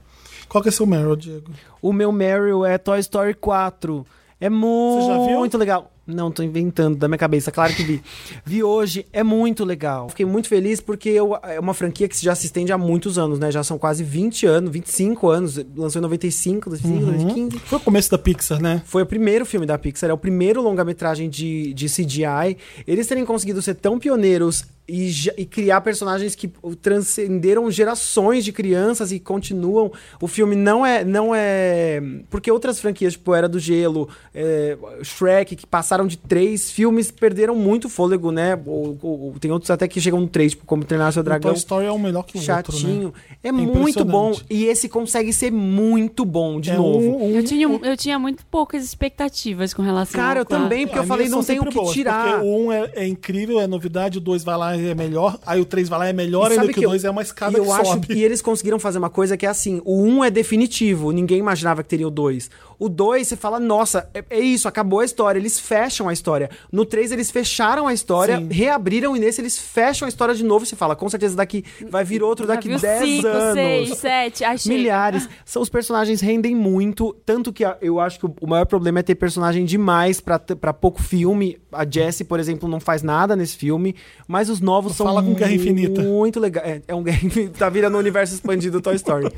Qual que é seu Meryl, Diego? O meu Meryl é Toy Story 4. É muito, já viu? legal. Não, tô inventando da minha cabeça, claro que vi. vi hoje, é muito legal. Fiquei muito feliz porque eu- é uma franquia que já se estende há muitos anos, né? Já são quase 20 anos, 25 anos. Lançou em 95, 2005, 2015. Foi o começo da Pixar, né? Foi o primeiro filme da Pixar, é o primeiro longa-metragem de, de CGI. Eles terem conseguido ser tão pioneiros e, já- e criar personagens que transcenderam gerações de crianças e continuam. O filme não é. não é Porque outras franquias, tipo Era do Gelo, é, Shrek, que passaram de três filmes, perderam muito fôlego, né? Ou- ou- tem outros até que chegam no três, tipo Como Treinar Seu O Toy Dragão Story é um melhor que o chatinho. outro, né? É, muito bom. impressionante. E esse consegue ser muito bom de É novo. um- um- Eu, tinha, eu tinha muito poucas expectativas com relação Cara, ao eu quatro. também, porque eu as falei, minhas não são tem o sempre que boas, tirar. Porque o 1 é, é incrível, é novidade, o 2 vai lá e é melhor, aí o 3 vai lá e é melhor, E ainda sabe que, que o 2 eu- é uma escada E eu que acho sobe. que eles conseguiram fazer uma coisa que é assim: o 1 é definitivo, ninguém imaginava que teria o 2. O 2, você fala, nossa, é, é isso, acabou a história, eles fecham a história. No 3, eles fecharam a história, reabriram, e nesse eles fecham a história de novo. e Você fala, com certeza daqui vai vir outro Já daqui viu 10 cinco, anos. seis, sete, achei. Milhares. São, os personagens rendem muito. Tanto que a- eu acho que o- o maior problema é ter personagem demais pra t- pra pouco filme. A Jessie, por exemplo, não faz nada nesse filme. Mas os novos são Fala com Guerra Infinita. muito legais. É, é um Guerra Infinita. Tá virando um universo expandido Toy Story.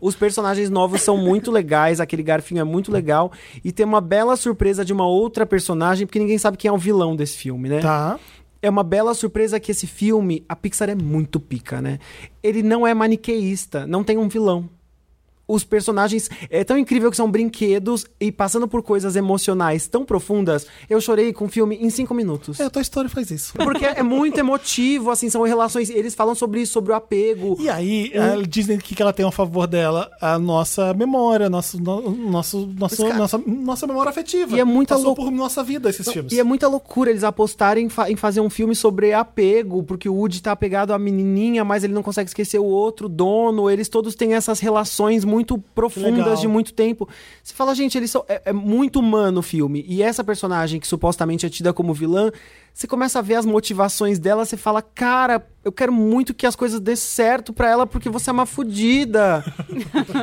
os personagens novos são muito legais. Aquele garfinho é muito legal. E tem uma bela surpresa de uma outra personagem, porque ninguém sabe quem é o vilão desse filme, né? Tá. É uma bela surpresa que esse filme, a Pixar é muito pica, né? Ele não é maniqueísta, não tem um vilão. Os personagens é tão incrível que são brinquedos e passando por coisas emocionais tão profundas, eu chorei com o filme em cinco minutos. É, o Toy Story faz isso. Porque é muito emotivo, assim, são relações. Eles falam sobre isso, sobre o apego. E aí, a Disney, o que que ela tem a favor dela? A nossa memória, nosso, no- nosso, nosso, cara- nossa, nossa memória afetiva. E é muita Passou lou- por nossa vida esses filmes. E é muita loucura eles apostarem em, fa- em fazer um filme sobre apego, porque o Woody tá apegado à menininha, mas ele não consegue esquecer o outro dono. Eles todos têm essas relações muito legal. profundas de muito tempo. Você fala, gente, eles são, é, é muito humano o filme. E essa personagem que supostamente é tida como vilã, você começa a ver as motivações dela, você fala, cara, eu quero muito que as coisas dê certo pra ela, porque você é uma fudida.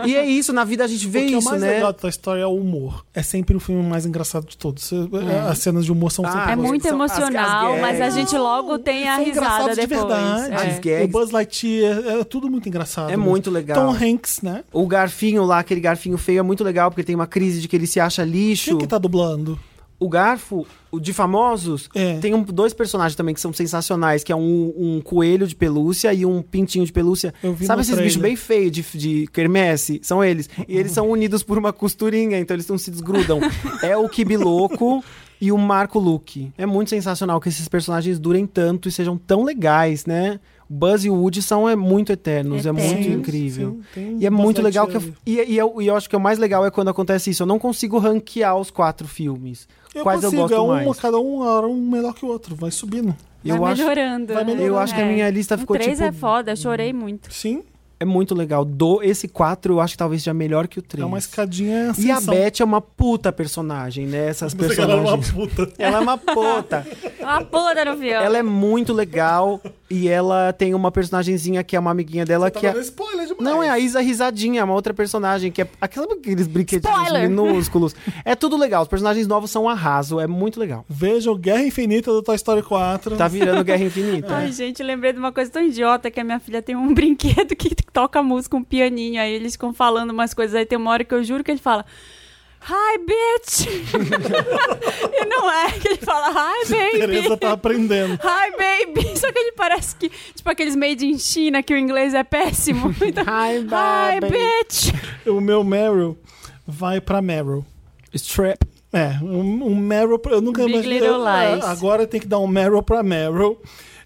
e é isso, na vida a gente vê o que isso, é mais né? legal da Toy Story é o humor. É sempre o filme mais engraçado de todos. É, As cenas de humor são É. Ah, sempre É São- muito são as- as emocional, gags. mas a gente logo tem a é São risada engraçados de depois. verdade. É. As gags. O Buzz Lightyear, é tudo muito engraçado. É mesmo. muito legal. Tom Hanks, né? O garfinho lá, aquele garfinho feio, é muito legal, porque ele tem uma crise de que ele se acha lixo. Quem que tá dublando? O garfo, o de famosos, É. tem um- dois personagens também que são sensacionais, que é um, um coelho de pelúcia e um pintinho de pelúcia. Eu vi Sabe no esses bichos trailer. bem feios de, de quermesse? São eles. E eles são unidos por uma costurinha, então eles não se desgrudam. é o Kibi Louco e o Marco Luke. É muito sensacional que esses personagens durem tanto e sejam tão legais, né? Buzz e o Woody são é, muito eternos, é muito Eternos, incrível. sim, tem e é Buzz muito legal que eu, Lightyear. e, e eu, e eu acho que o mais legal é quando acontece isso. Eu não consigo ranquear os quatro filmes. Eu quais consigo, eu gosto é um, mais. cada um hora um melhor que o outro, vai subindo. Eu vai acho, melhorando. vai né? melhorando. eu acho que a minha lista O ficou três tipo. é foda, eu chorei muito. Sim, é muito legal. Do, esse quatro eu acho que talvez seja melhor que o é três. uma escadinha e a ascensão. Beth é uma puta personagem, né? Essas Você que ela era uma personagens. puta. Ela é uma puta. Uma puta no fiel. ela é muito legal e ela tem uma personagenzinha que é uma amiguinha dela que Tava é. tá dando spoiler demais. Não, é a Isa Risadinha, é uma outra personagem que é. Aquela, aqueles brinquedinhos Spoiler! minúsculos. É tudo legal. Os personagens novos são um arraso, é muito legal. Vejam Guerra Infinita do Toy Story 4. Tá virando Guerra É. Infinita. Ai, gente, lembrei de uma coisa tão idiota que a minha filha tem um brinquedo que toca música, um pianinho, aí eles ficam falando umas coisas, aí tem uma hora que eu juro que ele fala. Hi, bitch! e não é que ele fala hi, baby! Tereza tá aprendendo. Hi, baby! Só que ele parece que, tipo, aqueles made in China que o inglês é péssimo. Então, Hi, hi, baby. bitch! O meu Meryl vai pra Meryl. Strip. É, um, um Meryl. pra- Eu nunca Big Little eu- a- Lies. Agora tem que dar um Meryl pra Meryl.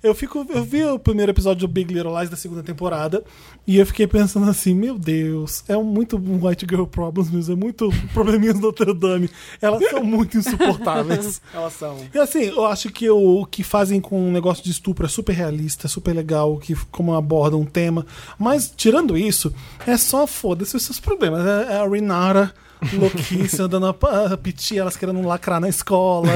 Eu, fico, eu vi o primeiro episódio do Big Little Lies da segunda temporada e eu fiquei pensando assim: meu Deus, é um muito um White Girl Problems mesmo, é muito probleminhas do Notre Dame. Elas são muito insuportáveis. Elas são. E assim, eu acho que o, o que fazem com o negócio de estupro é super realista, é super legal, que f- como abordam um tema. Mas, tirando isso, é só foda-se os seus problemas. É, é a Renata louquice, andando a, pa- a piti, elas querendo lacrar na escola.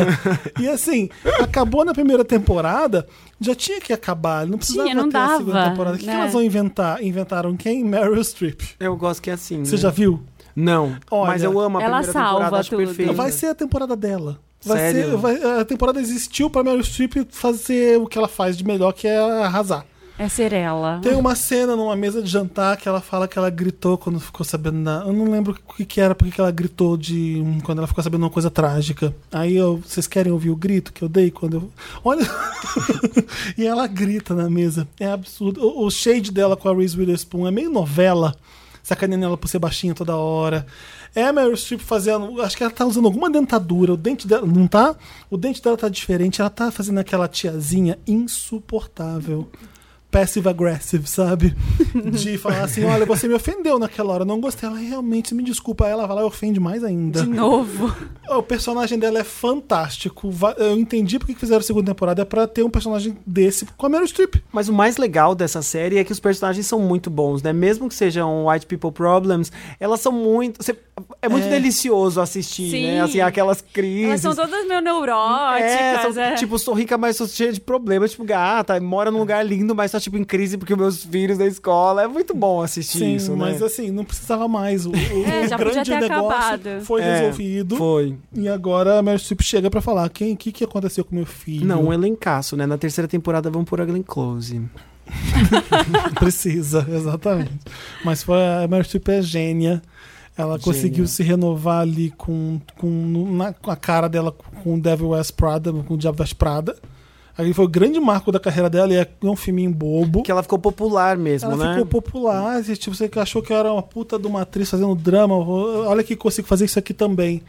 e assim, acabou na primeira temporada, já tinha que acabar, não precisava Tinha, não ter a segunda dava, temporada. O que, que né? elas vão inventar? Inventaram quem? Meryl Streep. Eu gosto que é assim. Você né? já viu? Não. Olha, mas eu amo a ela primeira salva temporada, acho tudo. perfeito. Vai ser a temporada dela. Vai Sério? ser, vai- a temporada existiu pra Meryl Streep fazer o que ela faz de melhor, que é arrasar. É ser ela. Tem uma cena numa mesa de jantar que ela fala que ela gritou quando ficou sabendo da. Eu não lembro o que, que era, porque que ela gritou de. Quando ela ficou sabendo uma coisa trágica. Aí eu. Vocês querem ouvir o grito que eu dei quando eu. Olha. e ela grita na mesa. É absurdo. O, o shade dela com a Reese Witherspoon é meio novela. Sacaneando ela por ser baixinha toda hora. É a Meryl Streep fazendo. Acho que ela tá usando alguma dentadura. O dente dela. Não tá? O dente dela tá diferente. Ela tá fazendo aquela tiazinha insuportável passive aggressive, sabe? De falar assim, olha, você me ofendeu naquela hora, eu não gostei. Ela realmente me desculpa, Aí ela vai lá e ofende mais ainda. De novo. O personagem dela é fantástico. Va- Eu entendi porque que fizeram a segunda temporada, é pra ter um personagem desse com a Meryl Streep. Mas o mais legal dessa série é que os personagens são muito bons, né? Mesmo que sejam White People Problems, elas são muito. cê- é muito delicioso assistir, Sim. né? Assim, aquelas crises. Elas são todas meio neuróticas. são, é. Tipo, sou rica, mas sou cheia de problemas. Tipo, gata, mora num lugar lindo, mas tá, tipo, em crise porque meus filhos da escola. É muito bom assistir Sim, isso, mas né? assim, não precisava mais. O, o- É, o já podia grande ter negócio acabado. foi É, resolvido. Foi. E agora a Meryl Streep chega pra falar: quem, que, que aconteceu com meu filho? Não, um elencaço, né? Na terceira temporada vão pôr a Glenn Close. Precisa, exatamente. Mas foi, a Meryl Streep é gênia. Ela Gênia. conseguiu se renovar ali com, com, no- na, com a cara dela com o Devil West Prada, com o Diabo West Prada. Aí foi o grande marco da carreira dela e é um filminho bobo. Que ela ficou popular mesmo, ela né? ficou popular, e, tipo, você que achou que eu era uma puta de uma atriz fazendo drama. vou- Olha que consigo fazer isso aqui também.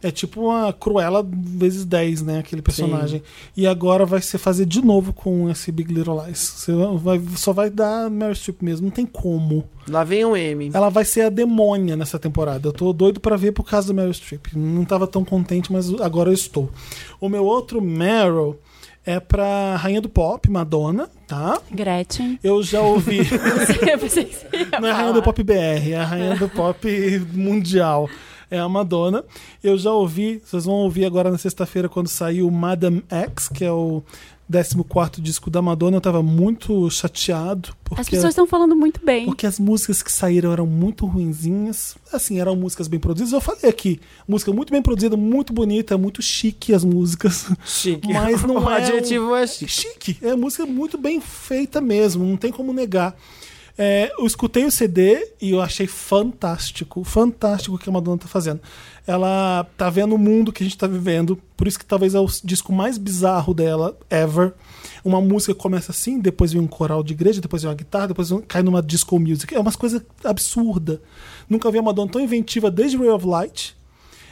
É tipo uma Cruella vezes 10, né? Aquele personagem. E agora vai ser fazer de novo com esse Big Little Lies. Você vai, só vai dar Meryl Streep mesmo, não tem como. Lá vem o M. Ela vai ser a demônia nessa temporada. Eu tô doido pra ver por causa do Meryl Streep. Não tava tão contente, mas agora eu estou. O meu outro Meryl é pra Rainha do Pop, Madonna, tá? Gretchen. Eu já ouvi. Eu pensei que você ia Não é a rainha falar. do pop BR, é a rainha do pop mundial. É a Madonna. Eu já ouvi, vocês vão ouvir agora na sexta-feira quando saiu o Madame X, que é o 14 disco da Madonna. Eu tava muito chateado. Porque é As pessoas estão falando muito bem. porque as músicas que saíram eram muito ruinzinhas. Assim, eram músicas bem produzidas. Eu falei aqui, música muito bem produzida, muito bonita, muito chique as músicas. Chique. Mas não o é adjetivo é É chique. chique. É música muito bem feita mesmo, não tem como negar. É, eu escutei o CD e eu achei fantástico, fantástico o que a Madonna tá fazendo. Ela tá vendo o mundo que a gente tá vivendo, por isso que talvez é o disco mais bizarro dela ever. Uma música começa assim, depois vem um coral de igreja, depois vem uma guitarra, depois vem- um- cai numa disco music. É umas coisas absurda. Nunca vi a Madonna tão inventiva desde Ray of Light.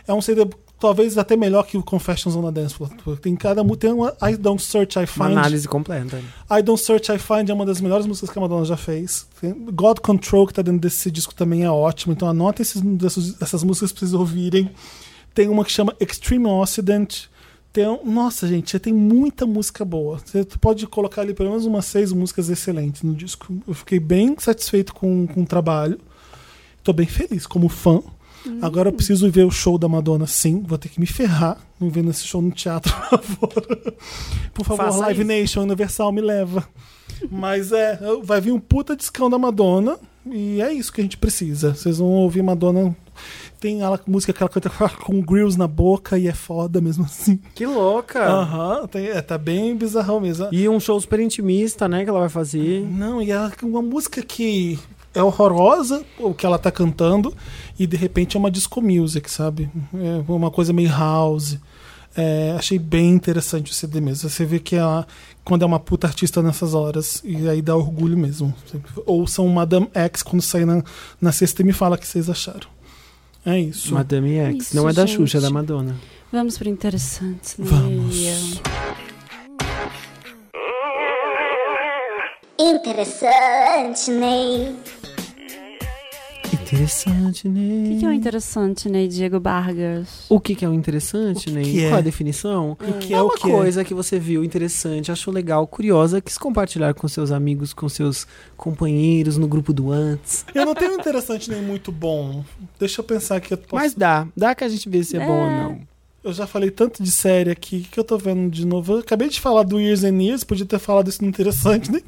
É um CD talvez até melhor que o Confessions on a Dance Floor. Tem cada mu- tem uma I Don't Search I Uma Find. análise completa. I Don't Search I Find é uma das melhores músicas que a Madonna já fez. Tem God Control que tá dentro desse disco também é ótimo. Então anota esses, essas, essas músicas pra vocês ouvirem. Tem uma que chama Extreme Occident. Tem, um- nossa, gente, tem muita música boa. Você pode colocar ali pelo menos umas seis músicas excelentes no disco. Eu fiquei bem satisfeito com, com o trabalho. Tô bem feliz como fã. Agora eu Hum. preciso ver o show da Madonna, sim. Vou ter que me ferrar não vendo esse show no teatro lá fora. Por favor, Faça Live isso. Nation Universal me leva. Mas é, vai vir um puta discão da Madonna. E é isso que a gente precisa. Vocês vão ouvir Madonna. Tem a música que ela canta com grills na boca e é foda mesmo assim. Que louca! Aham, tem- é, tá bem bizarrão mesmo. E um show super intimista, né? Que ela vai fazer. Não, e ela, uma música que é horrorosa o que ela tá cantando e de repente é uma disco music, sabe? É uma coisa meio house. É, achei bem interessante o CD mesmo. Você vê que ela, quando é uma puta artista nessas horas, e aí dá orgulho mesmo. Ouçam Madame X quando sair na, na sexta e me fala o que vocês acharam. É isso. Madame X. Isso, não é da gente. Xuxa, é da Madonna. Vamos pro interessante. né? Vamos. Interessante, Ney. Interessante, O né? que, que é o interessante, né, Diego Vargas? O que, que é o interessante, né? que é? Qual a definição? O que é é o uma que é? coisa que você viu interessante, achou legal, curiosa, quis compartilhar com seus amigos, com seus companheiros no grupo do antes. Eu não tenho um interessante nem muito bom. Deixa eu pensar que eu posso. Mas dá, dá que a gente vê se é, bom ou não. Eu já falei tanto de série aqui o que eu tô vendo de novo. Eu acabei de falar do Years and Years, podia ter falado isso no interessante, né?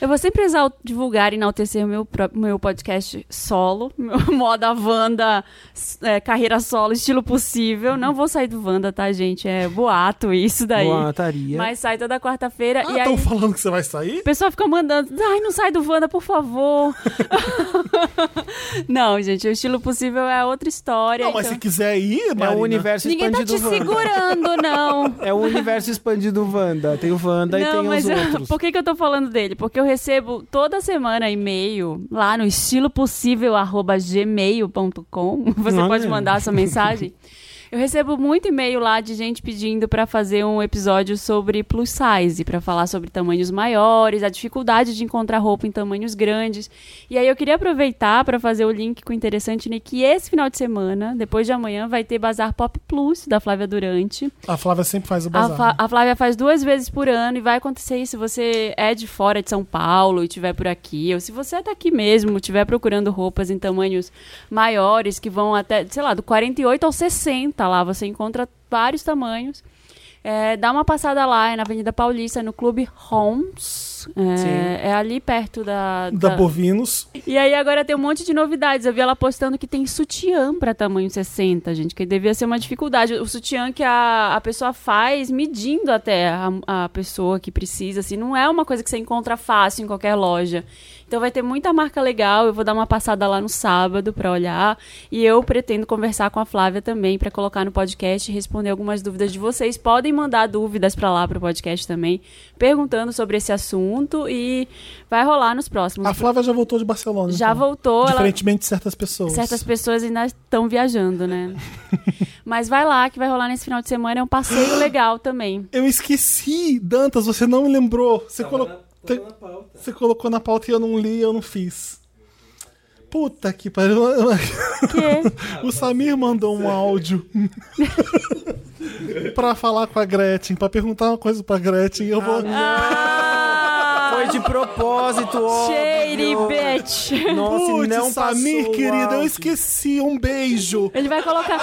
Eu vou sempre exal- divulgar e enaltecer o meu, pró- meu podcast solo, meu moda Wanda, s- é, carreira solo, estilo possível. Não vou sair do Wanda, tá, gente? É boato isso daí. Boa É taria. tá Mas sai toda quarta-feira é? Ah, e aí estão falando que você vai sair? o pessoal fica mandando, ai, não sai do Wanda, por favor. não, gente, o estilo possível é outra história. Não, mas então- se quiser ir, É Marina. o universo Ninguém tá expandido te segurando, não. É o universo expandido Wanda. Tem o Wanda e tem os eu- outros. por que, que eu tô falando dele? Porque eu recebo toda semana e-mail lá no estilopossível@gmail.com. Você Olha. pode mandar a sua mensagem. Eu recebo muito e-mail lá de gente pedindo pra fazer um episódio sobre plus size, pra falar sobre tamanhos maiores, a dificuldade de encontrar roupa em tamanhos grandes. E aí eu queria aproveitar pra fazer o link com o interessante, né, que esse final de semana, depois de amanhã, vai ter Bazar Pop Plus da Flávia Durante. A Flávia sempre faz o A, bazar. né? Flá- a Flávia faz duas vezes por ano e vai acontecer isso. Se você é de fora de São Paulo e estiver por aqui, ou se você é daqui mesmo, estiver procurando roupas em tamanhos maiores, que vão até, sei lá, do 48 ao 60 lá, você encontra vários tamanhos. É, dá uma passada lá, é na Avenida Paulista, no Clube Holmes. Sim. É, é ali perto da, Da Bovinos. e aí agora tem um monte de novidades. Eu vi ela postando que tem sutiã pra tamanho 60, gente, que devia ser uma dificuldade. O sutiã que a, a pessoa faz medindo até a, a pessoa que precisa, assim, não é uma coisa que você encontra fácil em qualquer loja. Então vai ter muita marca legal, eu vou dar uma passada lá no sábado pra olhar, e eu pretendo conversar com a Flávia também pra colocar no podcast e responder algumas dúvidas de vocês. Podem mandar dúvidas pra lá pro podcast também, perguntando sobre esse assunto e vai rolar nos próximos A Flávia já voltou de Barcelona. já Uhum. então. voltou, ela- Diferentemente de certas pessoas. certas pessoas ainda estão viajando, né? Mas vai lá que vai rolar nesse final de semana, é um passeio legal também. Eu esqueci, Dantas, você não me lembrou. Você colocou. Você colocou na pauta e eu não li, eu não fiz. Puta que pariu. Que O Samir mandou um áudio pra falar com a Gretchen, pra perguntar uma coisa pra Gretchen. Eu vou. Ah, Foi de propósito, ó. shady bitch. Nossa, e Putz, não Samir, passou o querido, eu áudio. esqueci. Um beijo. Ele vai colocar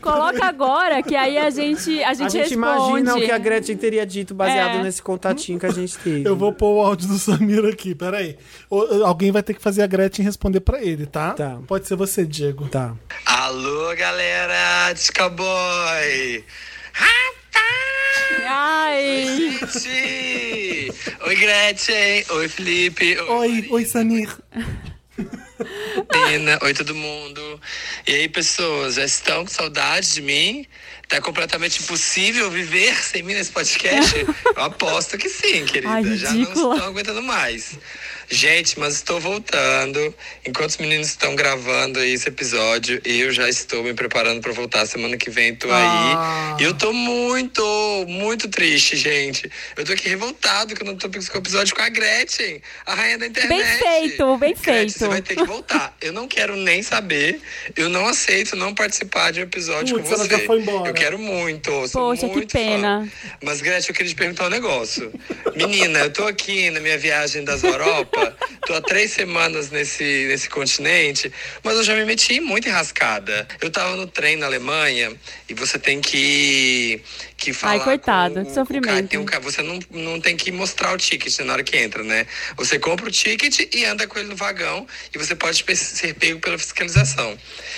Coloca agora que aí a gente a gente, A responde. gente imagina o que a Gretchen teria dito baseado É. nesse contatinho que a gente teve. Eu vou pôr o áudio do Samir aqui, peraí. O- Alguém vai ter que fazer a Gretchen responder pra ele, tá? Tá. Pode ser você, Diego. Tá. Alô, galera, Discaboy! Rapaz! Ai. Gente! Oi, Gretchen! Oi, Felipe! Oi, oi, Samir. Marina! Oi, todo mundo! E aí, pessoas, já estão com saudade de mim? Tá completamente impossível viver sem mim nesse podcast? Eu aposto que sim, querida. Ai, já não ridícula. estou aguentando mais. Gente, mas estou voltando. Enquanto os meninos estão gravando aí esse episódio, eu já estou me preparando para voltar semana que vem, tô Ah. aí. E eu tô muito, muito triste, gente. Eu tô aqui revoltado que eu não tô com o episódio com a Gretchen, a rainha da internet. feito, bem Gretchen, feito. Você vai ter que voltar. Eu não quero nem saber. Eu não aceito não participar de um episódio Putz, com ela você. já foi embora. Eu quero muito. eu sou Poxa, que muito pena. fã. Mas, Gretchen, eu queria te perguntar um negócio. Menina, eu tô aqui na minha viagem das Europa, tô há três semanas nesse, nesse continente, mas eu já me meti muito enrascada. Eu tava no trem na Alemanha e você tem que, que falar. coitada, com o- que o cara que sofrimento. tem um ca- você não, não tem que mostrar o ticket né, na hora que entra, né? Você compra o ticket e anda com ele no vagão e você pode pe- ser pego pela fiscalização.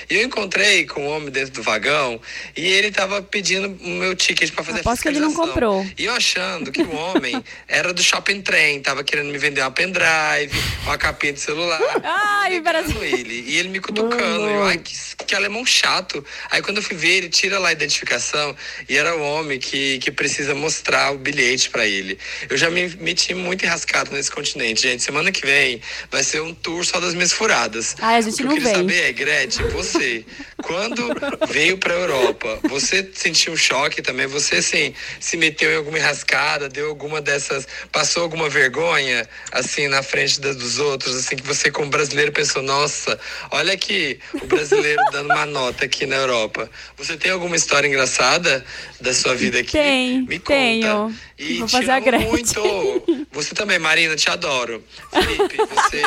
E eu encontrei com um homem dentro do vagão e ele tava pedindo o meu ticket pra fazer a Aposto que ele não fiscalização. comprou. E eu achando que o homem era do shopping trem, tava querendo me vender uma pendrive, drive, uma capinha de celular. Ai, Negando Brasil. ele. E ele me cutucando. Eu, ai, que, que alemão chato. Aí quando eu fui ver, ele tira lá a identificação e era o homem que, que precisa mostrar o bilhete pra ele. Eu já me meti muito enrascado nesse continente, gente. Semana que vem vai ser um tour só das minhas furadas. Ai, a gente o que não eu queria vem. saber é, Gretchen, você, quando veio pra Europa, você sentiu um choque também? Você, assim, se meteu em alguma enrascada, deu alguma dessas, passou alguma vergonha, assim, na frente das, dos outros, assim, que você, como brasileiro, pensou, nossa, olha aqui, o brasileiro dando uma nota aqui na Europa. Você tem alguma história engraçada da sua vida aqui? Tem, Me conta. tenho. E Vou te fazer a amo Gretchen. muito. Você também, Marina, te adoro. Felipe, você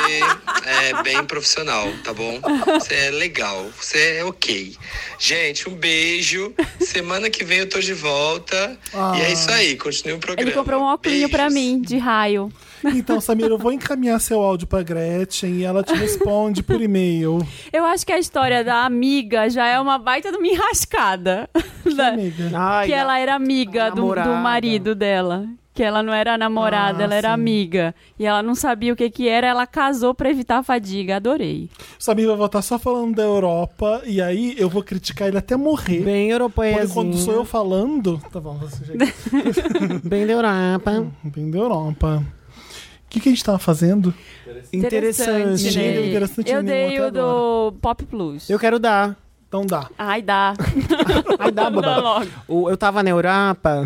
é bem profissional, tá bom? Você é legal, você é ok. Gente, um beijo. Semana que vem eu tô de volta. E é isso aí, continue o programa. Ah. Ele comprou um óculinho pra Beijos. mim, de raio. Então, Samira, eu vou encaminhar seu áudio pra Gretchen e ela te responde por e-mail. Eu acho que a história da amiga já é uma baita de uma enrascada. Da- é Amiga. Ai, que ela era amiga do, namorada. do marido dela. Que ela não era namorada, Ah, ela era sim. amiga. E ela não sabia o que que era, ela casou pra evitar a fadiga. Adorei. Samira vai voltar só falando da Europa e aí eu vou criticar ele até morrer. Bem europeia. Porque quando sou eu falando. Tá bom, você já... Bem da Europa. Bem da Europa. O que, que a gente tava ffazendo? Interessante. Interessante, né? né? Interessante Eu nenhum dei até o do Pop Plus. Eu quero dar. Então dá. Ai, dá. Ai, dá dá, babá. logo. O- Eu tava na Europa.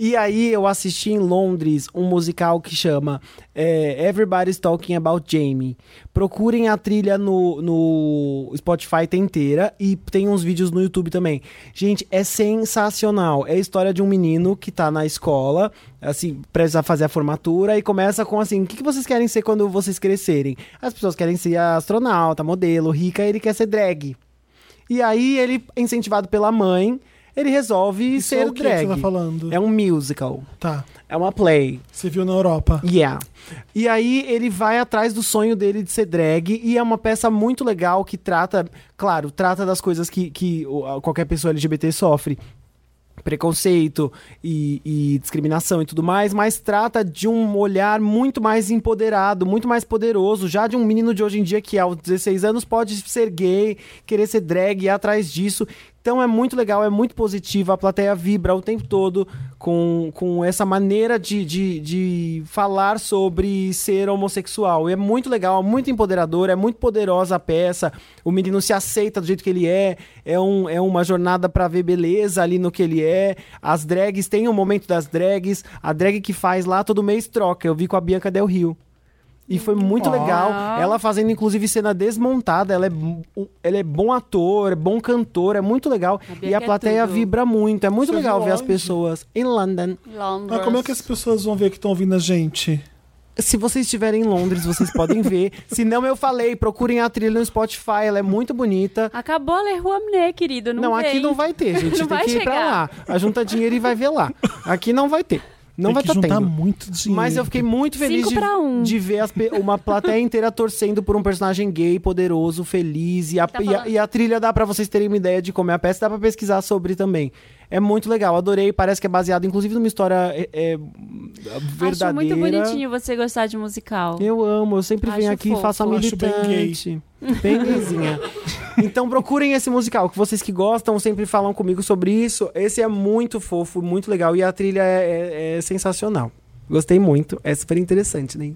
E aí eu assisti em Londres um musical que chama é, Everybody's Talking About Jamie. Procurem a trilha no, no Spotify tem inteira e tem uns vídeos no YouTube também. Gente, é sensacional. É a história de um menino que tá na escola, assim, precisa fazer a formatura e começa com assim, o que, que vocês querem ser quando vocês crescerem? As pessoas querem ser astronauta, modelo, rica, ele quer ser drag. E aí ele, incentivado pela mãe, ele resolve Isso ser é o que drag. você tá falando? É um musical. Tá. É uma play. Você viu na Europa. Yeah. E aí ele vai atrás do sonho dele de ser drag e é uma peça muito legal que trata, claro, trata das coisas que, que o- qualquer pessoa LGBT sofre. Preconceito e, e discriminação e tudo mais, mas trata de um olhar muito mais empoderado, muito mais poderoso, já de um menino de hoje em dia que aos 16 anos pode ser gay, querer ser drag e ir atrás disso. Então é muito legal, é muito positivo, a plateia vibra o tempo todo com, com essa maneira de, de, de falar sobre ser homossexual. E é muito legal, é muito empoderador, é muito poderosa a peça. O menino se aceita do jeito que ele é, é, um, é uma jornada pra ver beleza ali no que ele é. As drags, tem o momento das drags, a drag que faz lá todo mês troca. Eu vi com a Bianca Del Rio. E Hum, foi muito legal. Ela fazendo, inclusive, cena desmontada. Ela é, bu- ela é bom ator, é bom cantor, é muito legal. A Bianca E a é plateia tudo. vibra muito. É muito Você legal viu ver as onde? pessoas em London. Mas como é que as pessoas vão ver que estão ouvindo a gente? Se vocês estiverem em Londres, vocês podem ver. Se não, eu falei, procurem a trilha no Spotify, ela é muito bonita. Acabou a Le Rouanet, querido. Ah, Não, Não, aqui vem. não vai ter, gente. Não Tem vai que ir pra lá. chegar. A junta dinheiro e vai ver lá. Aqui não vai ter. Não Tem vai que estar juntar tendo. muito dinheiro. Mas eu fiquei muito feliz Cinco de, pra um. de ver as pe- uma plateia inteira torcendo por um personagem gay, poderoso, feliz. E a, Tá e a- falando. e a trilha dá pra vocês terem uma ideia de como é a peça, dá pra pesquisar sobre também. É muito legal, adorei. Parece que é baseado, inclusive, numa história é, é, verdadeira. Acho muito bonitinho você gostar de musical. Eu amo, eu sempre venho Acho aqui e fofo. faço a Acho bem militante. Bem gayzinha. então procurem esse musical, que vocês que gostam sempre falam comigo sobre isso. Esse é muito fofo, muito legal e a trilha é, é- é sensacional. Gostei muito, é super interessante, né?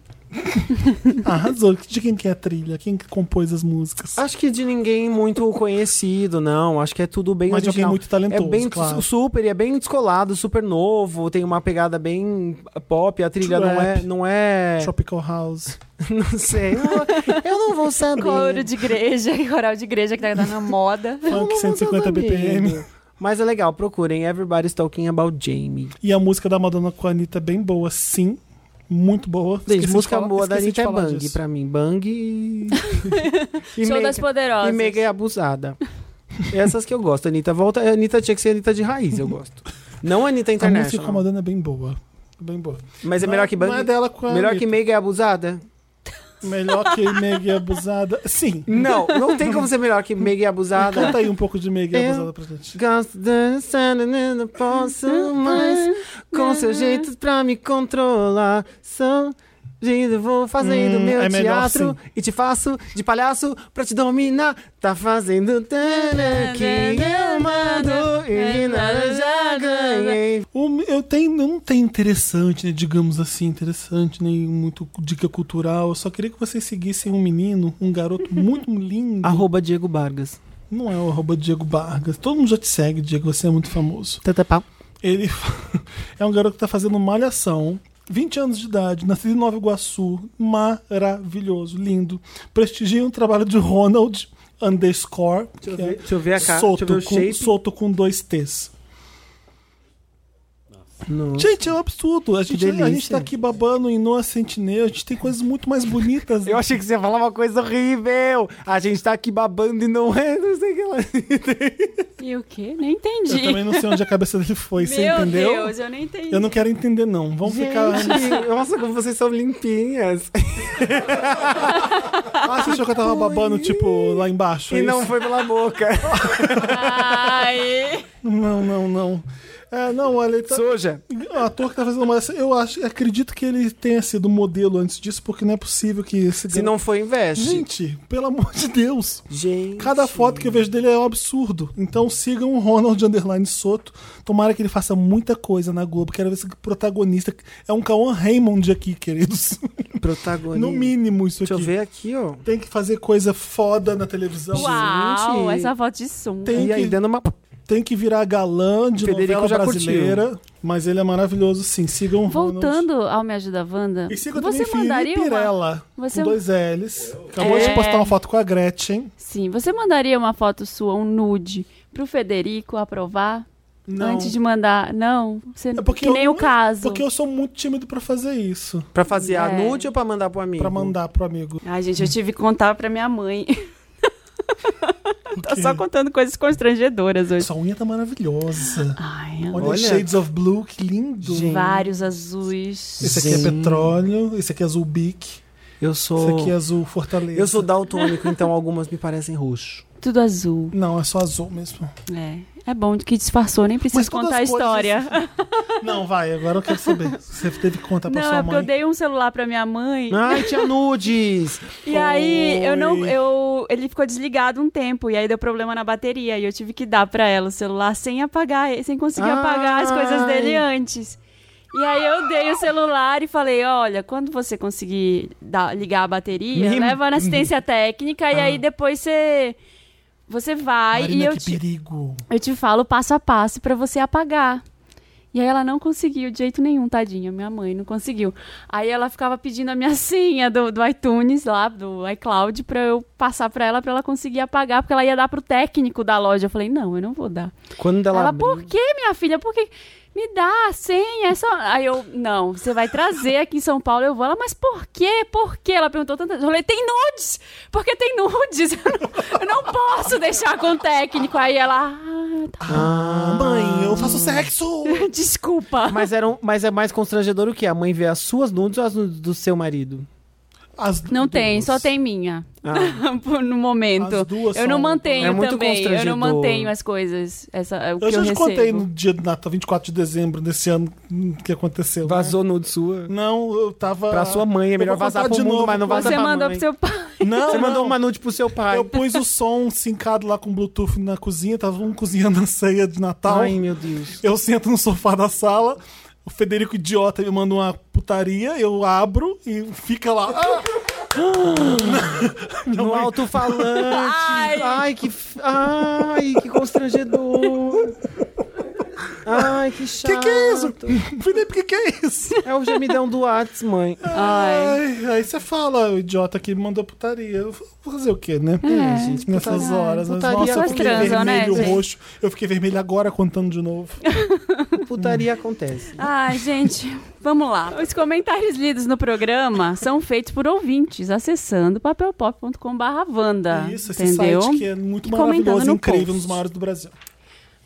Arrasou. De quem que é a trilha? Quem que compôs as músicas? Acho que de ninguém muito conhecido, não. Acho que é tudo bem Mas de alguém original. muito talentoso, É bem claro. su- super, e é bem descolado, super novo, tem uma pegada bem pop, a trilha não é, Trap. não é, Tropical House. não sei. Eu não vou- Eu não vou saber. Coro de igreja, coral de igreja que tá na moda. Funk 150 BPM. Mas é legal, procurem Everybody's Talking About Jamie. E a música da Madonna com a Anitta é bem boa, sim. Muito boa. Esqueci Gente, de música falar- boa da esqueci de Anitta é falar Bang disso. pra mim. Bang e. e Show Mega- das Poderosas. E Mega é abusada. Essas que eu gosto. Anitta volta. Anitta tinha que ser Anitta de raiz, eu gosto. Não Anitta A música com a International. Madonna é bem boa. Bem boa. Mas é Não melhor que Bang. Não é dela com a melhor que Anitta. Mega é abusada? Melhor que Meg e Abusada. Sim. Não, não tem como ser melhor que Mega é abusada. Canta aí um pouco de Meg e Eu- Abusada pra gente. Gosto dançando, né? não posso mais. Com seu jeito pra me controlar. São Gente, vou fazendo Hum, meu é melhor teatro assim. e te faço de palhaço pra te dominar. Tá fazendo tana que eu mando e nada já ganhei. O- Eu tenho, eu não tenho interessante, né, digamos assim, interessante, nem muito dica cultural. Eu só queria que vocês seguissem um menino, um garoto muito lindo. Arroba Diego Vargas. Não é o arroba Diego Vargas. Todo mundo já te segue, Diego, você é muito famoso. Tata pau. Ele é um garoto que tá fazendo malhação. 20 anos de idade, nascido em Nova Iguaçu, maravilhoso, lindo. Prestigia o trabalho de Ronald underscore. Deixa eu ver- deixa eu ver a ca- Soto, deixa eu ver o com, shape. Soto com dois T's. Gente, é um absurdo. A gente, a gente delícia. tá aqui babando em Noa Sentinel. A gente tem coisas muito mais bonitas. Eu achei que você ia falar uma coisa horrível. A gente tá aqui babando e não é, não sei o que lá. E o quê? Nem Eu entendi. também não sei onde a cabeça dele foi, você Meu entendeu? Deus, eu não entendi. Eu não quero entender, não. Vamos ficar. Gente, nossa, como vocês são limpinhas. Ah, você achou que eu tava babando, tipo, lá embaixo? é E não isso? foi pela boca. Ai. Não, não, não. É, não, olha, ele tá... Soja. o ator que tá fazendo uma dessa, eu acho, acredito que ele tenha sido um modelo antes disso, porque não é possível que esse Se gar- não foi, investe. Gente, pelo amor de Deus. Gente. Cada foto que eu vejo dele é um absurdo. Então sigam o Ronald Underline Soto. Tomara que ele faça muita coisa na Globo. Quero ver esse protagonista. É um Cauan Raymond aqui, queridos. Protagonista. No mínimo, isso Deixa eu aqui. ver aqui, ó. Tem que fazer coisa foda na televisão. Uau, essa foto de som. Tem E aí, que- dando uma. Tem que virar galã de Federico novela já brasileira. Mas ele é maravilhoso, sim. Sigam o Ronald. Voltando ao Me Ajuda Wanda, E siga você também mandaria Felipe uma... Pirella, Você- um com dois L's. Acabou de É. postar uma foto com a Gretchen. Sim, você mandaria uma foto sua, um nude, pro Federico aprovar? Não. Antes de mandar. Não, você... É que nem eu- o caso. Porque eu sou muito tímido pra fazer isso. Pra fazer a É. nude ou pra mandar pro amigo? Pra mandar pro amigo. Ai, gente, eu tive que contar pra minha mãe. Tá quê? só contando coisas constrangedoras hoje. Sua unha tá maravilhosa. Ai, Olha, Olha. Shades of Blue, que lindo. vários azuis. Esse aqui é Gente. petróleo, esse aqui é azul bique, Eu esse sou. aqui é azul fortaleza. Eu sou daltônico, então algumas me parecem roxo. Tudo azul. Não, é só azul mesmo. É. É bom que disfarçou, nem Mas preciso todas contar a as coisas- história. Não, vai, agora eu quero saber. Você teve que contar pra Não, sua é porque eu mãe. dei um celular pra minha mãe. Ai, tinha nudes! E aí eu não. Oi. Eu, ele ficou desligado um tempo. E aí deu problema na bateria. E eu tive que dar pra ela o celular sem apagar, sem conseguir apagar as coisas dele antes. E aí eu dei o celular e falei, olha, quando você conseguir dar- ligar a bateria, Me- leva na assistência técnica e aí depois você. Você Ah. vai Marina, e eu que te, perigo. eu te falo passo a passo pra você apagar. E aí ela não conseguiu de jeito nenhum, tadinha, minha mãe não conseguiu. Aí ela ficava pedindo a minha senha do, do iTunes lá, do iCloud, pra eu passar pra ela, pra ela conseguir apagar, porque ela ia dar pro técnico da loja. Eu falei, não, eu não vou dar. Quando ela. Ela, abriu- por que, minha filha? Por que? Me dá a senha. é só-" Aí eu, não, você vai trazer aqui em São Paulo, eu vou. Ela, mas por quê? Por quê? Ela perguntou tantas vezes. Eu falei, tem nudes! Porque tem nudes. Eu não, eu não posso deixar com o técnico. Aí ela, ah, tá. Ah, mãe, eu faço sexo! desculpa. Ah. Mas, era um- mas é mais constrangedor o que? A mãe vê as suas nudes ou as nudes do seu marido? As Não tem, duas. só tem um minha. Ah, Por- no momento. As duas eu não são- mantenho É muito também. Eu não constrangedor. mantenho as coisas. Essa, é o que Eu já te recebo. contei no dia tá, do Natal, 24 de dezembro desse ano, hum, que aconteceu. né? É. vazou nude sua? Não, eu tava. Pra sua mãe, é Eu melhor vou contar vazar pro de mundo, novo. mas não vaza Você pra mandou mãe. pro seu pai. Não, Você não. mandou uma nude pro seu pai. Eu pus o som sincado lá com Bluetooth na cozinha, tava um cozinhando a ceia de Natal. Ai, meu Deus. Eu sento no sofá da sala, o Federico idiota me manda uma putaria, eu abro e fica lá. Ah! No alto-falante. Ai. que. f- Ai, que constrangedor. Ai, que chato. que que é isso? Felipe, o que, que é isso? É o gemidão do Whats, mãe. Ai. Ai, aí você fala, o idiota que me mandou putaria. Eu Vou fazer o quê, né? É, gente. Nessas horas. Mas, putaria nossa, eu Elas fiquei transam, né, vermelho, gente? roxo. Eu fiquei vermelho agora contando de novo. Putaria acontece. Ai, gente, vamos lá. Os comentários lidos no programa são feitos por ouvintes acessando papelpop.com/vanda. Isso, esse Tá, entendeu? site que é muito E maravilhoso, comentando no incrível, post. um dos maiores do Brasil.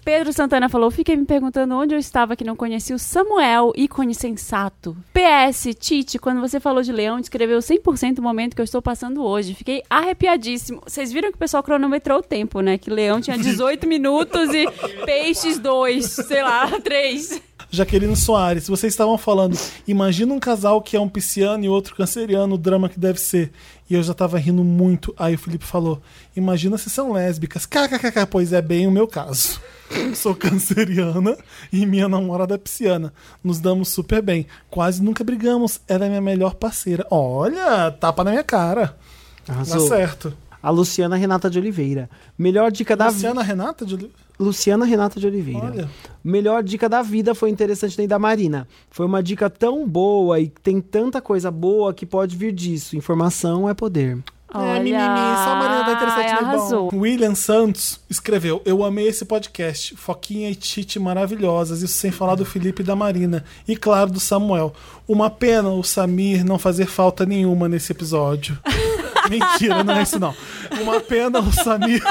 Pedro Santana falou: Fiquei me perguntando onde eu estava que não conhecia o Samuel, ícone sensato. PS, Tite, quando você falou de leão, descreveu 100% o momento que eu estou passando hoje. Fiquei arrepiadíssimo. Vocês viram que o pessoal cronometrou o tempo, né? Que leão tinha 18 minutos e peixes 2, sei lá, 3. Jaqueline Soares. Vocês estavam falando, imagina um casal que é um pisciano e outro canceriano, o drama que deve ser. E eu já tava rindo muito. Aí o Felipe falou: Imagina se são lésbicas. KKKK, pois é bem o meu caso. Sou canceriana e minha namorada é pisciana. Nos damos super bem. Quase nunca brigamos. Ela é minha melhor parceira. Olha, tapa na minha cara. Tá é. Arrasou. certo. A Luciana Renata de Oliveira. Melhor dica da vida. Luciana Renata de. Luciana Renata de Oliveira. Olha. Melhor dica da vida foi interessante nem da Marina. Foi uma dica tão boa e tem tanta coisa boa que pode vir disso. Informação é poder. É, mimimi, só a Marina tá interessante Ai, no arrasou. bom. William Santos escreveu: Eu amei esse podcast. Foquinha e Tite maravilhosas. Isso sem falar do Felipe e da Marina. E claro, do Samuel. Uma pena o Samir não fazer falta nenhuma nesse episódio. Mentira, não é isso não. Uma pena o Samir.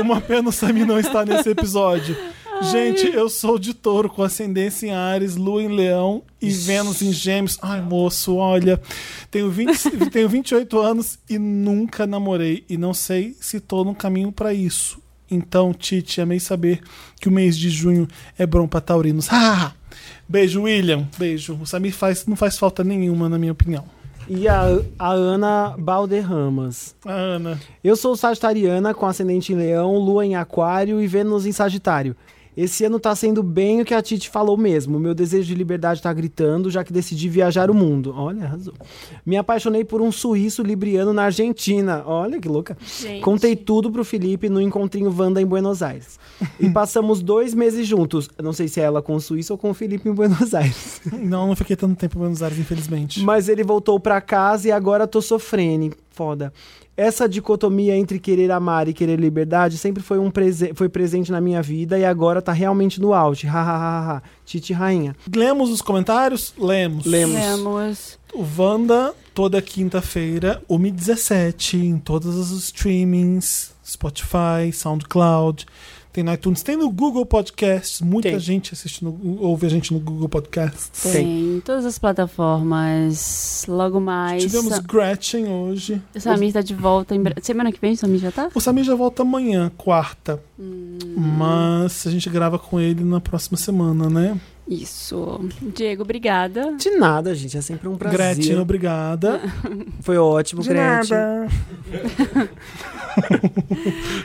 Uma pena o Samir não estar nesse episódio. Gente, eu sou de touro com ascendência em Ares, Lua em Leão e Vênus em Gêmeos. Ai, moço, olha. Tenho, 20, tenho 28 anos e nunca namorei. E não sei se tô no caminho pra isso. Então, Tite, amei saber que o mês de junho é bom pra taurinos. Ah! Beijo, William. Beijo. O Samir faz, não faz falta nenhuma, na minha opinião. E a, a Ana Balderramas. A Ah, Ana. Eu sou sagitariana, com ascendente em leão, lua em aquário e Vênus em Sagitário. Esse ano tá sendo bem o que a Titi falou mesmo. Meu desejo de liberdade tá gritando, já que decidi viajar o mundo. Olha, arrasou. Me apaixonei por um suíço libriano na Argentina. Olha que louca. Gente. Contei tudo pro Felipe no encontrinho Wanda em Buenos Aires. E passamos dois meses juntos. Eu Não sei se é ela com o suíço ou com o Felipe em Buenos Aires. Não, não fiquei tanto tempo em Buenos Aires, infelizmente. Mas ele voltou pra casa e agora tô sofrendo. Foda. Essa dicotomia entre querer amar e querer liberdade sempre foi, um prese foi presente na minha vida e agora tá realmente no auge. Ha, ha, ha, ha, ha. Titi Rainha. Lemos os comentários? Lemos. Lemos. Temos. O Wanda, toda quinta-feira, 1h17, em todos os streamings, Spotify, SoundCloud, tem no iTunes, tem no Google Podcasts, muita Tem. gente assiste no- ouve a gente no Google Podcasts. Tem. em todas as plataformas. Logo mais. Tivemos Sa- Gretchen hoje. O Samir tá de volta em bre- Semana que vem o Samir já tá? O Samir já volta amanhã, quarta. Hum. Mas a gente grava com ele na próxima semana, né? Isso. Diego, obrigada. De nada, gente. É sempre um prazer. Gretchen, obrigada. Foi ótimo, Gretchen.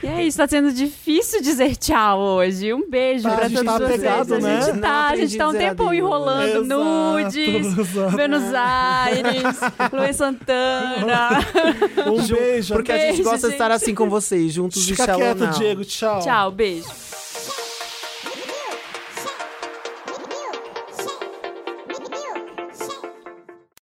E é isso, tá sendo difícil dizer tchau hoje. Um beijo Ah, a pra gente todos tá vocês. apegado, a né? gente Não tá, a aprendi gente tá a um dizer tempão adeus. enrolando Exato, nudes. exato. É. Buenos Aires, Luiz Santana. Um beijo. Porque a gente Beijo, gosta de estar gente. assim com vocês, juntos e Fica quieto, xalonal. Diego. Tchau. Tchau, beijo.